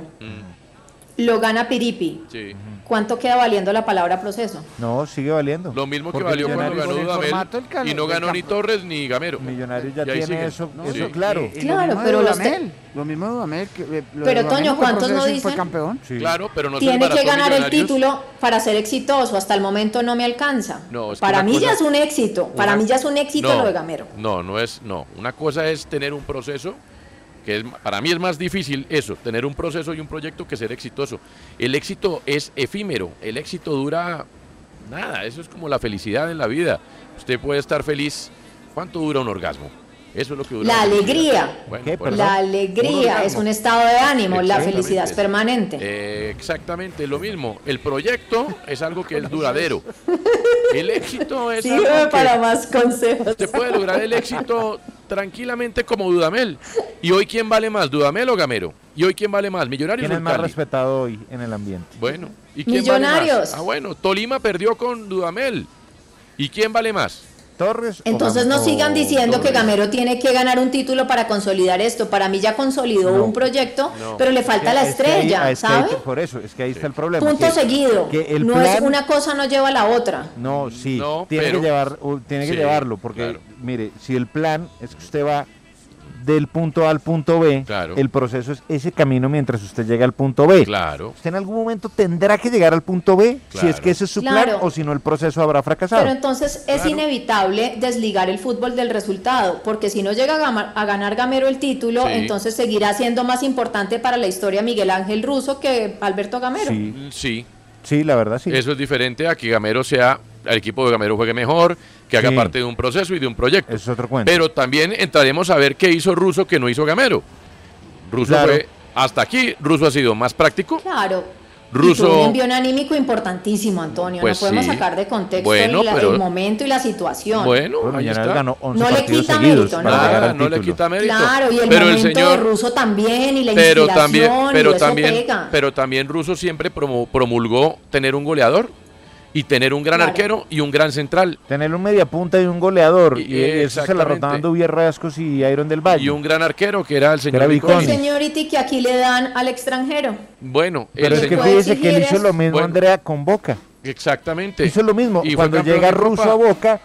Speaker 7: lo gana Piripi.
Speaker 1: Mm, Sí.
Speaker 7: ¿Cuánto queda valiendo la palabra proceso?
Speaker 2: No, sigue valiendo.
Speaker 1: Lo mismo que
Speaker 2: Porque
Speaker 1: valió cuando
Speaker 2: Millonarios
Speaker 1: ganó
Speaker 2: con el formato,
Speaker 1: Dudamel
Speaker 2: el calo-
Speaker 1: y no
Speaker 2: el
Speaker 1: ganó ni
Speaker 2: campo.
Speaker 1: Torres ni Gamero.
Speaker 2: Millonarios ya
Speaker 1: Y ahí
Speaker 2: tiene
Speaker 1: siguen.
Speaker 2: eso-
Speaker 1: Sí.
Speaker 2: eso claro.
Speaker 5: Y
Speaker 7: Claro,
Speaker 5: lo mismo de
Speaker 7: pero los
Speaker 5: Dudamel, Lo mismo de Dudamel. que- eh, lo de
Speaker 7: Pero,
Speaker 5: Dudamel
Speaker 7: Toño,
Speaker 5: fue
Speaker 7: ¿cuántos no
Speaker 5: proceso y Fue
Speaker 7: dicen?
Speaker 5: campeón.
Speaker 1: Claro, pero no se
Speaker 7: Tiene que
Speaker 1: embarazó
Speaker 7: ganar el
Speaker 1: Millonarios.
Speaker 7: título para ser exitoso. Hasta el momento no me alcanza.
Speaker 1: No, es que
Speaker 7: para
Speaker 1: una
Speaker 7: mí
Speaker 1: cosa-
Speaker 7: ya es un éxito. Para
Speaker 1: una-
Speaker 7: mí ya es un éxito lo de Gamero.
Speaker 1: No, no es, no. Una cosa es tener un proceso, que es, para mí es más difícil eso, tener un proceso y un proyecto que ser exitoso. El éxito es efímero, el éxito dura nada, eso es como la felicidad en la vida. Usted puede estar feliz, ¿cuánto dura un orgasmo? Eso es lo que dura.
Speaker 7: La
Speaker 1: una felicidad.
Speaker 7: alegría.
Speaker 1: Bueno, por eso-
Speaker 7: La alegría es un estado de ánimo. La
Speaker 1: Exactamente.
Speaker 7: felicidad es permanente.
Speaker 1: Eh, exactamente lo mismo. El proyecto es algo que es duradero. El éxito es algo
Speaker 7: Sirve
Speaker 1: que-
Speaker 7: para más consejos.
Speaker 1: Usted puede lograr el éxito tranquilamente como Dudamel. ¿Y hoy quién vale más, Dudamel o Gamero? ¿Y hoy quién vale más, Millonarios
Speaker 2: ¿Quién
Speaker 1: o
Speaker 2: es
Speaker 1: el
Speaker 2: más
Speaker 1: Cali?
Speaker 2: respetado hoy en el ambiente?
Speaker 1: Bueno, ¿y quién Vale
Speaker 7: Millonarios.
Speaker 1: más? Ah, bueno, Tolima perdió con Dudamel. ¿Y quién vale más?
Speaker 2: Torres.
Speaker 7: Entonces no sigan diciendo que Gamero tiene que ganar un título para consolidar esto. Para mí ya consolidó
Speaker 2: No.
Speaker 7: un proyecto,
Speaker 2: No.
Speaker 7: pero le falta la
Speaker 2: Es
Speaker 1: este
Speaker 2: que ahí-
Speaker 7: estrella,
Speaker 2: es que ahí-
Speaker 7: ¿sabe?
Speaker 2: por eso, es que ahí está el problema.
Speaker 7: Punto
Speaker 2: que-
Speaker 7: seguido.
Speaker 2: que el
Speaker 7: no es
Speaker 2: plan-
Speaker 7: una cosa no lleva a la otra.
Speaker 2: No, sí,
Speaker 1: No,
Speaker 2: tiene,
Speaker 1: pero-
Speaker 2: que llevar, u- tiene que
Speaker 1: Sí,
Speaker 2: llevarlo, porque
Speaker 1: claro.
Speaker 2: mire, si el plan es que usted va del punto A al punto B,
Speaker 1: Claro.
Speaker 2: el proceso es ese camino mientras usted llega al punto B.
Speaker 1: Claro.
Speaker 2: Usted en algún momento tendrá que llegar al punto B, si es
Speaker 1: Claro.
Speaker 2: que ese es su plan
Speaker 7: Claro.
Speaker 2: o si no el proceso habrá fracasado.
Speaker 7: Pero entonces es inevitable desligar el fútbol del resultado, porque si no llega a, gama- a ganar Gamero el título,
Speaker 1: Sí.
Speaker 7: entonces seguirá siendo más importante para la historia Miguel Ángel Russo que Alberto Gamero.
Speaker 1: Sí.
Speaker 2: Sí, la verdad sí.
Speaker 1: Eso es diferente a que Gamero sea, el equipo de Gamero juegue mejor, que haga
Speaker 2: Sí.
Speaker 1: parte de un proceso y de un proyecto.
Speaker 2: Es otro cuento.
Speaker 1: Pero también entraremos a ver qué hizo Russo que no hizo Gamero. Russo
Speaker 2: Claro.
Speaker 1: fue, hasta aquí, Russo ha sido más práctico.
Speaker 7: Claro.
Speaker 1: Russo-
Speaker 7: Y tuvo un envión anímico importantísimo, Antonio.
Speaker 1: Pues
Speaker 7: no podemos
Speaker 1: sí.
Speaker 7: sacar de contexto
Speaker 1: Bueno,
Speaker 7: el, la-
Speaker 1: pero-
Speaker 7: el momento y la situación.
Speaker 1: Bueno, ahí
Speaker 2: Millonarios
Speaker 1: está.
Speaker 2: ganó 11
Speaker 7: No le
Speaker 2: partidos
Speaker 7: quita
Speaker 2: seguidos
Speaker 7: mérito,
Speaker 2: para
Speaker 7: ¿no?
Speaker 2: llegar
Speaker 1: Nada,
Speaker 2: al
Speaker 1: no le
Speaker 2: título.
Speaker 1: quita mérito.
Speaker 7: Claro, y el
Speaker 1: pero el
Speaker 7: momento
Speaker 1: señor,
Speaker 7: de Russo también, y la
Speaker 1: pero
Speaker 7: inspiración,
Speaker 1: también,
Speaker 7: y
Speaker 1: pero
Speaker 7: eso
Speaker 1: también,
Speaker 7: pega.
Speaker 1: pero también Russo siempre promo- promulgó tener un goleador y tener un gran
Speaker 7: Claro.
Speaker 1: arquero y un gran central
Speaker 2: Tener un mediapunta y un goleador, y, eso se la
Speaker 1: exactamente.
Speaker 2: rotaban Dubier Rascos y Iron del Valle.
Speaker 1: y un gran arquero que era el señor
Speaker 2: Era
Speaker 7: El
Speaker 1: Viconi.
Speaker 2: Viconi.
Speaker 7: señority que aquí le dan al extranjero.
Speaker 1: Bueno,
Speaker 2: Pero
Speaker 1: el
Speaker 2: es que
Speaker 1: señor-
Speaker 7: Pues,
Speaker 2: fíjese que él hizo
Speaker 7: exigir
Speaker 2: lo
Speaker 7: es-
Speaker 2: mismo
Speaker 1: Bueno.
Speaker 2: Andrea con Boca.
Speaker 1: exactamente.
Speaker 2: Hizo lo mismo.
Speaker 1: Y fue
Speaker 2: Cuando
Speaker 1: campeón
Speaker 2: llega
Speaker 1: de Copa.
Speaker 2: Russo a Boca,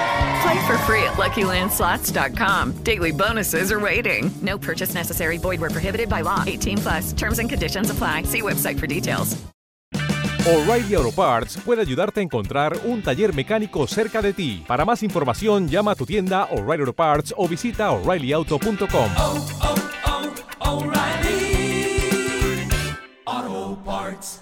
Speaker 21: Play for free at LuckyLandSlots.com. Daily bonuses are waiting.
Speaker 22: No purchase necessary. Void where prohibited by law. 18 plus terms and conditions apply. See website for details.
Speaker 8: O'Reilly Auto Parts puede ayudarte a encontrar un taller mecánico cerca de ti. Para más información, llama a tu tienda O'Reilly Auto Parts o visita oreillyauto.com.
Speaker 20: O'Reilly Auto Parts.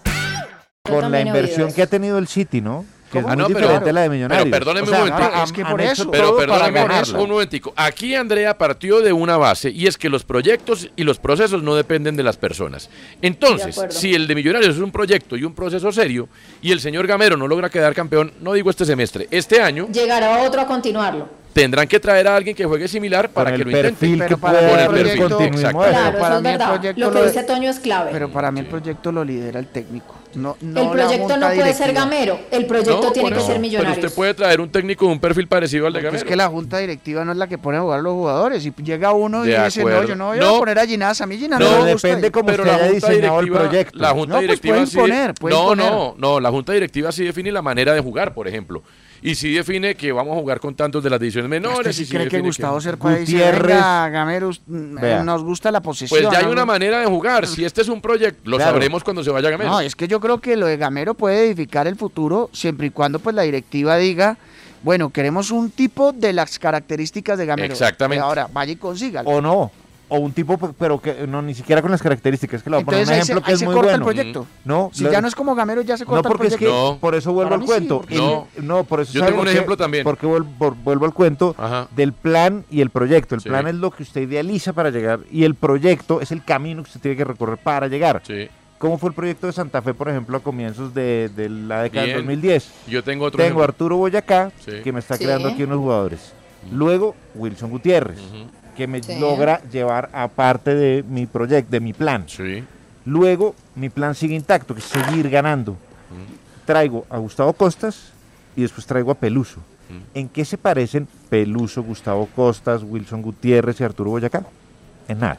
Speaker 2: Con la
Speaker 20: también he oído
Speaker 2: inversión
Speaker 20: eso.
Speaker 2: que ha tenido el City, ¿no? Que
Speaker 1: Ah,
Speaker 2: es
Speaker 1: no,
Speaker 2: muy
Speaker 1: pero-
Speaker 2: diferente a la de Millonarios.
Speaker 1: Pero perdóneme
Speaker 2: O sea,
Speaker 1: un momentico.
Speaker 2: han- han hecho
Speaker 1: pero
Speaker 2: todo para
Speaker 1: perdóneme un-
Speaker 2: ganarla.
Speaker 1: un momentico. Aquí Andrea partió de una base y es que los proyectos y los procesos no dependen de las personas.
Speaker 9: De
Speaker 1: Entonces,
Speaker 9: acuerdo.
Speaker 1: si el de Millonarios es un proyecto y un proceso serio y el señor Gamero no logra quedar campeón, no digo este semestre, este año
Speaker 7: Llegará otro a continuarlo.
Speaker 1: tendrán que traer a alguien que juegue similar para que lo intente.
Speaker 5: Pero para
Speaker 1: Por
Speaker 5: mí
Speaker 1: el
Speaker 5: el
Speaker 1: perfil,
Speaker 5: proyecto,
Speaker 1: exacto.
Speaker 7: Claro, eso es verdad. Lo que dice Toño es clave.
Speaker 5: Pero para mí el proyecto lo lidera el técnico. No, no
Speaker 7: el
Speaker 5: la
Speaker 7: proyecto
Speaker 5: junta
Speaker 7: no puede ser
Speaker 5: directiva.
Speaker 7: gamero, el proyecto
Speaker 1: No,
Speaker 7: tiene
Speaker 1: por
Speaker 7: que
Speaker 1: eso.
Speaker 7: ser millonario.
Speaker 1: Pero usted puede traer un técnico de un perfil parecido al de
Speaker 5: Porque
Speaker 1: Gamero.
Speaker 5: es Pues que la junta directiva no es la que pone a jugar a los jugadores. Y llega uno y
Speaker 1: De
Speaker 5: dice, no,
Speaker 1: acuerdo.
Speaker 5: yo no voy
Speaker 1: No.
Speaker 5: a poner a Ginás. A mí Ginás
Speaker 1: No,
Speaker 5: no, me gusta.
Speaker 1: depende cómo Pero usted la haya junta diseñado el directiva- proyecto. La junta
Speaker 5: no,
Speaker 1: directiva
Speaker 5: pues
Speaker 1: sí
Speaker 5: pueden poner, pueden
Speaker 1: no,
Speaker 5: poner.
Speaker 1: no, no, la junta directiva sí define la manera de jugar, por ejemplo. Y sí define que vamos a jugar con tantos de las divisiones menores.
Speaker 5: Usted sí
Speaker 1: y sí
Speaker 5: cree que
Speaker 1: define
Speaker 5: Gustavo Serpa dice,
Speaker 1: Gutiérrez-
Speaker 5: venga, Gamero, us- mm,
Speaker 1: Vea.
Speaker 5: nos gusta la posesión.
Speaker 1: Pues ya hay
Speaker 5: ¿no?
Speaker 1: una manera de jugar. Si este es un proyecto, lo
Speaker 5: Claro.
Speaker 1: sabremos cuando se vaya Gamero.
Speaker 5: No, es que yo creo que lo de Gamero puede edificar el futuro siempre y cuando pues la directiva diga Bueno, queremos un tipo de las características de Gamero.
Speaker 2: Exactamente.
Speaker 5: Ahora, vaya y consígalo.
Speaker 2: O no. O un tipo, pe- pero que no ni siquiera con las características, que le voy a poner
Speaker 5: Entonces
Speaker 2: un
Speaker 5: ahí se,
Speaker 2: ejemplo que
Speaker 5: ahí
Speaker 2: es
Speaker 5: se
Speaker 2: muy
Speaker 5: corta el
Speaker 2: bueno.
Speaker 5: proyecto.
Speaker 2: No,
Speaker 5: si
Speaker 2: lo-
Speaker 5: ya no es como Gamero, ya se corta
Speaker 2: No, porque
Speaker 5: el
Speaker 2: es que,
Speaker 5: proyecto.
Speaker 2: por eso vuelvo
Speaker 5: Para
Speaker 2: al
Speaker 5: mí sí,
Speaker 2: cuento.
Speaker 5: porque-
Speaker 2: El- No, por eso
Speaker 1: Yo
Speaker 2: ¿sabe
Speaker 1: tengo un
Speaker 2: por qué?
Speaker 1: ejemplo también.
Speaker 2: Porque vuel- por- vuelvo al cuento del plan y el proyecto. El plan es lo que usted idealiza para llegar y el proyecto es el camino que usted tiene que recorrer para llegar. ¿Cómo fue el proyecto de Santa Fe, por ejemplo, a comienzos de, de la década
Speaker 1: Bien.
Speaker 2: del 2010?
Speaker 1: Yo tengo otro
Speaker 2: Tengo a
Speaker 1: ejemplo.
Speaker 2: Arturo Boyacá,
Speaker 1: Sí.
Speaker 2: que me está
Speaker 1: Sí.
Speaker 2: creando aquí unos jugadores. Luego, Wilson Gutiérrez, que me
Speaker 1: Sí.
Speaker 2: logra llevar a parte de mi proyecto, de mi plan. Luego, mi plan sigue intacto, que es seguir ganando.
Speaker 1: Mm.
Speaker 2: Traigo a Gustavo Costas y después traigo a Peluso.
Speaker 1: Mm.
Speaker 2: ¿En qué se parecen Peluso, Gustavo Costas, Wilson Gutiérrez y Arturo Boyacá? En nada.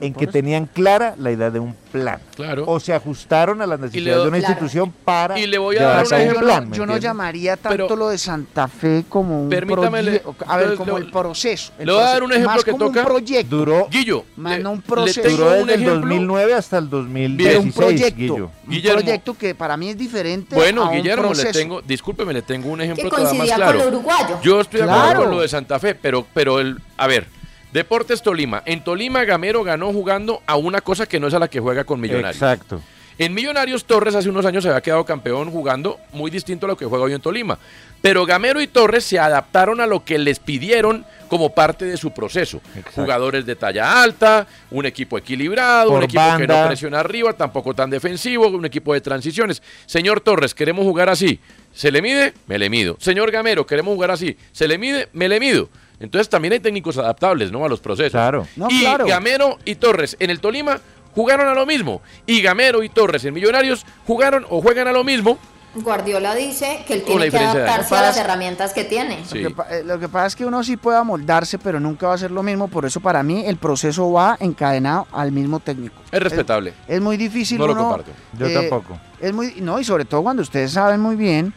Speaker 2: En
Speaker 1: Por
Speaker 2: que
Speaker 1: eso.
Speaker 2: tenían clara la idea de un plan.
Speaker 1: Claro.
Speaker 2: O se ajustaron a las
Speaker 1: Y
Speaker 2: necesidades
Speaker 1: le do-
Speaker 2: de una
Speaker 1: Claro.
Speaker 2: institución para.
Speaker 1: Y le voy a
Speaker 2: llevar
Speaker 1: dar un
Speaker 2: un
Speaker 1: ejemplo.
Speaker 2: plan,
Speaker 5: Yo
Speaker 2: ¿me
Speaker 5: no
Speaker 2: entiendes?
Speaker 5: llamaría tanto lo de Santa Fe como un
Speaker 1: Permítame, le-
Speaker 5: proyecto. A ver,
Speaker 1: le-
Speaker 5: como
Speaker 1: le-
Speaker 5: el proceso. el
Speaker 1: le voy a dar
Speaker 5: proceso,
Speaker 1: un ejemplo
Speaker 5: más
Speaker 1: que
Speaker 5: como un
Speaker 1: toca-
Speaker 5: proyecto.
Speaker 2: Duró.
Speaker 1: Guillo.
Speaker 5: Más no un
Speaker 2: proceso.
Speaker 5: proceso.
Speaker 2: Duró desde el 2009 hasta el 2016,
Speaker 5: Pero un proyecto.
Speaker 2: Guillo.
Speaker 5: Un
Speaker 1: Guillermo.
Speaker 5: proyecto que para mí es diferente. a
Speaker 1: Bueno,
Speaker 5: un
Speaker 1: Guillermo, le
Speaker 5: proceso.
Speaker 1: tengo, discúlpeme, le tengo un ejemplo
Speaker 5: Que
Speaker 1: todavía más
Speaker 5: coincidía
Speaker 1: claro.
Speaker 5: con lo uruguayo.
Speaker 1: Yo estoy de acuerdo
Speaker 5: Claro.
Speaker 1: con lo de Santa Fe, pero, pero el, a ver, Deportes Tolima. En Tolima, Gamero ganó jugando a una cosa que no es a la que juega con Millonarios.
Speaker 2: Exacto.
Speaker 1: En Millonarios Torres hace unos años se había quedado campeón jugando muy distinto a lo que juega hoy en Tolima. Pero Gamero y Torres se adaptaron a lo que les pidieron como parte de su proceso. Jugadores de talla alta, un equipo equilibrado, un
Speaker 2: Por
Speaker 1: equipo que no
Speaker 2: banda.
Speaker 1: presiona arriba, tampoco tan defensivo, un equipo de transiciones. Señor Torres, queremos jugar así. ¿Se le mide? Me le mido. Señor Gamero, queremos jugar así. ¿Se le mide? Me le mido. Entonces también hay técnicos adaptables, ¿no? A los procesos.
Speaker 2: Claro.
Speaker 1: No, y Gamero y Torres en el Tolima jugaron a lo mismo. Y Gamero y Torres en Millonarios jugaron o juegan a lo mismo.
Speaker 7: Guardiola dice que él
Speaker 1: Con la
Speaker 7: tiene que
Speaker 1: diferencia de edad.
Speaker 7: adaptarse a las herramientas que tiene.
Speaker 5: Lo, que, pa- eh, lo que pasa es que uno sí puede amoldarse, pero nunca va a ser lo mismo. Por eso, para mí, el proceso va encadenado al mismo técnico.
Speaker 1: Es respetable.
Speaker 5: Es muy difícil.
Speaker 1: No lo
Speaker 5: uno, eh,
Speaker 1: comparto. Yo tampoco.
Speaker 5: Es muy, no, y sobre todo cuando ustedes saben muy bien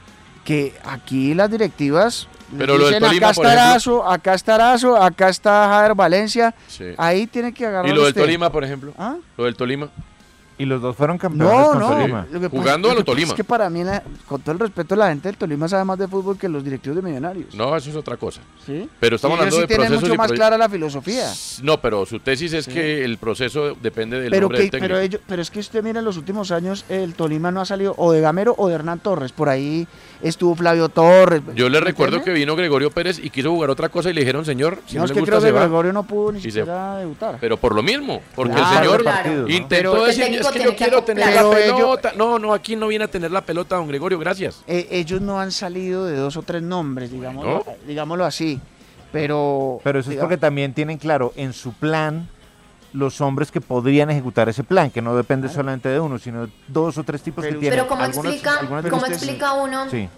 Speaker 5: que aquí las directivas.
Speaker 1: Pero lo del
Speaker 5: dicen,
Speaker 1: Tolima,
Speaker 5: acá
Speaker 1: por
Speaker 5: está Arazo, acá está Arazo, acá está Jader Valencia.
Speaker 1: Sí.
Speaker 5: Ahí tiene que agarrar este-
Speaker 1: Y lo del
Speaker 5: usted.
Speaker 1: Tolima, por ejemplo.
Speaker 5: ¿Ah?
Speaker 1: Lo del Tolima.
Speaker 2: Y los dos fueron campeones
Speaker 5: No,
Speaker 2: con
Speaker 5: no.
Speaker 2: Tolima.
Speaker 5: lo que pasa-
Speaker 1: Jugando a
Speaker 5: lo
Speaker 1: lo
Speaker 5: que pasa
Speaker 1: Tolima.
Speaker 5: Es que para mí, la- con todo el respeto, la gente del Tolima sabe más de fútbol que los directivos de Millonarios.
Speaker 1: No, eso es otra cosa.
Speaker 5: Sí.
Speaker 1: Pero estamos
Speaker 5: Ellos
Speaker 1: hablando
Speaker 5: sí
Speaker 1: de
Speaker 5: tienen
Speaker 1: procesos
Speaker 5: mucho
Speaker 1: y
Speaker 5: más
Speaker 1: proye-
Speaker 5: clara la filosofía.
Speaker 1: No, pero su tesis es que el proceso depende del
Speaker 5: Pero,
Speaker 1: nombre del
Speaker 5: que-
Speaker 1: técnico.
Speaker 5: pero, ellos, pero es que usted mira en los últimos años el Tolima no ha salido o de Gamero o de Hernán Torres. Por ahí estuvo Flavio Torres.
Speaker 1: Yo le recuerdo que vino Gregorio Pérez y quiso jugar otra cosa y le dijeron, señor, si no,
Speaker 5: no, es
Speaker 1: le
Speaker 5: que
Speaker 1: gusta
Speaker 5: creo
Speaker 1: se
Speaker 5: que
Speaker 1: va.
Speaker 5: Gregorio no pudo ni
Speaker 1: Y se-
Speaker 5: siquiera debutar.
Speaker 1: Pero por lo mismo, porque
Speaker 5: Claro,
Speaker 1: el señor
Speaker 5: claro.
Speaker 1: intentó
Speaker 5: Pero-
Speaker 1: decir,
Speaker 5: El técnico
Speaker 1: es que
Speaker 5: tiene
Speaker 1: yo
Speaker 5: que
Speaker 1: quiero tener la
Speaker 5: acoplar. Pero
Speaker 1: pelota. No, no, aquí no viene a tener la pelota, don Gregorio, gracias.
Speaker 5: Eh, ellos no han salido de dos o tres nombres, digámoslo, eh,
Speaker 1: Bueno.
Speaker 5: digámoslo así. Pero,
Speaker 2: Pero eso es
Speaker 5: digamos-
Speaker 2: porque también tienen claro en su plan los hombres que podrían ejecutar ese plan, que no depende solamente de uno, sino de dos o tres tipos que tienen.
Speaker 7: Pero como
Speaker 2: Algunos-
Speaker 7: explica,
Speaker 2: algunos de
Speaker 7: como
Speaker 2: ustedes-
Speaker 7: explica uno,
Speaker 2: Sí.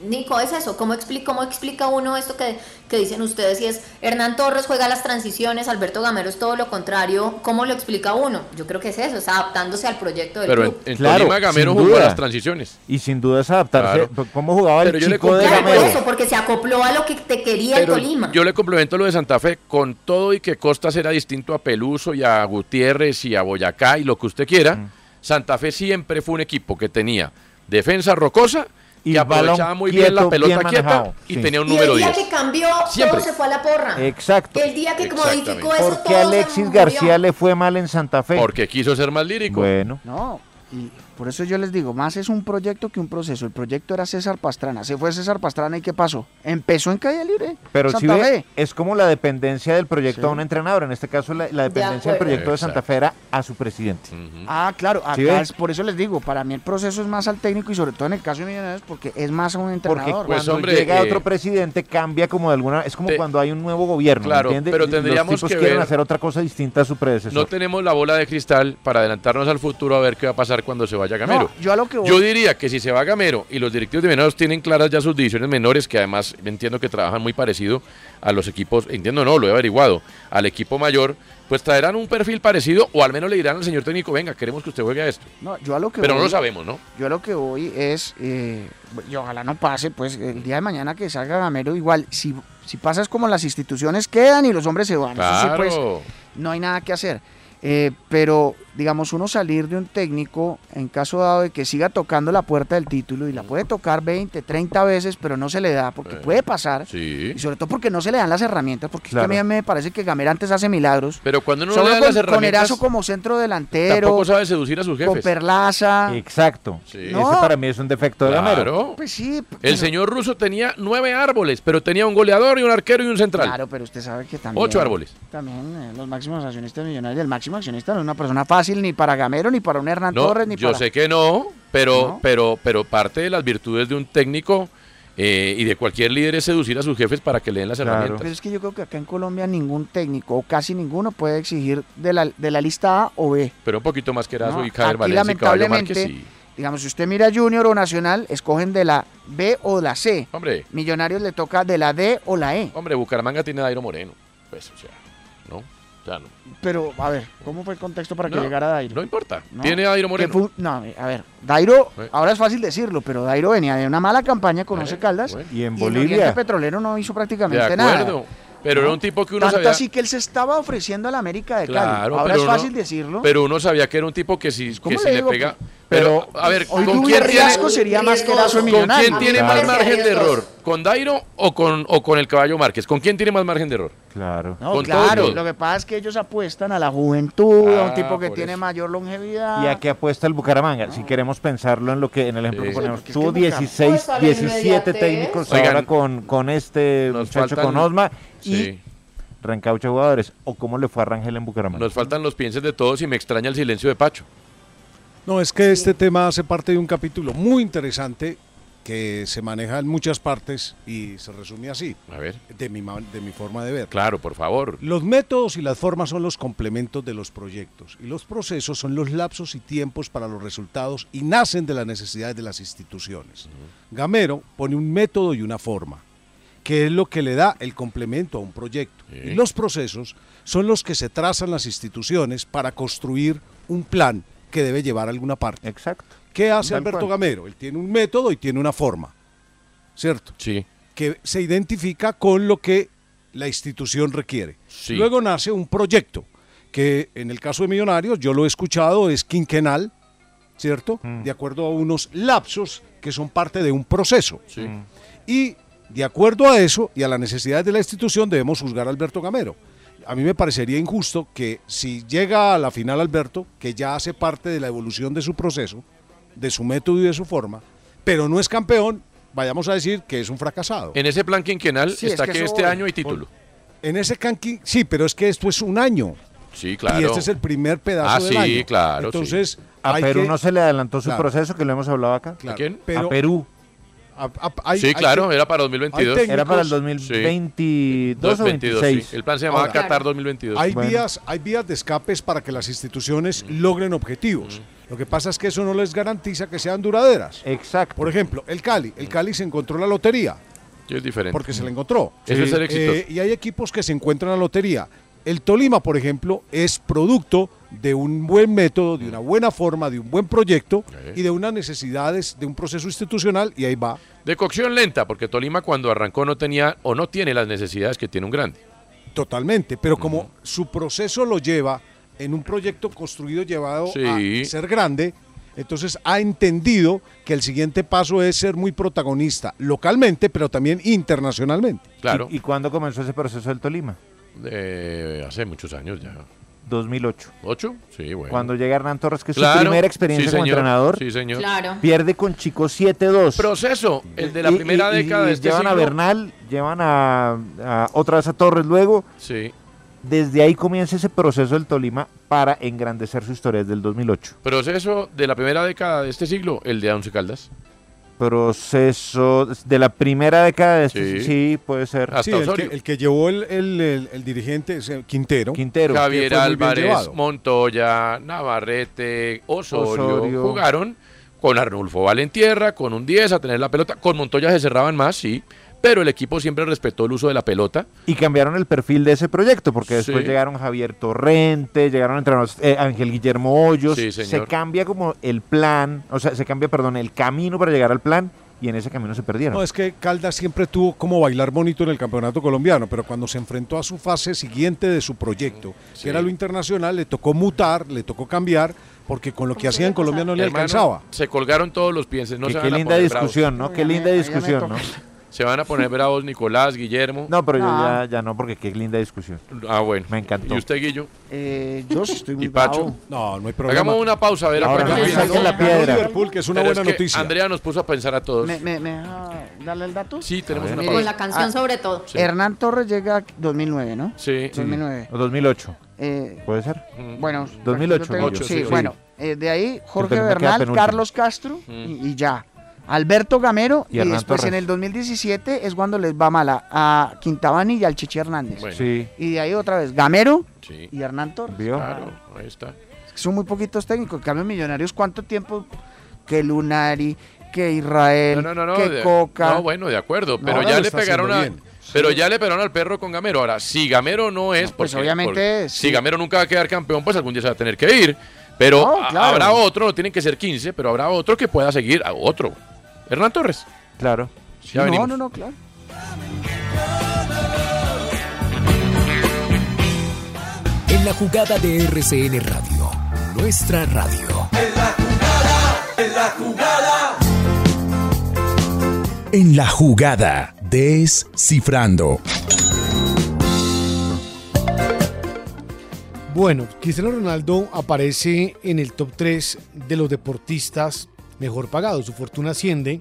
Speaker 7: Nico, es eso, ¿cómo explica, cómo explica uno esto que, que dicen ustedes? Y es, Hernán Torres juega las transiciones, Alberto Gamero es todo lo contrario, ¿cómo lo explica uno? Yo creo que es eso, es adaptándose al proyecto del
Speaker 1: Pero en,
Speaker 7: club.
Speaker 1: en
Speaker 2: Claro,
Speaker 1: Tolima Gamero
Speaker 2: sin
Speaker 1: jugó
Speaker 2: duda.
Speaker 1: las transiciones.
Speaker 2: Y sin duda es adaptarse. ¿Cómo jugaba
Speaker 1: Pero
Speaker 2: el
Speaker 1: yo le
Speaker 2: chico de
Speaker 1: compré-
Speaker 7: Claro, por
Speaker 2: Gamero?
Speaker 7: eso, porque se acopló a lo que te quería
Speaker 1: Pero
Speaker 7: el Tolima.
Speaker 1: yo le complemento lo de Santa Fe, con todo y que Costas era distinto a Peluso y a Gutiérrez y a Boyacá y lo que usted quiera,
Speaker 5: Mm.
Speaker 1: Santa Fe siempre fue un equipo que tenía defensa rocosa y aprovechaba
Speaker 2: balón
Speaker 1: muy bien la
Speaker 2: quieto,
Speaker 1: pelota
Speaker 2: bien
Speaker 1: quieta
Speaker 2: manejado,
Speaker 1: y
Speaker 2: sí.
Speaker 1: tenía un
Speaker 7: Y el
Speaker 1: número
Speaker 7: día
Speaker 1: 10.
Speaker 7: que cambió,
Speaker 1: Siempre.
Speaker 7: todo se fue a la porra.
Speaker 2: Exacto.
Speaker 7: El día que
Speaker 1: Exactamente.
Speaker 7: modificó eso,
Speaker 2: ¿Por qué
Speaker 7: todo se
Speaker 2: Alexis
Speaker 7: murió.
Speaker 2: García le fue mal en Santa Fe?
Speaker 1: Porque quiso ser más lírico.
Speaker 2: Bueno.
Speaker 5: No, y por eso yo les digo, más es un proyecto que un proceso. El proyecto era César Pastrana. Se fue César Pastrana y ¿qué pasó? Empezó en calle libre.
Speaker 2: Pero si
Speaker 5: Santa
Speaker 2: ve,
Speaker 5: Fe.
Speaker 2: es como la dependencia del proyecto a un entrenador. En este caso, la, la dependencia del
Speaker 5: acuerdo.
Speaker 2: proyecto de Santa Fe era a su presidente.
Speaker 5: Ah, claro,
Speaker 2: ¿Sí
Speaker 5: acá
Speaker 2: ve?
Speaker 5: es- por eso les digo, para mí el proceso es más al técnico y sobre todo en el caso de Millonarios porque es más a un
Speaker 2: Porque
Speaker 5: entrenador.
Speaker 2: cuando llega
Speaker 1: eh,
Speaker 2: otro presidente cambia como de alguna... Es como cuando hay un nuevo gobierno,
Speaker 1: Claro,
Speaker 2: ¿entiende?
Speaker 1: pero
Speaker 2: Los
Speaker 1: tendríamos
Speaker 2: tipos
Speaker 1: que
Speaker 2: quieren
Speaker 1: ver-
Speaker 2: hacer otra cosa distinta a su
Speaker 1: No
Speaker 2: predecesor.
Speaker 1: tenemos la bola de cristal para adelantarnos al futuro a ver qué va a pasar cuando se vaya Gamero.
Speaker 5: No, yo a lo que voy-
Speaker 1: Yo diría que si se va Gamero y los directivos de menores tienen claras ya sus divisiones menores, que además entiendo que trabajan muy parecido a los equipos, entiendo no, lo he averiguado, al equipo mayor, pues traerán un perfil parecido o al menos le dirán al señor técnico, venga, queremos que usted juegue a esto.
Speaker 5: No, yo a lo que
Speaker 1: Pero no
Speaker 5: voy-
Speaker 1: lo sabemos, ¿no?
Speaker 5: Yo a lo que voy es, eh, y ojalá no pase, pues el día de mañana que salga Gamero, igual, si, si pasa es como las instituciones quedan y los hombres se van. Eso sí, pues,
Speaker 1: Claro.
Speaker 5: no hay nada que hacer. Eh, pero digamos, uno salir de un técnico en caso dado de que siga tocando la puerta del título y la puede tocar 20, 30 veces, pero no se le da, porque puede pasar. Y sobre todo porque no se le dan las herramientas, porque es que
Speaker 1: Claro.
Speaker 5: a mí me parece que Gamera antes hace milagros.
Speaker 1: Pero cuando uno no
Speaker 5: Solo
Speaker 1: le da las
Speaker 5: con, con
Speaker 1: herramientas,
Speaker 5: Erazo como centro delantero,
Speaker 1: tampoco sabe seducir a sus
Speaker 5: con
Speaker 1: jefes.
Speaker 5: Perlaza.
Speaker 2: Exacto.
Speaker 5: No.
Speaker 2: Ese para mí es un defecto
Speaker 1: Ah.
Speaker 2: de Gamero.
Speaker 1: Claro.
Speaker 5: Pues sí.
Speaker 1: El señor ruso tenía nueve árboles, pero tenía un goleador y un arquero y un central.
Speaker 5: Claro, pero usted sabe que también.
Speaker 1: Ocho árboles.
Speaker 5: También eh, los máximos accionistas millonarios. El máximo accionista no es una persona fácil ni para Gamero, ni para un Hernán
Speaker 1: No,
Speaker 5: Torres, ni
Speaker 1: yo
Speaker 5: para.
Speaker 1: sé que no, pero, pero, pero parte de las virtudes de un técnico eh, y de cualquier líder es seducir a sus jefes para que le den las
Speaker 5: Pero
Speaker 1: herramientas.
Speaker 5: es que yo creo que acá en Colombia ningún técnico o casi ninguno puede exigir de la, de la lista A o B.
Speaker 1: Pero un poquito más que Erazo
Speaker 5: No,
Speaker 1: y Javier
Speaker 5: aquí,
Speaker 1: Valencia y Caballo Márquez,
Speaker 5: lamentablemente,
Speaker 1: sí.
Speaker 5: Digamos, si usted mira Junior o Nacional, escogen de la B o la C.
Speaker 1: Hombre. Oh.
Speaker 5: Millonarios le toca de la D o la E.
Speaker 1: Hombre, Bucaramanga tiene a Dairo Moreno. Pues, o sea, ¿no? Ya no.
Speaker 5: Pero, a ver, ¿cómo fue el contexto para que
Speaker 1: No,
Speaker 5: llegara Dairo?
Speaker 1: No importa.
Speaker 5: ¿no?
Speaker 1: Tiene a Dairo
Speaker 5: Que
Speaker 1: Moreno.
Speaker 5: fue- no, a ver, Dairo, ahora es fácil decirlo, pero Dairo venía de una mala campaña con Once Caldas.
Speaker 2: Y en
Speaker 5: El
Speaker 2: Bolivia.
Speaker 5: Oriente Petrolero no hizo
Speaker 1: De
Speaker 5: prácticamente
Speaker 1: acuerdo.
Speaker 5: nada.
Speaker 1: Pero
Speaker 5: ¿no?
Speaker 1: era un tipo que uno
Speaker 5: Tanto
Speaker 1: sabía.
Speaker 5: así que él se estaba ofreciendo a la América de Cali.
Speaker 1: Claro,
Speaker 5: ahora
Speaker 1: pero
Speaker 5: es
Speaker 1: uno-
Speaker 5: fácil decirlo.
Speaker 1: Pero uno sabía que era un tipo que si,
Speaker 5: ¿Cómo
Speaker 1: que si
Speaker 5: le
Speaker 1: le,
Speaker 5: digo?
Speaker 1: pega. Pero, a ver,
Speaker 5: Hoy
Speaker 1: ¿con
Speaker 5: Rubén
Speaker 1: quién tiene,
Speaker 5: Riasco sería más que Erazo
Speaker 1: ¿con
Speaker 5: en Millonarios.
Speaker 1: quién tiene
Speaker 5: Claro.
Speaker 1: más margen de error? ¿Con Dairo o con, o con el Caballo Márquez? ¿Con quién tiene más margen de error?
Speaker 2: Claro.
Speaker 5: No,
Speaker 1: con todos
Speaker 5: claro,
Speaker 1: los-
Speaker 5: lo que pasa es que ellos apuestan a la juventud, a
Speaker 2: Ah,
Speaker 5: un tipo que
Speaker 2: por
Speaker 5: tiene
Speaker 2: eso.
Speaker 5: mayor longevidad.
Speaker 2: ¿Y a qué apuesta el Bucaramanga? Si queremos pensarlo en lo que en el ejemplo
Speaker 1: Sí.
Speaker 2: que ponemos,
Speaker 5: porque es que
Speaker 2: tuvo
Speaker 5: el Bucaramanga-
Speaker 2: 16,
Speaker 5: Pues a la
Speaker 2: 17
Speaker 5: inmediatez.
Speaker 2: técnicos
Speaker 1: Oigan,
Speaker 2: ahora con, con este
Speaker 1: nos
Speaker 2: muchacho,
Speaker 1: faltan-
Speaker 2: con Osma,
Speaker 1: Sí.
Speaker 2: y reencaucha jugadores. ¿O cómo le fue a Rangel en Bucaramanga?
Speaker 1: Nos faltan los pienses de todos y me extraña el silencio de Pacho.
Speaker 4: No, es que este tema hace parte de un capítulo muy interesante que se maneja en muchas partes y se resume así.
Speaker 1: A ver.
Speaker 4: De mi, ma- de mi forma de ver.
Speaker 1: Claro, por favor.
Speaker 4: Los métodos y las formas son los complementos de los proyectos y los procesos son los lapsos y tiempos para los resultados y nacen de las necesidades de las instituciones. Gamero pone un método y una forma, que es lo que le da el complemento a un proyecto. Y los procesos son los que se trazan las instituciones para construir un plan que debe llevar a alguna parte.
Speaker 2: Exacto.
Speaker 4: ¿Qué hace
Speaker 2: Tal
Speaker 4: Alberto
Speaker 2: cual.
Speaker 4: Gamero? Él tiene un método y tiene una forma, ¿cierto?
Speaker 1: Sí.
Speaker 4: Que se identifica con lo que la institución requiere.
Speaker 1: Sí.
Speaker 4: Luego nace un proyecto, que en el caso de Millonarios, yo lo he escuchado, es quinquenal, ¿cierto? De acuerdo a unos lapsos que son parte de un proceso. Y de acuerdo a eso y a la necesidad de la institución debemos juzgar a Alberto Gamero. A mí me parecería injusto que si llega a la final Alberto, que ya hace parte de la evolución de su proceso, de su método y de su forma, pero no es campeón, vayamos a decir que es un fracasado.
Speaker 1: En ese plan quinquenal
Speaker 4: Sí, es
Speaker 1: está
Speaker 4: que
Speaker 1: que,
Speaker 4: eso
Speaker 1: este
Speaker 4: voy.
Speaker 1: año hay título.
Speaker 4: En ese canqui, sí, pero es que esto es un año.
Speaker 1: Sí, claro.
Speaker 4: Y este es el primer pedazo
Speaker 1: Ah,
Speaker 4: del
Speaker 1: sí,
Speaker 4: año.
Speaker 1: claro,
Speaker 4: Entonces,
Speaker 1: sí.
Speaker 2: A
Speaker 4: hay
Speaker 2: Perú
Speaker 4: que-
Speaker 2: no se le adelantó su
Speaker 4: Claro.
Speaker 2: proceso, que lo hemos hablado acá.
Speaker 4: Claro,
Speaker 2: ¿A
Speaker 4: quién? pero-
Speaker 2: a Perú.
Speaker 4: A- a- hay-
Speaker 1: sí,
Speaker 4: hay
Speaker 1: claro,
Speaker 4: que-
Speaker 1: era para
Speaker 4: hay
Speaker 1: 2022.
Speaker 4: técnicos-
Speaker 2: Era para el 2022 o
Speaker 1: 22,
Speaker 2: 26.
Speaker 1: sí. El plan se llamaba
Speaker 5: Ah,
Speaker 4: Ahora,
Speaker 1: Qatar 2022.
Speaker 4: Hay, vías, hay vías de escapes para que las instituciones
Speaker 1: Mm.
Speaker 4: logren objetivos. Lo que pasa es que eso no les garantiza que sean duraderas.
Speaker 2: Exacto.
Speaker 4: Por ejemplo, el Cali.
Speaker 1: Mm.
Speaker 4: El Cali se encontró la lotería
Speaker 1: Sí, es diferente.
Speaker 4: porque se la encontró.
Speaker 1: Eso es ser
Speaker 4: Eh,
Speaker 1: exitoso.
Speaker 4: y hay equipos que se encuentran en la lotería. El Tolima, por ejemplo, es producto de un buen método, de una buena forma, de un buen proyecto y de unas necesidades de un proceso institucional y ahí va.
Speaker 1: De cocción lenta, porque Tolima cuando arrancó no tenía o no tiene las necesidades que tiene un grande.
Speaker 4: Totalmente, pero como su proceso lo lleva en un proyecto construido, llevado
Speaker 1: Sí.
Speaker 4: a ser grande, entonces ha entendido que el siguiente paso es ser muy protagonista localmente, pero también internacionalmente.
Speaker 1: Claro.
Speaker 2: ¿Y, y cuándo comenzó ese proceso del Tolima?
Speaker 1: Eh, hace muchos años ya.
Speaker 2: 2008.
Speaker 1: ¿Ocho? Sí, bueno.
Speaker 2: Cuando llega Hernán Torres, que es
Speaker 1: Claro,
Speaker 2: su primera experiencia
Speaker 1: sí,
Speaker 2: como
Speaker 1: señor,
Speaker 2: entrenador,
Speaker 1: sí, señor. Claro.
Speaker 2: pierde con Chico 7-2.
Speaker 1: Proceso, el de la
Speaker 2: Y-
Speaker 1: primera
Speaker 2: y- y
Speaker 1: década de este
Speaker 2: Llevan a
Speaker 1: siglo.
Speaker 2: Bernal, llevan a, a- otra vez a Torres luego.
Speaker 1: Sí.
Speaker 2: Desde ahí comienza ese proceso del Tolima para engrandecer su historia desde el 2008.
Speaker 1: Proceso de la primera década de este siglo, el de Once Caldas.
Speaker 2: Proceso de la primera década de este
Speaker 1: Sí.
Speaker 2: sí, puede ser.
Speaker 4: Sí, el, que, el que llevó el, el- el- el dirigente es eh, Quintero.
Speaker 2: Quintero.
Speaker 4: que
Speaker 1: Javier
Speaker 4: fue muy bien
Speaker 1: Álvarez,
Speaker 4: llevado.
Speaker 1: Montoya, Navarrete, Osorio,
Speaker 4: Osorio.
Speaker 1: jugaron con Arnulfo Valentierra, con un 10 a tener la pelota. Con Montoya se cerraban más, sí, pero el equipo siempre respetó el uso de la pelota.
Speaker 2: Y cambiaron el perfil de ese proyecto, porque después
Speaker 1: Sí.
Speaker 2: llegaron Javier Torrente, llegaron entrenadores eh, Ángel Guillermo Hoyos.
Speaker 1: Sí,
Speaker 2: se
Speaker 1: señor.
Speaker 2: cambia como el plan, o sea, se cambia, perdón, el camino para llegar al plan y en ese camino se perdieron.
Speaker 4: No, es que Caldas siempre tuvo como bailar bonito en el campeonato colombiano, pero cuando se enfrentó a su fase siguiente de su proyecto, que era lo internacional, le tocó mutar, le tocó cambiar, porque con lo que hacía en Colombia no le
Speaker 1: Hermano,
Speaker 4: alcanzaba.
Speaker 1: Se colgaron todos los pies. No
Speaker 2: Qué-
Speaker 1: se
Speaker 2: qué
Speaker 1: van a
Speaker 2: linda
Speaker 1: poner
Speaker 2: discusión,
Speaker 1: bravos.
Speaker 2: ¿no? Qué Ahí ya linda me- ahí ya me discusión, toca. ¿no?
Speaker 1: Se van a poner bravos Nicolás, Guillermo.
Speaker 2: No, pero yo
Speaker 1: Ah.
Speaker 2: ya, ya no, porque qué linda discusión.
Speaker 1: Ah, bueno.
Speaker 2: Me encantó.
Speaker 1: ¿Y usted, Guillo?
Speaker 2: Eh,
Speaker 5: yo sí estoy muy
Speaker 1: ¿Y Pacho?
Speaker 5: bravo.
Speaker 4: No, no hay
Speaker 5: problema.
Speaker 1: Hagamos una pausa, a ver.
Speaker 2: Ahora
Speaker 1: a
Speaker 2: no
Speaker 1: ver qué
Speaker 2: me
Speaker 1: piensa.
Speaker 2: saquen la Ganó piedra. Liverpool,
Speaker 5: que es
Speaker 2: una
Speaker 1: Pero
Speaker 2: buena noticia.
Speaker 1: Andrea nos puso a pensar a todos.
Speaker 5: ¿Me, me- me deja eh, darle el dato?
Speaker 1: Sí, tenemos una
Speaker 5: Mire,
Speaker 1: pausa.
Speaker 7: Con la canción sobre todo.
Speaker 5: Ah, Hernán Torres llega a 2009, ¿no?
Speaker 1: Sí.
Speaker 5: 2009.
Speaker 2: O 2008.
Speaker 5: Eh,
Speaker 2: ¿Puede ser?
Speaker 1: Mm.
Speaker 5: Bueno, pues,
Speaker 2: 2008.
Speaker 5: yo tengo-
Speaker 2: Ocho,
Speaker 5: sí,
Speaker 2: sí, sí.
Speaker 5: bueno, eh, de ahí Jorge
Speaker 2: terminó queda
Speaker 5: Bernal,
Speaker 2: penúltimo. Mm.
Speaker 5: Carlos Castro y, y ya. Alberto Gamero
Speaker 2: Y
Speaker 5: y,
Speaker 2: Hernán
Speaker 5: después
Speaker 2: Torres.
Speaker 5: en el 2017 es cuando les va mala a Quintabani y al Chichi Hernández.
Speaker 2: Sí.
Speaker 5: Y de ahí otra vez Gamero
Speaker 1: Sí.
Speaker 5: y Hernán Torres.
Speaker 2: ¿Vio?
Speaker 1: Claro, ahí está.
Speaker 5: Son muy poquitos técnicos. En cambio, Millonarios, ¿cuánto tiempo? Que Lunari, que Israel,
Speaker 1: No, no, no,
Speaker 5: que
Speaker 1: de-
Speaker 5: Coca.
Speaker 1: no, bueno, de acuerdo,
Speaker 5: No,
Speaker 1: pero
Speaker 5: ahora
Speaker 1: ya
Speaker 5: lo
Speaker 1: le
Speaker 5: está
Speaker 1: pegaron a,
Speaker 5: haciendo
Speaker 1: pero ya le pegaron al perro con Gamero. Ahora, si Gamero no es,
Speaker 5: pues
Speaker 1: porque-
Speaker 5: obviamente
Speaker 1: porque
Speaker 5: es,
Speaker 1: si Gamero nunca va a quedar campeón, pues algún día se va a tener que ir. Pero
Speaker 5: No,
Speaker 1: a-
Speaker 5: claro.
Speaker 1: habrá otro, no tienen que ser 15, pero habrá otro que pueda seguir a otro. Hernán Torres.
Speaker 2: Claro.
Speaker 1: Ya
Speaker 5: no,
Speaker 1: venimos.
Speaker 5: no, no, claro.
Speaker 17: En la jugada de RCN Radio, nuestra radio.
Speaker 20: En la jugada.
Speaker 9: En la jugada, descifrando.
Speaker 6: Bueno, Cristiano Ronaldo aparece en el top 3 de los deportistas mejor pagados. Su fortuna asciende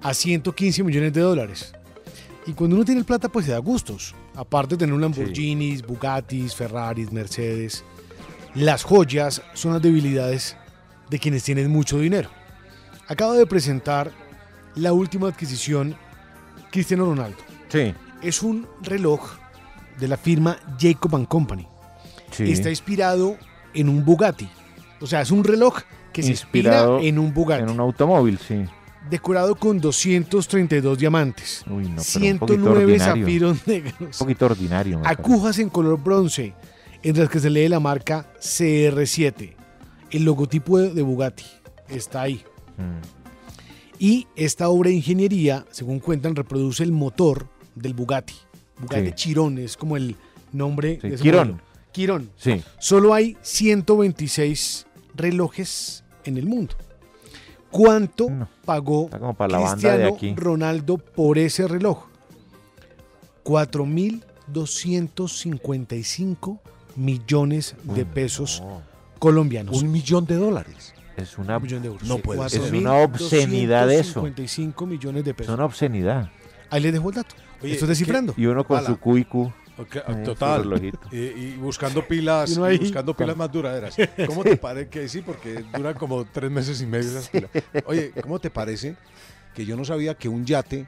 Speaker 6: a 115 millones de dólares. Y cuando uno tiene plata, pues se da gustos. Aparte de tener un Lamborghinis, Bugattis, Ferraris, Mercedes. Las joyas son las debilidades de quienes tienen mucho dinero. Acabo de presentar la última adquisición, Cristiano Ronaldo.
Speaker 2: Sí.
Speaker 6: Es un reloj de la firma Jacob and Company.
Speaker 2: Sí.
Speaker 6: Está inspirado en un Bugatti. O sea, es un reloj que se
Speaker 2: Inspirado
Speaker 6: inspira en un Bugatti.
Speaker 2: En un automóvil, sí.
Speaker 6: Decorado con 232 diamantes,
Speaker 2: Uy, no, pero un poquito
Speaker 6: 109
Speaker 2: ordinario.
Speaker 6: zafiros
Speaker 2: Un
Speaker 6: negros,
Speaker 2: poquito ordinario. me parece.
Speaker 6: agujas en color bronce, entre las que se lee la marca CR7. El logotipo de de Bugatti está ahí.
Speaker 2: Mm.
Speaker 6: Y esta obra de ingeniería, según cuentan, reproduce el motor del Bugatti. Bugatti
Speaker 2: Sí.
Speaker 6: Chiron es como el nombre
Speaker 2: Sí,
Speaker 6: de ese
Speaker 2: Quirón.
Speaker 6: modelo. Quirón.
Speaker 2: Sí.
Speaker 6: Solo hay 126 relojes en el mundo. ¿Cuánto pagó
Speaker 2: Está como para la banda de
Speaker 6: Cristiano
Speaker 2: aquí.
Speaker 6: Ronaldo por ese reloj? 4.255 millones de pesos colombianos. Un millón de dólares.
Speaker 2: Es una,
Speaker 6: Un millón de euros.
Speaker 2: No
Speaker 6: Sí,
Speaker 2: puede ser.
Speaker 6: 4.000,
Speaker 2: Es una obscenidad eso.
Speaker 6: 255 millones de
Speaker 2: Es
Speaker 6: pesos.
Speaker 2: una obscenidad.
Speaker 6: Ahí les dejo el dato.
Speaker 4: Oye,
Speaker 6: Esto es descifrando.
Speaker 2: Y uno con
Speaker 4: Ala.
Speaker 2: su cuicu. Eh,
Speaker 4: Ok, total. Y, y buscando pilas,
Speaker 6: Y uno ahí-
Speaker 4: y buscando pilas más duraderas. ¿Cómo te parece que sí? Porque duran como tres meses y medio esas pilas. Oye, ¿cómo te parece que yo no sabía que un yate,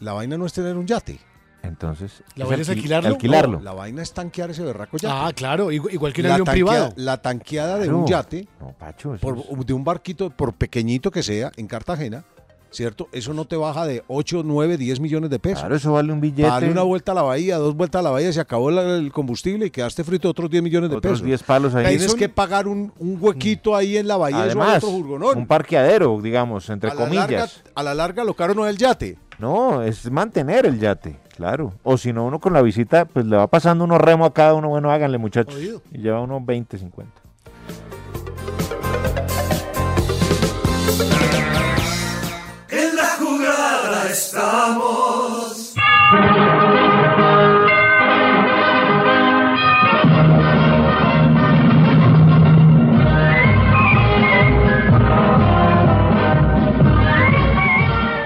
Speaker 4: la vaina no es tener un yate?
Speaker 2: Entonces.
Speaker 6: ¿La vaina es alquilarlo?
Speaker 2: Alquilarlo.
Speaker 4: No, la vaina es tanquear ese berraco yate.
Speaker 6: Ah, claro, igu- igual que un
Speaker 4: La
Speaker 6: avión
Speaker 4: tanquea-
Speaker 6: privado.
Speaker 4: La tanqueada de
Speaker 2: Claro.
Speaker 4: un yate,
Speaker 2: No, Pacho. eso
Speaker 4: por-
Speaker 2: es-
Speaker 4: de un barquito, por pequeñito que sea, en Cartagena, ¿cierto? Eso no te baja de 8, 9, 10 millones de pesos.
Speaker 2: Claro, eso vale un billete.
Speaker 4: Dale una vuelta a la bahía, dos vueltas a la bahía, se acabó la- el combustible y quedaste frito otros 10 millones de
Speaker 2: Otros
Speaker 4: pesos.
Speaker 2: 10 palos ahí.
Speaker 4: Tienes
Speaker 2: Tyson-
Speaker 4: que pagar un, un huequito ahí en la bahía, eso a
Speaker 2: Además,
Speaker 4: otro jurgonón.
Speaker 2: un parqueadero, digamos, entre
Speaker 4: a, la
Speaker 2: comillas.
Speaker 4: larga, a la larga lo caro no es el yate.
Speaker 2: No, es mantener el yate, claro. O si no, uno con la visita, pues le va pasando unos remos a cada uno. Bueno, háganle, muchachos.
Speaker 6: Oído.
Speaker 2: Y lleva unos 20, 50.
Speaker 20: En la jugada estamos.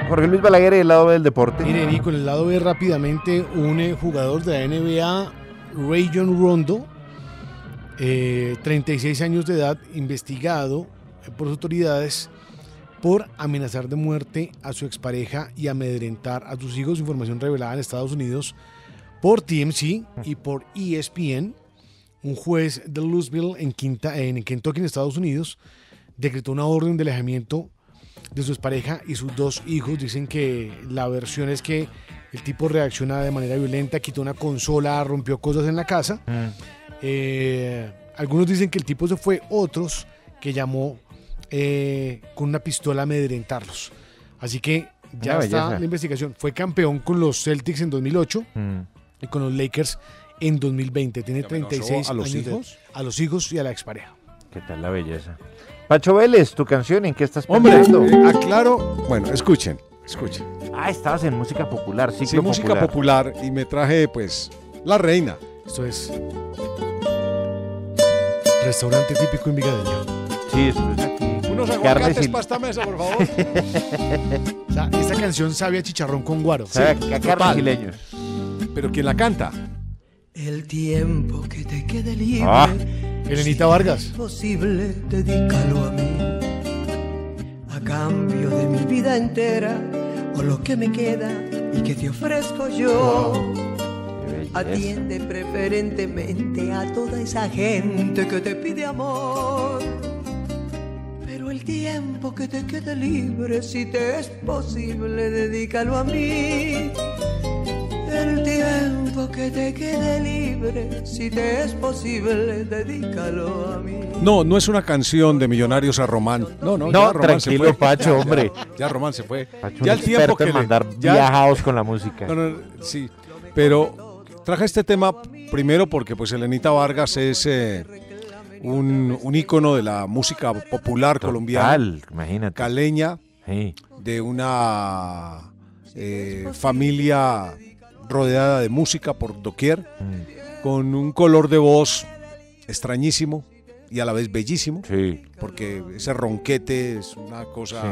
Speaker 2: Jorge Luis Balaguer, el lado B del deporte.
Speaker 6: Mire, Nico, en el lado B rápidamente, un eh, jugador de la NBA, Rayon Rondo, eh, 36 años de edad, investigado eh, por las autoridades por amenazar de muerte a su expareja y amedrentar a sus hijos, información revelada en Estados Unidos por TMC y por E ESPN. Un juez de Louisville en, Quinta- en Kentucky, en Estados Unidos, decretó una orden de alejamiento de su expareja y sus dos hijos. Dicen que la versión es que el tipo reacciona de manera violenta, quitó una consola, rompió cosas en la casa.
Speaker 2: Mm.
Speaker 6: Eh, algunos dicen que el tipo se fue, otros que llamó eh, con una pistola a amedrentarlos. Así que ya
Speaker 2: Una
Speaker 6: está
Speaker 2: belleza.
Speaker 6: la investigación. Fue campeón con los Celtics en 2008
Speaker 2: Mm.
Speaker 6: y con los Lakers en 2020. Tiene
Speaker 2: amenazó
Speaker 6: 36
Speaker 2: a los
Speaker 6: años de-
Speaker 2: hijos?
Speaker 6: a los hijos y a la expareja.
Speaker 2: ¿Qué tal la belleza? Pacho Vélez, tu canción, ¿en qué estás
Speaker 4: Hombre,
Speaker 2: pensando?
Speaker 4: eh, aclaro. Bueno, escuchen, escuchen.
Speaker 2: Ah, estabas en música popular, ciclo
Speaker 4: Sí, música popular y me traje, pues, La Reina.
Speaker 6: Esto es. Restaurante típico invigadeño.
Speaker 2: Sí, eso es aquí.
Speaker 6: Unos
Speaker 2: Carne
Speaker 6: aguacates
Speaker 2: sil-
Speaker 6: para esta mesa, por favor. O sea, esta canción sabe a chicharrón con guaro.
Speaker 2: Sabe a carne
Speaker 6: total.
Speaker 2: chileño.
Speaker 4: Pero quien la canta.
Speaker 15: El tiempo que te quede libre.
Speaker 6: Ah, Elenita Vargas.
Speaker 15: Es posible, dedícalo a mí. A cambio de mi vida entera, o lo que me queda y que te ofrezco yo. Atiende preferentemente a toda esa gente que te pide amor. Pero el tiempo que te quede libre, si te es posible, dedícalo a mí. El tiempo que te quede libre, si te es posible, dedícalo a mí.
Speaker 4: No, no es una canción de Millonarios a Román. No, no,
Speaker 2: No,
Speaker 4: ya Román se
Speaker 2: tranquilo,
Speaker 4: fue.
Speaker 2: Pacho,
Speaker 4: Ya, ya,
Speaker 2: hombre.
Speaker 4: Ya, Román se fue.
Speaker 2: Pacho,
Speaker 4: ya
Speaker 2: un experto en
Speaker 4: le-
Speaker 2: mandar
Speaker 4: ya-
Speaker 2: viajados con la música.
Speaker 4: No, no, sí. Pero traje este tema primero porque pues Elenita Vargas es eh, un, un ícono de la música popular colombiana.
Speaker 2: imagínate.
Speaker 4: Caleña.
Speaker 2: Sí.
Speaker 4: De una eh, familia rodeada de música por doquier. Con un color de voz extrañísimo y a la vez bellísimo. Porque ese ronquete es una cosa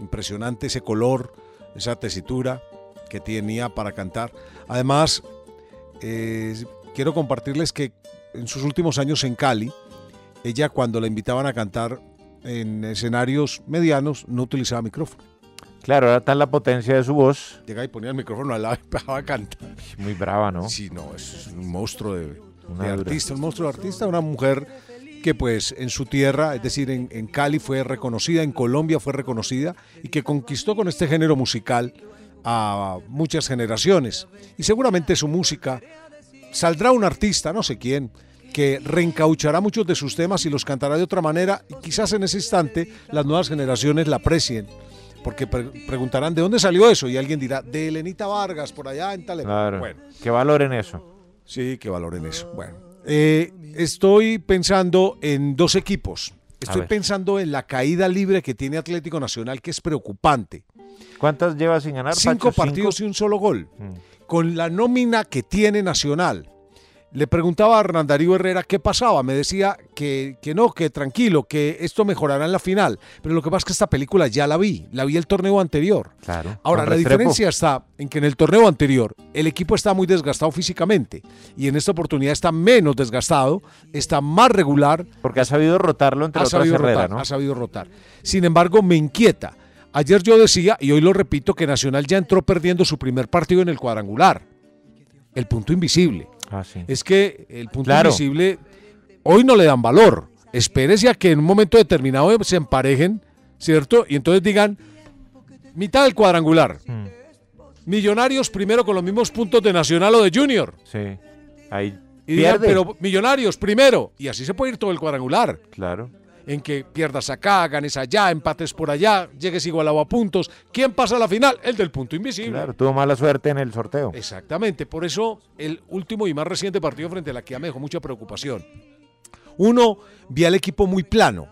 Speaker 4: impresionante, ese color, esa tesitura que tenía para cantar. Además, eh, quiero compartirles que en sus últimos años en Cali, ella cuando la invitaban a cantar en escenarios medianos no utilizaba micrófono.
Speaker 2: Claro, era tan la potencia de su voz.
Speaker 4: Llegaba y ponía el micrófono al lado y empezaba a cantar.
Speaker 2: Muy brava, ¿no?
Speaker 4: Sí, no, es un monstruo de,
Speaker 2: Una
Speaker 4: de
Speaker 2: dura.
Speaker 4: artista, un monstruo de artista, una mujer que pues en su tierra, es decir, en, en Cali fue reconocida, en Colombia fue reconocida y que conquistó con este género musical a muchas generaciones. Y seguramente su música saldrá un artista, no sé quién, que reencauchará muchos de sus temas y los cantará de otra manera y quizás en ese instante las nuevas generaciones la aprecien. Porque pre- preguntarán de dónde salió eso y alguien dirá de Elenita Vargas por allá en tal
Speaker 2: Claro.
Speaker 4: Bueno.
Speaker 2: Que valoren eso.
Speaker 4: Sí, que valoren eso. Bueno. Eh, estoy pensando en dos equipos. Estoy
Speaker 2: ver.
Speaker 4: pensando en la caída libre que tiene Atlético Nacional, que es preocupante.
Speaker 2: ¿Cuántas lleva sin ganar?
Speaker 4: Cinco
Speaker 2: Pacho?
Speaker 4: partidos y un solo gol.
Speaker 2: Mm,
Speaker 4: Con la nómina que tiene Nacional. Le preguntaba a Hernán Darío Herrera qué pasaba. Me decía que, que no, que tranquilo, que esto mejorará en la final. Pero lo que pasa es que esta película ya la vi. La vi el torneo anterior.
Speaker 2: Claro.
Speaker 4: Ahora,
Speaker 2: Con
Speaker 4: la
Speaker 2: Restrepo.
Speaker 4: diferencia está en que en el torneo anterior el equipo está muy desgastado físicamente y en esta oportunidad está menos desgastado, está más regular.
Speaker 2: Porque ha sabido rotarlo entre
Speaker 4: ha
Speaker 2: otras
Speaker 4: sabido
Speaker 2: Herrera,
Speaker 4: rotar,
Speaker 2: ¿no?
Speaker 4: Ha sabido rotar. Sin embargo, me inquieta. Ayer yo decía, y hoy lo repito, que Nacional ya entró perdiendo su primer partido en el cuadrangular. El punto invisible.
Speaker 2: Ah, sí.
Speaker 4: Es que el punto
Speaker 2: Claro.
Speaker 4: invisible hoy no le dan valor. Espérese a que en un momento determinado se emparejen, ¿cierto? Y entonces digan, mitad del cuadrangular.
Speaker 2: Mm.
Speaker 4: Millonarios primero con los mismos puntos de Nacional o de Junior.
Speaker 2: Sí. Ahí
Speaker 4: Y digan,
Speaker 2: pierde.
Speaker 4: pero Millonarios primero. Y así se puede ir todo el cuadrangular.
Speaker 2: Claro.
Speaker 4: En que pierdas acá, ganes allá, empates por allá, llegues igualado a puntos. ¿Quién pasa a la final? El del punto invisible.
Speaker 2: Claro, tuvo mala suerte en el sorteo.
Speaker 4: Exactamente, por eso el último y más reciente partido frente a la que me dejó mucha preocupación. Uno, vi al equipo muy plano.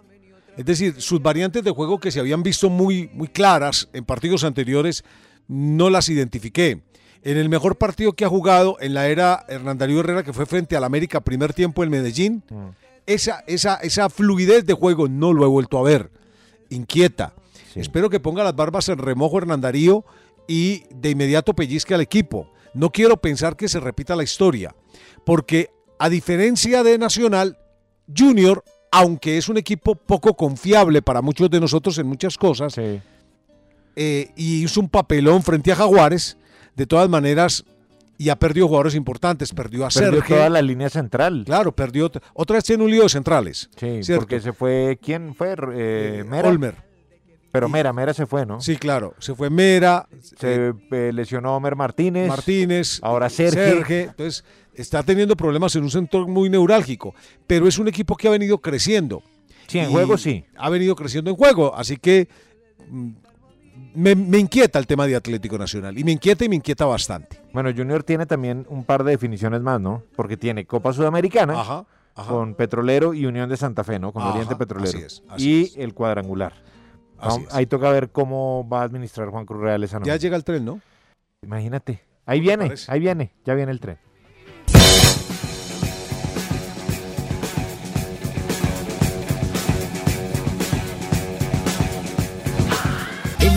Speaker 4: Es decir, sus variantes de juego que se habían visto muy, muy claras en partidos anteriores, no las identifiqué. En el mejor partido que ha jugado en la era Hernán Darío Herrera, que fue frente al América, primer tiempo en Medellín, esa, esa, esa fluidez de juego no lo he vuelto a ver. Inquieta. Espero que ponga las barbas en remojo Hernán Darío y de inmediato pellizque al equipo. No quiero pensar que se repita la historia, porque a diferencia de Nacional, Junior, aunque es un equipo poco confiable para muchos de nosotros en muchas cosas, eh, y hizo un papelón frente a Jaguares, de todas maneras, y ha perdido jugadores importantes, perdió a
Speaker 2: Perdió
Speaker 4: Sergio.
Speaker 2: toda la línea central.
Speaker 4: Claro, perdió. ot- Otra vez tiene un lío de centrales.
Speaker 2: Sí,
Speaker 4: ¿cierto?
Speaker 2: porque se fue. ¿Quién fue? Eh, Mera.
Speaker 4: Olmer.
Speaker 2: Pero Mera, Mera se fue, ¿no?
Speaker 4: Sí, claro. Se fue Mera.
Speaker 2: Se eh, lesionó Homer Martínez.
Speaker 4: Martínez.
Speaker 2: Ahora Sergio.
Speaker 4: Serge. Entonces, está teniendo problemas en un centro muy neurálgico, pero es un equipo que ha venido creciendo.
Speaker 2: Sí, en
Speaker 4: Y
Speaker 2: juego sí.
Speaker 4: Ha venido creciendo en juego, así que mm, me, me inquieta el tema de Atlético Nacional y me inquieta y me inquieta bastante.
Speaker 2: Bueno, Junior tiene también un par de definiciones más, ¿no? Porque tiene Copa Sudamericana con Petrolero y Unión de Santa Fe, ¿no? Con
Speaker 4: Ajá,
Speaker 2: Oriente Petrolero.
Speaker 4: así es, así
Speaker 2: y el cuadrangular.
Speaker 4: Así
Speaker 2: Vamos- Ahí toca ver cómo va a administrar Juan Cruz Real esa
Speaker 4: Ya
Speaker 2: noche.
Speaker 4: llega el tren, ¿no?
Speaker 2: Imagínate. Ahí viene, ahí viene, ya viene el tren.
Speaker 17: En